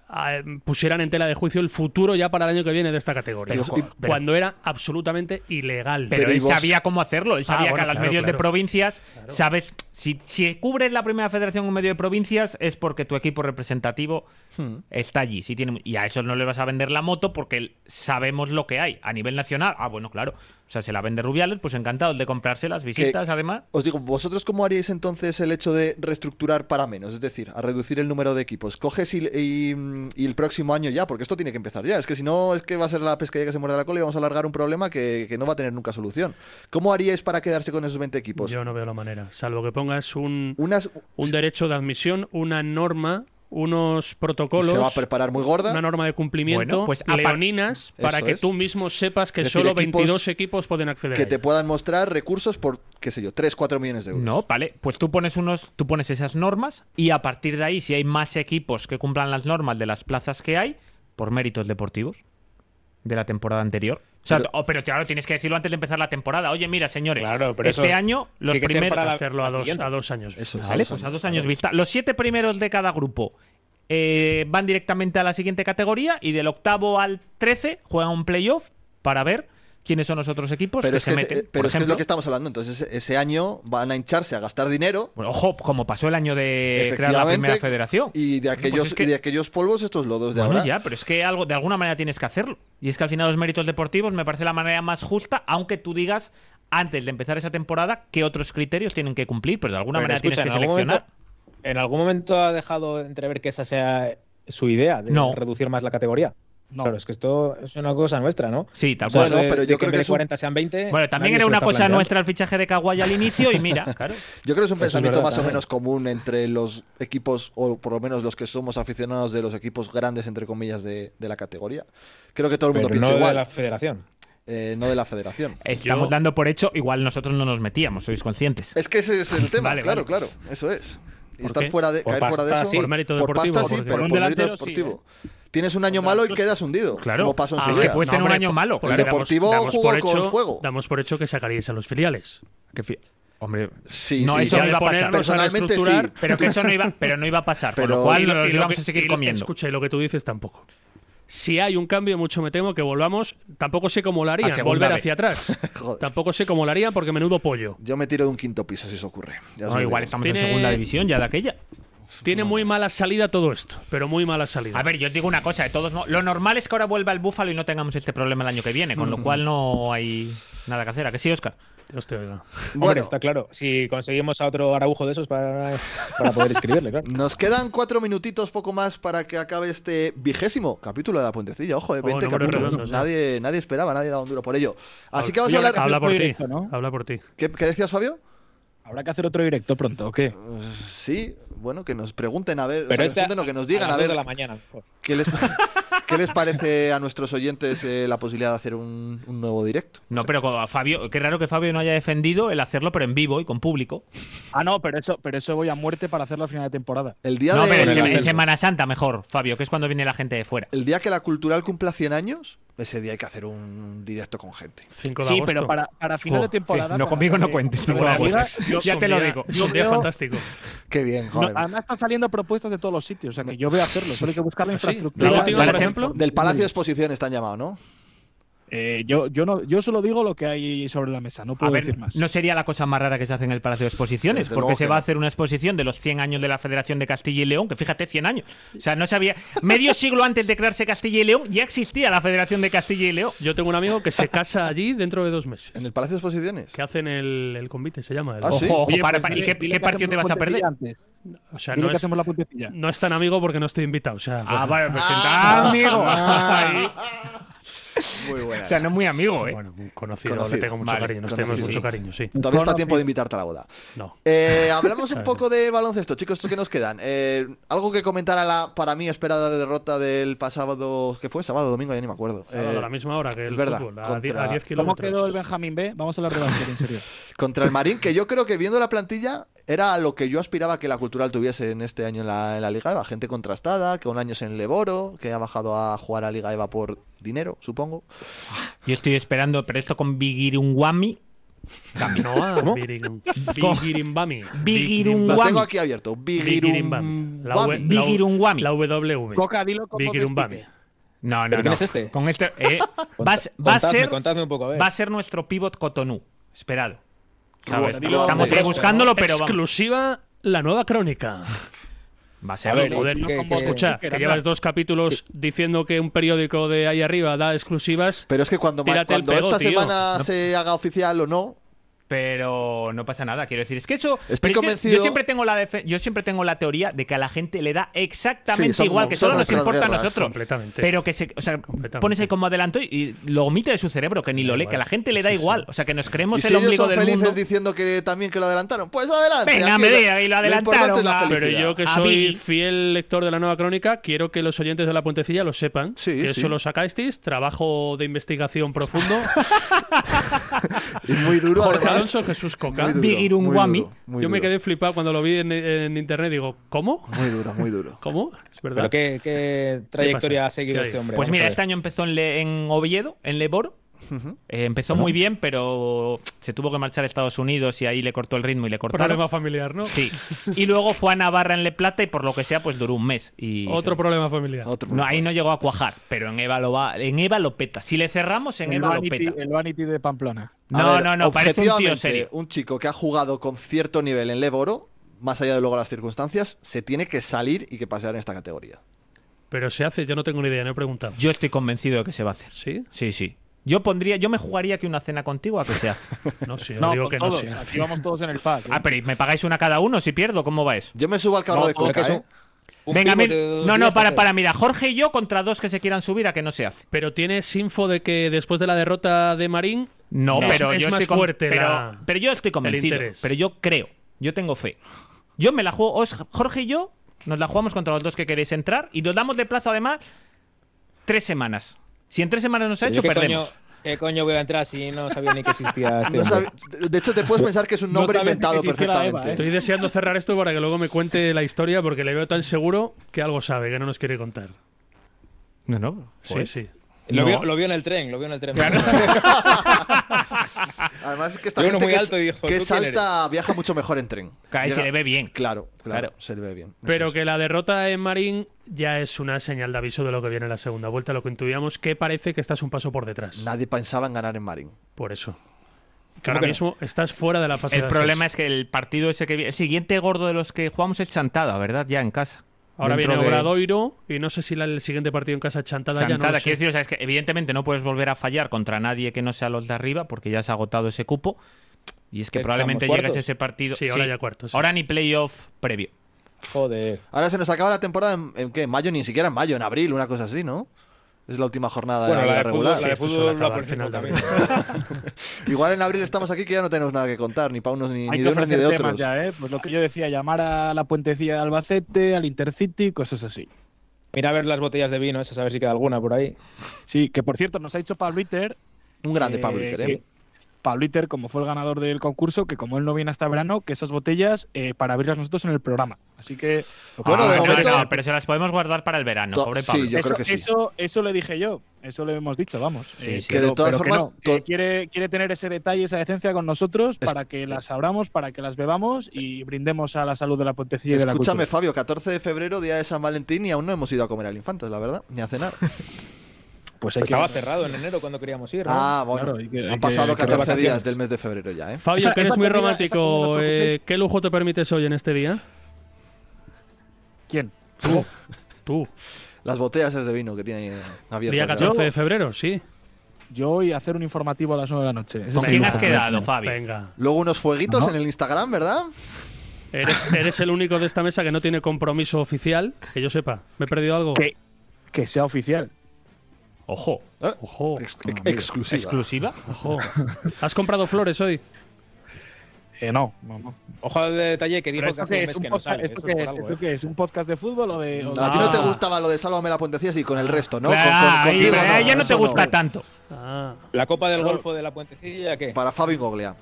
Speaker 3: ah, eh, pusieran en tela de juicio el futuro ya para el año que viene de esta categoría.
Speaker 2: Pero,
Speaker 3: Cu-
Speaker 2: pero-
Speaker 3: cuando era absolutamente ilegal.
Speaker 2: Pero,
Speaker 1: Pero, ¿y
Speaker 2: él
Speaker 1: vos?
Speaker 2: sabía cómo hacerlo, él
Speaker 3: Ah,
Speaker 2: sabía que
Speaker 3: bueno,
Speaker 2: a los
Speaker 3: claro,
Speaker 2: medios de
Speaker 3: claro.
Speaker 2: provincias, sabes, si, si cubres la primera federación un medio de provincias es porque tu equipo representativo está allí. Si tiene, y a esos no le vas a vender la moto porque el- sabemos lo que hay a nivel nacional. Ah, bueno, claro. O sea, se la vende Rubiales, pues encantado de comprarse las visitas, además.
Speaker 1: Os digo, ¿vosotros cómo haríais entonces el hecho de reestructurar para menos? Es decir, a reducir el número de equipos. Coges y, y- y el próximo año ya, porque esto tiene que empezar ya. Es que si no, es que va a ser la pescadilla que se muerde la cola y vamos a alargar un problema que, que no va a tener nunca solución. ¿Cómo haríais para quedarse con esos 20 equipos?
Speaker 3: Yo no veo la manera, salvo que pongas un,
Speaker 1: Unas,
Speaker 3: un derecho de admisión, una norma, unos protocolos.
Speaker 1: se va a preparar muy gorda.
Speaker 3: una norma de cumplimiento
Speaker 2: Bueno, pues, a par-
Speaker 3: leoninas para
Speaker 1: Eso
Speaker 3: que
Speaker 1: es.
Speaker 3: tú mismo sepas que
Speaker 1: Es decir,
Speaker 3: solo
Speaker 1: equipos
Speaker 3: 22 equipos pueden acceder
Speaker 1: que
Speaker 3: a
Speaker 1: te
Speaker 3: ella.
Speaker 1: puedan mostrar recursos por, qué sé yo, 3, 4 millones de euros.
Speaker 2: No, vale. Pues tú pones unos, tú pones esas normas y a partir de ahí, si hay más equipos que cumplan las normas de las plazas que hay, por méritos deportivos de la temporada anterior. O sea,
Speaker 1: Pero-
Speaker 2: pero, pero claro, tienes que decirlo antes de empezar la temporada. Oye, mira, señores,
Speaker 4: Claro, pero
Speaker 2: este
Speaker 4: eso
Speaker 2: año los
Speaker 4: tiene que ser
Speaker 2: primeros
Speaker 4: para la-
Speaker 3: hacerlo
Speaker 4: la
Speaker 3: a dos,
Speaker 4: siguiente.
Speaker 3: a dos años.
Speaker 1: Eso es,
Speaker 2: Vale,
Speaker 1: a dos
Speaker 2: pues a
Speaker 1: años.
Speaker 2: dos años vista. Los siete primeros de cada grupo eh, van directamente a la siguiente categoría y del octavo al trece juegan un playoff para ver quiénes son los otros equipos
Speaker 1: Pero,
Speaker 2: que
Speaker 1: es,
Speaker 2: se
Speaker 1: que,
Speaker 2: meten.
Speaker 1: eh,
Speaker 2: por
Speaker 1: pero es que es
Speaker 2: ejemplo.
Speaker 1: lo que estamos hablando. Entonces, ese, ese año van a hincharse a gastar dinero.
Speaker 2: Bueno, ojo, como pasó el año de eh, crear la
Speaker 1: efectivamente,
Speaker 2: primera federación.
Speaker 1: Y de
Speaker 2: Bueno, pues
Speaker 1: aquellos,
Speaker 2: es que-
Speaker 1: y de aquellos polvos, estos lodos de
Speaker 2: Bueno,
Speaker 1: ahora.
Speaker 2: ya, pero es que algo, de alguna manera tienes que hacerlo. Y es que al final los méritos deportivos me parece la manera más justa, aunque tú digas antes de empezar esa temporada que otros criterios tienen que cumplir, pero de alguna
Speaker 4: Bueno,
Speaker 2: manera
Speaker 4: escucha,
Speaker 2: tienes que
Speaker 4: en algún
Speaker 2: seleccionar.
Speaker 4: momento- en algún momento ha dejado entrever que esa sea su idea, de
Speaker 2: No.
Speaker 4: reducir más la categoría.
Speaker 5: No.
Speaker 4: Claro, es que esto es una cosa nuestra, ¿no?
Speaker 2: Sí, tal
Speaker 4: O sea,
Speaker 2: cual.
Speaker 1: Bueno,
Speaker 4: de-
Speaker 1: pero
Speaker 4: de
Speaker 1: yo creo
Speaker 4: en
Speaker 1: que
Speaker 4: vez de
Speaker 1: es un-
Speaker 4: 40 sean 20.
Speaker 2: Bueno, también era
Speaker 4: eh, nadie se lo
Speaker 2: una
Speaker 4: está
Speaker 2: cosa
Speaker 4: planteando.
Speaker 2: nuestra el fichaje de Kawhi al inicio y mira, claro.
Speaker 1: Yo creo que es un
Speaker 4: Eso es
Speaker 1: pensamiento
Speaker 4: verdad
Speaker 1: más o
Speaker 4: también.
Speaker 1: menos común entre los equipos, o por lo menos los que somos aficionados de los equipos grandes, entre comillas, de, de la categoría. Creo que todo el mundo
Speaker 4: Pero
Speaker 1: piensa
Speaker 4: no de
Speaker 1: igual,
Speaker 4: la federación.
Speaker 1: eh, no de la federación.
Speaker 2: Estamos dando por hecho, igual nosotros no nos metíamos, sois conscientes.
Speaker 1: Es que ese es el tema,
Speaker 2: Vale,
Speaker 1: claro,
Speaker 2: vale.
Speaker 1: claro, eso es. Y
Speaker 3: ¿Por
Speaker 1: estar
Speaker 3: qué?
Speaker 1: fuera de,
Speaker 4: Por
Speaker 1: caer fuera de
Speaker 4: pasta,
Speaker 1: eso.
Speaker 4: sí. Por
Speaker 3: mérito
Speaker 1: Por
Speaker 3: deportivo,
Speaker 1: pasta, sí,
Speaker 3: porque-
Speaker 1: pero
Speaker 5: Por
Speaker 1: por,
Speaker 5: un
Speaker 1: mérito
Speaker 5: delantero, sí,
Speaker 1: deportivo. Tienes un año malo y quedas hundido,
Speaker 2: Claro.
Speaker 1: como pasó en
Speaker 2: Ah,
Speaker 1: su
Speaker 2: es que puedes tener un
Speaker 3: hombre,
Speaker 2: año malo.
Speaker 3: porque
Speaker 1: El
Speaker 3: damos-
Speaker 1: Deportivo
Speaker 3: damos
Speaker 1: jugó
Speaker 3: por
Speaker 1: con
Speaker 3: hecho-
Speaker 1: fuego.
Speaker 3: Damos por hecho que sacaríais a los filiales.
Speaker 2: Que fi- Hombre,
Speaker 1: Sí,
Speaker 2: no,
Speaker 1: sí,
Speaker 2: eso
Speaker 1: ya
Speaker 2: no
Speaker 1: de
Speaker 2: iba a pasar.
Speaker 3: ponernos
Speaker 1: Personalmente,
Speaker 3: reestructurar,
Speaker 1: sí.
Speaker 2: Pero que eso no iba, pero no iba a pasar, con
Speaker 1: Pero-
Speaker 2: lo cual
Speaker 3: y lo-
Speaker 2: nos
Speaker 3: y lo
Speaker 2: íbamos
Speaker 3: que-
Speaker 2: a seguir
Speaker 3: y lo-
Speaker 2: comiendo.
Speaker 3: Escucha, y lo que tú dices tampoco. Si hay un cambio, mucho me temo que volvamos. Tampoco sé cómo lo harían,
Speaker 2: segunda
Speaker 3: volver
Speaker 2: B.
Speaker 3: hacia atrás.
Speaker 1: Joder.
Speaker 3: tampoco sé cómo lo harían porque menudo pollo.
Speaker 1: Yo me tiro de un quinto piso si eso ocurre. Ya os
Speaker 2: Bueno,
Speaker 1: lo
Speaker 2: igual
Speaker 1: digo.
Speaker 2: estamos en
Speaker 3: Tiene-
Speaker 2: segunda división ya de aquella.
Speaker 3: Tiene muy mala salida todo esto, pero muy mala salida.
Speaker 2: A ver, yo os digo una cosa, de todos modos, lo normal es que ahora vuelva el Búfalo y no tengamos este problema el año que viene,
Speaker 1: Mm.
Speaker 2: con lo cual no hay nada que hacer. ¿A que sí, Oscar?
Speaker 3: Dios te oiga.
Speaker 4: Bueno, está claro. Si conseguimos a otro araujo de esos para, para poder escribirle, claro.
Speaker 1: Nos quedan cuatro minutitos poco más para que acabe este vigésimo capítulo de la puentecilla. Ojo, eh, 20
Speaker 3: números
Speaker 1: capítulos.
Speaker 3: redondos, ya.
Speaker 1: nadie, nadie esperaba, nadie daba un duro por ello. Así que vamos a
Speaker 3: Habla-
Speaker 1: hablar.
Speaker 3: Habla por ti. Habla por ti.
Speaker 1: ¿Qué, qué decías, Fabio?
Speaker 5: Habrá que hacer otro directo pronto, ¿o qué?
Speaker 1: Sí, bueno, que nos pregunten a ver, o
Speaker 4: Pero
Speaker 1: sea,
Speaker 4: este
Speaker 1: pregunten o que nos digan
Speaker 4: las
Speaker 1: a
Speaker 4: dos
Speaker 1: ver
Speaker 4: de la mañana. mejor.
Speaker 1: qué les, qué les parece a nuestros oyentes eh, la posibilidad de hacer un, un nuevo directo.
Speaker 2: No, pero con Fabio, qué raro que Fabio no haya defendido el hacerlo, pero en vivo y con público.
Speaker 5: Ah, no, pero eso, pero eso voy a muerte para hacerlo a final de temporada.
Speaker 1: El día
Speaker 2: no,
Speaker 1: de-
Speaker 2: pero en,
Speaker 1: del
Speaker 2: Sema- en
Speaker 1: ascenso.
Speaker 2: Semana Santa mejor, Fabio, que es cuando viene la gente de fuera.
Speaker 1: El día que la cultural cumpla 100 años, ese día hay que hacer un directo con gente.
Speaker 3: 5 de
Speaker 5: Sí,
Speaker 3: agosto.
Speaker 5: pero para, para final
Speaker 2: Oh,
Speaker 5: de temporada.
Speaker 2: sí, no,
Speaker 5: para-
Speaker 2: conmigo no
Speaker 5: eh,
Speaker 2: cuentes,
Speaker 5: para
Speaker 2: no
Speaker 5: la
Speaker 2: me
Speaker 5: liga,
Speaker 2: gustes.
Speaker 5: yo-
Speaker 3: Ya
Speaker 5: yo
Speaker 3: te lo
Speaker 5: veo-
Speaker 3: digo. Es
Speaker 5: yo
Speaker 3: un día
Speaker 5: veo-
Speaker 3: fantástico.
Speaker 1: Qué bien,
Speaker 5: no,
Speaker 1: joder.
Speaker 5: además están saliendo propuestas de todos los sitios, o sea que yo voy a hacerlo, solo hay que buscar la
Speaker 2: Pues
Speaker 3: Sí,
Speaker 5: infraestructura.
Speaker 3: la
Speaker 2: Yo-
Speaker 3: última,
Speaker 2: por
Speaker 3: por
Speaker 2: ejemplo,
Speaker 3: ejemplo,
Speaker 1: Del Palacio de Exposición están llamados, ¿no?
Speaker 5: Eh, yo, yo, no, yo solo digo lo que hay sobre la mesa, no
Speaker 2: A
Speaker 5: puedo
Speaker 2: ver,
Speaker 5: decir más.
Speaker 2: no sería la cosa más rara que se hace en el Palacio de Exposiciones,
Speaker 1: Desde
Speaker 2: porque
Speaker 1: luego
Speaker 2: se
Speaker 1: que
Speaker 2: va a
Speaker 1: no.
Speaker 2: hacer una exposición de los 100 años de la Federación de Castilla y León, que fíjate, 100 años. O sea, no sabía. Medio siglo antes de crearse Castilla y León ya existía la Federación de Castilla y León.
Speaker 3: yo tengo un amigo que se casa allí dentro de dos meses.
Speaker 1: En el Palacio de Exposiciones.
Speaker 3: que hacen el, el convite, se llama. el-
Speaker 1: Ah,
Speaker 2: Ojo,
Speaker 1: sí.
Speaker 2: ojo,
Speaker 5: Oye,
Speaker 2: para,
Speaker 5: pues
Speaker 2: para- ¿y
Speaker 5: dile-
Speaker 2: qué,
Speaker 5: dile que
Speaker 2: qué partido te
Speaker 5: hacemos
Speaker 2: vas a
Speaker 5: la
Speaker 2: perder?
Speaker 5: puentecilla antes.
Speaker 3: O sea,
Speaker 5: Dile
Speaker 3: no
Speaker 5: que
Speaker 3: es,
Speaker 5: hacemos la puentecilla.
Speaker 3: no es tan amigo porque no estoy invitado. O sea,
Speaker 2: Ah,
Speaker 3: bueno.
Speaker 2: vale, pues ah, amigo.
Speaker 4: Ah.
Speaker 2: Ahí.
Speaker 1: Muy buena.
Speaker 2: O sea, no es muy amigo, ¿eh?
Speaker 3: bueno, un conocido,
Speaker 1: Conocido.
Speaker 3: le tengo mucho
Speaker 2: Vale,
Speaker 3: cariño, nos tenemos
Speaker 2: conocido.
Speaker 3: mucho cariño, sí.
Speaker 1: Todavía está a tiempo de invitarte a la boda.
Speaker 3: No.
Speaker 1: Eh, hablamos un poco de baloncesto, chicos, ¿qué nos quedan? Eh, algo que comentar a la, para mí, esperada derrota del pasado, ¿qué fue? ¿Sábado domingo? Ya ni me acuerdo.
Speaker 3: Sábado
Speaker 1: Eh,
Speaker 3: a la misma hora que el
Speaker 1: es verdad,
Speaker 3: fútbol, a,
Speaker 1: contra-
Speaker 3: die- a 10
Speaker 5: ¿Cómo
Speaker 3: kilómetros.
Speaker 5: quedó el Benjamín B? Vamos a hablar de básquet, en serio.
Speaker 1: Contra el Marín, que yo creo que viendo la plantilla era a lo que yo aspiraba que la Cultural tuviese en este año en la, en la Liga Eva. Gente contrastada, que un año es en Leboro, que ha bajado a jugar a Liga Eva por dinero, supongo.
Speaker 2: Yo estoy esperando, pero esto con Bigirungwami.
Speaker 3: Canoa, Birin- Bigirimbami.
Speaker 1: Lo
Speaker 2: Bigirungwami.
Speaker 1: tengo aquí abierto. Bigirumbami.
Speaker 3: Bigirimbami. La V- la U-
Speaker 2: Bigirungwami.
Speaker 3: La
Speaker 2: Pues,
Speaker 3: WV.
Speaker 5: Coca, dilo como que
Speaker 3: Bigirimbami.
Speaker 5: explique.
Speaker 2: No, no,
Speaker 4: ¿Pero quién
Speaker 2: no.
Speaker 4: es este?
Speaker 2: Con este eh, va, a s- va a
Speaker 4: Contadme,
Speaker 2: ser,
Speaker 4: contadme un poco, a ver.
Speaker 2: va a ser nuestro pivot Cotonou. Esperado. ¿Sabes?
Speaker 1: dilo
Speaker 2: Estamos
Speaker 1: dónde
Speaker 2: ahí
Speaker 1: es,
Speaker 2: buscándolo, pero vamos.
Speaker 3: Exclusiva la nueva crónica.
Speaker 2: Va a ser
Speaker 4: A ver,
Speaker 2: algo.
Speaker 4: joder,
Speaker 5: Dilo
Speaker 4: que-
Speaker 5: como
Speaker 4: que-
Speaker 3: Escucha, que
Speaker 5: Joker,
Speaker 3: llevas
Speaker 5: anda.
Speaker 3: dos capítulos diciendo que un periódico de ahí arriba da exclusivas.
Speaker 1: Pero es que cuando, ma-
Speaker 3: Tírate el
Speaker 1: cuando
Speaker 3: pego,
Speaker 1: esta
Speaker 3: tío.
Speaker 1: semana se haga oficial o no,
Speaker 2: Pero no pasa nada, quiero decir. Es que eso.
Speaker 1: Estoy
Speaker 2: pero es que
Speaker 1: convencido-
Speaker 2: yo, siempre tengo la defe- yo siempre tengo la teoría de que a la gente le da exactamente
Speaker 1: Sí, son-
Speaker 2: igual, que
Speaker 1: son
Speaker 2: solo nos
Speaker 1: nuestras
Speaker 2: importa
Speaker 1: guerras,
Speaker 2: a nosotros.
Speaker 3: completamente.
Speaker 2: Pero que se. O sea,
Speaker 3: Completamente.
Speaker 2: pones ahí como adelanto y, y lo omite de su cerebro, que ni lo lee, que a la gente le da
Speaker 3: Sí, sí.
Speaker 2: igual. O sea, que nos creemos
Speaker 1: y si
Speaker 2: Pues el
Speaker 1: ellos
Speaker 2: ombligo
Speaker 1: son
Speaker 2: del
Speaker 1: felices
Speaker 2: mundo.
Speaker 1: diciendo que también que lo adelantaron, pues adelante.
Speaker 2: Venga,
Speaker 1: aquí
Speaker 2: me diga, y lo
Speaker 1: importante
Speaker 2: adelantaron,
Speaker 1: es la
Speaker 2: va.
Speaker 1: felicidad.
Speaker 3: Pero yo que
Speaker 2: A
Speaker 3: soy
Speaker 2: mí.
Speaker 3: fiel lector de la nueva crónica, quiero que los oyentes de la puentecilla lo sepan.
Speaker 1: Sí,
Speaker 3: que
Speaker 1: sí.
Speaker 3: eso lo sacasteis, trabajo de investigación profundo.
Speaker 1: Y muy duro,
Speaker 3: Jorge
Speaker 1: además.
Speaker 3: Alonso, Jesús Coca.
Speaker 1: Muy duro, muy
Speaker 2: Bigirungwami.
Speaker 1: duro, muy
Speaker 3: Yo me
Speaker 1: duro,
Speaker 3: quedé flipado cuando lo vi en, en internet. Digo, ¿cómo?
Speaker 1: Muy duro, muy duro.
Speaker 3: ¿Cómo? Es verdad.
Speaker 4: ¿Pero qué, qué trayectoria
Speaker 3: pasa?
Speaker 4: ha seguido
Speaker 3: ¿Qué
Speaker 4: este
Speaker 3: hay?
Speaker 4: hombre?
Speaker 2: Pues
Speaker 4: Vamos
Speaker 2: mira,
Speaker 4: a ver.
Speaker 2: este año empezó en, Le- en Oviedo, en Leboro. Eh, empezó muy bien, pero se tuvo que marchar a Estados Unidos y ahí le cortó el ritmo y le cortaron.
Speaker 3: Problema familiar, ¿no?
Speaker 2: Sí. Y luego fue a Navarra en Le Plata y por lo que sea, pues duró un mes. Y
Speaker 3: Otro problema familiar.
Speaker 1: Otro
Speaker 2: No, ahí no llegó a cuajar, pero en Eva lo va, en Eva lo peta. Si le cerramos, en
Speaker 5: El
Speaker 2: Eva lo
Speaker 5: vanity,
Speaker 2: peta.
Speaker 5: el Vanity de Pamplona.
Speaker 2: No,
Speaker 1: A ver,
Speaker 2: no, no, parece un tío
Speaker 1: objetivamente,
Speaker 2: serio.
Speaker 1: Un chico que ha jugado con cierto nivel en Leboro, más allá de luego las circunstancias, se tiene que salir y que pasear en esta categoría.
Speaker 3: Pero se hace, yo no tengo ni idea, no he preguntado.
Speaker 2: Yo estoy convencido de que se va a hacer.
Speaker 3: ¿Sí?
Speaker 2: Sí, sí. Yo pondría, yo me jugaría que una cena contigo a que se hace.
Speaker 3: No, sí, yo
Speaker 5: No,
Speaker 3: digo
Speaker 5: con
Speaker 3: que no
Speaker 5: todos.
Speaker 3: se hace.
Speaker 5: Aquí vamos todos en el pack. ¿eh?
Speaker 2: Ah, pero ¿y ¿me pagáis una cada uno si pierdo? ¿Cómo va eso?
Speaker 1: Yo me subo al carro
Speaker 4: No,
Speaker 1: de
Speaker 4: creo que
Speaker 1: coca,
Speaker 4: es un-
Speaker 1: ¿eh?
Speaker 4: un
Speaker 2: Venga,
Speaker 4: pivote
Speaker 2: mil-
Speaker 4: de dos
Speaker 2: no,
Speaker 4: días,
Speaker 2: no, para,
Speaker 4: ¿o qué?
Speaker 2: para, mira, Jorge y yo contra dos que se quieran subir a que no se hace.
Speaker 3: Pero tienes info de que después de la derrota de Marín.
Speaker 2: No,
Speaker 3: es-
Speaker 2: pero
Speaker 3: es
Speaker 2: yo
Speaker 3: más
Speaker 2: estoy con-
Speaker 3: fuerte.
Speaker 2: pero,
Speaker 3: la-
Speaker 2: pero yo estoy convencido.
Speaker 3: interés.
Speaker 2: Pero yo creo, yo tengo fe. Yo me la juego, os- Jorge y yo nos la jugamos contra los dos que queréis entrar y nos damos de plazo además tres semanas. Si en tres semanas nos ha
Speaker 4: Pero yo
Speaker 2: hecho,
Speaker 4: ¿Qué
Speaker 2: perdemos.
Speaker 4: coño, ¿Qué coño voy a entrar si no sabía ni que existía este
Speaker 1: No
Speaker 4: hombre?
Speaker 1: sabe- de hecho, te puedes pensar que es un
Speaker 5: No
Speaker 1: nombre
Speaker 5: saben que
Speaker 1: inventado
Speaker 2: ¿eh?
Speaker 5: existiera Eva,
Speaker 1: perfectamente.
Speaker 3: Estoy deseando cerrar esto para que luego me cuente la historia porque le veo tan seguro que algo sabe, que no nos quiere contar.
Speaker 2: No, no. pues,
Speaker 3: Sí,
Speaker 2: joder.
Speaker 3: sí.
Speaker 4: Lo,
Speaker 2: No.
Speaker 4: vio, lo vio en el tren, lo vio en el tren.
Speaker 1: Además, es que esta
Speaker 4: Yo uno
Speaker 1: gente
Speaker 4: muy
Speaker 1: que,
Speaker 4: alto y dijo,
Speaker 1: que
Speaker 4: ¿tú quién
Speaker 1: salta viaja mucho mejor en tren.
Speaker 2: Claro, y
Speaker 1: Llega-
Speaker 2: se le ve bien.
Speaker 1: Claro, claro,
Speaker 2: Claro.
Speaker 1: se le ve bien. Eso
Speaker 3: Pero
Speaker 1: es.
Speaker 3: que la derrota en Marín ya es una señal de aviso de lo que viene en la segunda vuelta, lo que intuíamos que parece que estás un paso por detrás.
Speaker 1: Nadie pensaba en ganar en Marín.
Speaker 3: Por eso. Que ahora
Speaker 2: que no?
Speaker 3: mismo estás fuera de la fase
Speaker 2: Pues El
Speaker 3: de
Speaker 2: problema es que el partido ese que vi- el siguiente gordo de los que jugamos es Chantada, ¿verdad? Ya en casa.
Speaker 3: Ahora
Speaker 2: Dentro
Speaker 3: viene
Speaker 2: de-
Speaker 3: Obradoiro y no sé si la- el siguiente partido en casa chantada, ya no
Speaker 2: Chantada,
Speaker 3: lo sé.
Speaker 2: quiero decir, o sea, es que evidentemente no puedes volver a fallar contra nadie que no sea los de arriba porque ya se ha agotado ese cupo. Y es que
Speaker 3: Estamos
Speaker 2: probablemente
Speaker 3: cuartos.
Speaker 2: llegues a ese partido.
Speaker 3: Sí, ahora ya cuartos, sí.
Speaker 2: Ahora ni playoff previo.
Speaker 11: Joder.
Speaker 1: Ahora se nos acaba la temporada en, en qué? En mayo, ni siquiera en mayo, en abril, una cosa así, ¿no? Es la última jornada
Speaker 11: Bueno,
Speaker 1: de la,
Speaker 11: la de
Speaker 1: liga regular.
Speaker 11: fútbol- la de Sí, esto fútbol suele va acabar por al final final de
Speaker 1: Igual en abril estamos aquí que ya no tenemos nada que contar, ni para unos ni, ni
Speaker 4: Hay
Speaker 1: de
Speaker 4: que
Speaker 1: unos ni
Speaker 4: ofrecer
Speaker 1: de
Speaker 4: temas
Speaker 1: otros.
Speaker 4: ya, ¿eh? Pues lo que yo decía, llamar a la puentecilla de Albacete, al Intercity, cosas así.
Speaker 11: Mira a ver las botellas de vino, esas, a ver si queda alguna por ahí.
Speaker 4: Sí, que por cierto, nos ha dicho Pabliter.
Speaker 1: Un grande Pabliter, ¿eh?
Speaker 4: Pabliter, como fue el ganador del concurso, que como él no viene hasta verano, que esas botellas eh, para abrirlas nosotros en el programa. Así que.
Speaker 2: Ah,
Speaker 4: Ah,
Speaker 2: no,
Speaker 4: no,
Speaker 2: no,
Speaker 4: no,
Speaker 2: pero se las podemos guardar para el verano,
Speaker 4: To-
Speaker 2: pobre Pablo.
Speaker 4: eso, Eso, eso le dije yo, eso lo hemos dicho, vamos.
Speaker 2: Sí, sí.
Speaker 4: Que
Speaker 2: Que de
Speaker 4: no,
Speaker 2: todas
Speaker 4: pero que
Speaker 2: formas,
Speaker 4: no, que Eh, quiere, quiere tener ese detalle, esa decencia con nosotros para que las abramos, para que las bebamos y brindemos a la salud de la puentecilla y de la
Speaker 1: Escúchame,
Speaker 4: cultura.
Speaker 1: Fabio, 14 de febrero, día de San Valentín, y aún no hemos ido a comer al Infantes, la verdad, ni a cenar.
Speaker 4: Pues
Speaker 1: hay que-
Speaker 11: Estaba cerrado en enero cuando queríamos ir. ¿no?
Speaker 1: Ah, bueno, han pasado 14 días del mes de febrero ya, ¿eh?
Speaker 3: Fabio,
Speaker 11: Esa-
Speaker 3: que eres
Speaker 11: esa
Speaker 3: muy
Speaker 11: comida- esa
Speaker 3: romántico,
Speaker 11: comida
Speaker 3: eh,
Speaker 11: portuguesa.
Speaker 3: ¿qué lujo te permites hoy en este día?
Speaker 4: ¿Quién?
Speaker 3: Tú. Tú.
Speaker 1: Las botellas esas de vino que tiene abiertas.
Speaker 3: Día
Speaker 1: ya.
Speaker 3: 14 de febrero, sí.
Speaker 4: Yo voy a hacer un informativo a las 9 de la noche. Ese
Speaker 1: ¿Con
Speaker 4: es el
Speaker 1: quién
Speaker 4: lujo.
Speaker 1: has quedado, Fabio?
Speaker 3: Venga.
Speaker 1: Luego unos fueguitos
Speaker 3: Ajá.
Speaker 1: en el Instagram, ¿verdad?
Speaker 3: Eres, eres el único de esta mesa que no tiene compromiso oficial, que yo sepa. ¿Me he perdido algo?
Speaker 4: Que sea oficial.
Speaker 2: Ojo.
Speaker 3: Ojo.
Speaker 1: exclusiva.
Speaker 2: ¿Exclusiva?
Speaker 3: Ojo. ¿Has comprado flores hoy?
Speaker 4: Eh, no,
Speaker 11: Ojo al detalle que dijo
Speaker 4: Pero
Speaker 11: que
Speaker 4: esto
Speaker 11: hace
Speaker 4: qué
Speaker 11: un
Speaker 4: es,
Speaker 11: mes
Speaker 4: un
Speaker 11: que no
Speaker 4: podcast-
Speaker 11: sale.
Speaker 4: ¿Esto
Speaker 11: eso
Speaker 4: qué
Speaker 11: por
Speaker 4: es?
Speaker 11: algo,
Speaker 4: ¿Esto
Speaker 11: ¿eh?
Speaker 4: qué es? ¿Un podcast de fútbol o de.? o de-
Speaker 1: A ti no te gustaba lo de Sálvame la Puentecilla, sí, con el resto, ¿no?
Speaker 4: Claro,
Speaker 1: con,
Speaker 4: ahí,
Speaker 1: contigo
Speaker 4: pero a ella no
Speaker 1: eso
Speaker 4: te gusta
Speaker 2: tanto.
Speaker 11: Ah, La Copa del Golfo de la Puentecilla, ¿qué?
Speaker 1: Para Fabio Goglia.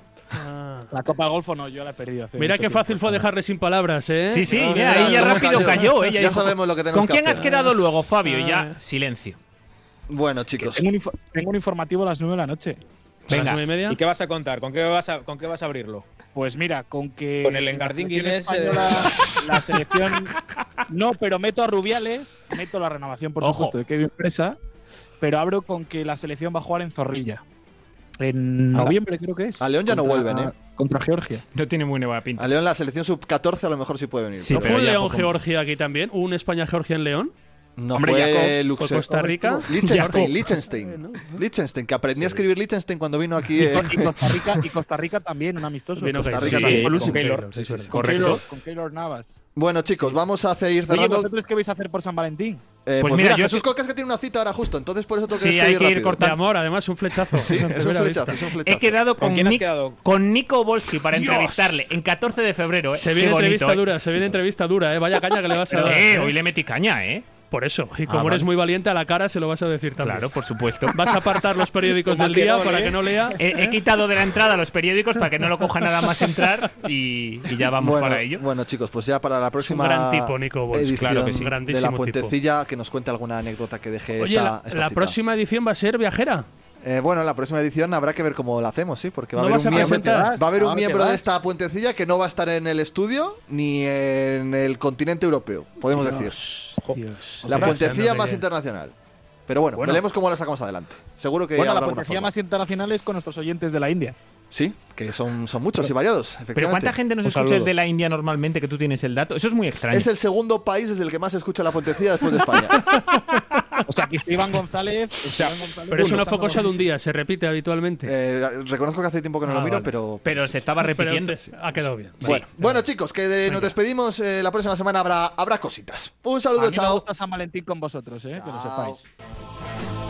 Speaker 4: La Copa de Golfo no, yo la he perdido. hace
Speaker 3: Mira
Speaker 4: mucho
Speaker 3: qué
Speaker 4: tiempo.
Speaker 3: fácil fue dejarle sin palabras, ¿eh?
Speaker 2: Sí, sí,
Speaker 3: Ah,
Speaker 2: ya, ahí ya
Speaker 3: mira,
Speaker 2: rápido cayó. ella
Speaker 3: Ya
Speaker 2: dijo,
Speaker 3: sabemos lo que tenemos
Speaker 2: ¿Con
Speaker 3: que
Speaker 2: quién has
Speaker 3: hacer?"
Speaker 2: quedado luego, Fabio?
Speaker 3: Ah.
Speaker 2: Ya, silencio.
Speaker 1: Bueno, chicos.
Speaker 4: Tengo un, info- tengo un informativo a las 9 de la noche.
Speaker 11: Venga,
Speaker 4: nueve
Speaker 11: ¿y qué vas a contar? ¿Con qué vas a, con qué vas a abrirlo?
Speaker 4: Pues mira, con que.
Speaker 11: Con el Engardín
Speaker 4: la selección
Speaker 11: Guinness, eh.
Speaker 4: española- La selección. No, pero meto a Rubiales, meto la renovación, por
Speaker 11: Ojo.
Speaker 4: supuesto, de Kevin Presa, pero abro con que la selección va a jugar en Zorrilla. En noviembre, creo que es.
Speaker 1: A León ya no
Speaker 4: Contra-
Speaker 1: vuelven, ¿eh?
Speaker 4: Contra Georgia.
Speaker 2: No tiene muy nueva pinta.
Speaker 1: A León la selección sub-14 a lo mejor sí puede venir.
Speaker 3: ¿No fue un
Speaker 1: León
Speaker 3: León-Georgia aquí también? ¿Un España-Georgia en León?
Speaker 1: No
Speaker 3: Hombre,
Speaker 1: fue
Speaker 3: Jacob.
Speaker 1: Luxemburgo.
Speaker 3: ¿Fue Costa Rica? Jacob.
Speaker 1: Liechtenstein, Liechtenstein. Liechtenstein, que aprendí a escribir Liechtenstein cuando vino aquí.
Speaker 4: Y,
Speaker 1: eh,
Speaker 4: Co- y Costa Rica, y Costa Rica también, un amistoso.
Speaker 1: Vino Costa Rica Sí, también. con
Speaker 4: Con
Speaker 1: Keylor,
Speaker 4: Keylor,
Speaker 1: sí, sí, sí.
Speaker 4: Con
Speaker 1: Correcto.
Speaker 4: Keylor- Con Keylor Navas.
Speaker 1: Bueno, chicos, vamos a hacer ir
Speaker 4: Oye,
Speaker 1: cerrando.
Speaker 4: ¿vosotros qué vais a hacer por San Valentín?
Speaker 1: Eh, pues, mira, Jesús Coca es que tiene una cita ahora justo, entonces por eso tengo que despedir rápido.
Speaker 3: De amor, además, un flechazo.
Speaker 1: Sí,
Speaker 3: A
Speaker 1: es un
Speaker 3: primera
Speaker 1: flechazo,
Speaker 3: vista.
Speaker 1: es un flechazo.
Speaker 2: He quedado con,
Speaker 3: quién has
Speaker 2: Nic- con Nico Bolsi para
Speaker 3: ¡Dios!
Speaker 2: entrevistarle en 14 de febrero. ¿eh?
Speaker 3: Se viene
Speaker 2: Qué bonito,
Speaker 3: entrevista
Speaker 2: ¿eh?
Speaker 3: dura, se viene entrevista dura, ¿eh? Vaya caña que le vas a dar.
Speaker 2: Eh, hoy le metí caña, ¿eh?
Speaker 3: Por eso. Y
Speaker 2: Ah,
Speaker 3: como eres
Speaker 2: vale.
Speaker 3: muy valiente a la cara, se lo vas a decir también.
Speaker 2: Claro, por supuesto.
Speaker 3: Vas a apartar los periódicos del día para que no lea.
Speaker 2: He, he quitado de la entrada los periódicos para que no lo coja nada más entrar y, y ya vamos
Speaker 1: bueno,
Speaker 2: para ello.
Speaker 1: Bueno, chicos, pues ya para la próxima.
Speaker 2: gran tipo, Nico Bols,
Speaker 1: edición
Speaker 2: claro que sí.
Speaker 1: De la
Speaker 2: Grandísimo
Speaker 1: puentecilla, que nos cuente alguna anécdota que deje
Speaker 3: Oye,
Speaker 1: esta,
Speaker 3: la,
Speaker 1: esta
Speaker 3: la
Speaker 1: cita.
Speaker 3: próxima edición va a ser viajera.
Speaker 1: Eh, bueno, la próxima edición habrá que ver cómo la hacemos, sí, porque va
Speaker 3: ¿No
Speaker 1: a haber
Speaker 3: vas
Speaker 1: un
Speaker 3: a
Speaker 1: miembro,
Speaker 3: presentar?
Speaker 1: va a haber un
Speaker 3: Ah,
Speaker 1: miembro
Speaker 3: ¿te
Speaker 1: de
Speaker 3: vas?
Speaker 1: esta puentecilla que no va a estar en el estudio ni en el continente europeo, podemos decir. La
Speaker 4: Ostras,
Speaker 1: puentecilla
Speaker 4: no
Speaker 1: más
Speaker 4: sé qué.
Speaker 1: internacional. Pero bueno,
Speaker 4: Bueno.
Speaker 1: veremos cómo la sacamos adelante. Seguro que
Speaker 4: Bueno,
Speaker 1: habrá
Speaker 4: la
Speaker 1: alguna
Speaker 4: potencia
Speaker 1: forma.
Speaker 4: más internacional es con nuestros oyentes de la India.
Speaker 1: Sí, que son, son muchos y variados, efectivamente.
Speaker 2: Pero ¿cuánta gente nos escucha desde la India normalmente que tú tienes el dato? Eso es muy extraño.
Speaker 1: Es el segundo país desde el que más se escucha la puentecilla después de España.
Speaker 4: O sea, que Iván González. O sea,
Speaker 3: Pero eso no fue cosa de un día, se repite habitualmente.
Speaker 1: Eh, reconozco que hace tiempo que no lo miro, pero.
Speaker 2: Pero se estaba
Speaker 3: Pero
Speaker 2: repitiendo.
Speaker 3: te- ha quedado bien.
Speaker 1: Bueno, bueno, chicos, que de- nos despedimos. eh, la próxima semana habrá, habrá cositas. Un saludo,
Speaker 4: A mí me
Speaker 1: chao.
Speaker 4: gusta San Valentín con vosotros, ¿eh? Que lo
Speaker 1: Chao.
Speaker 4: sepáis.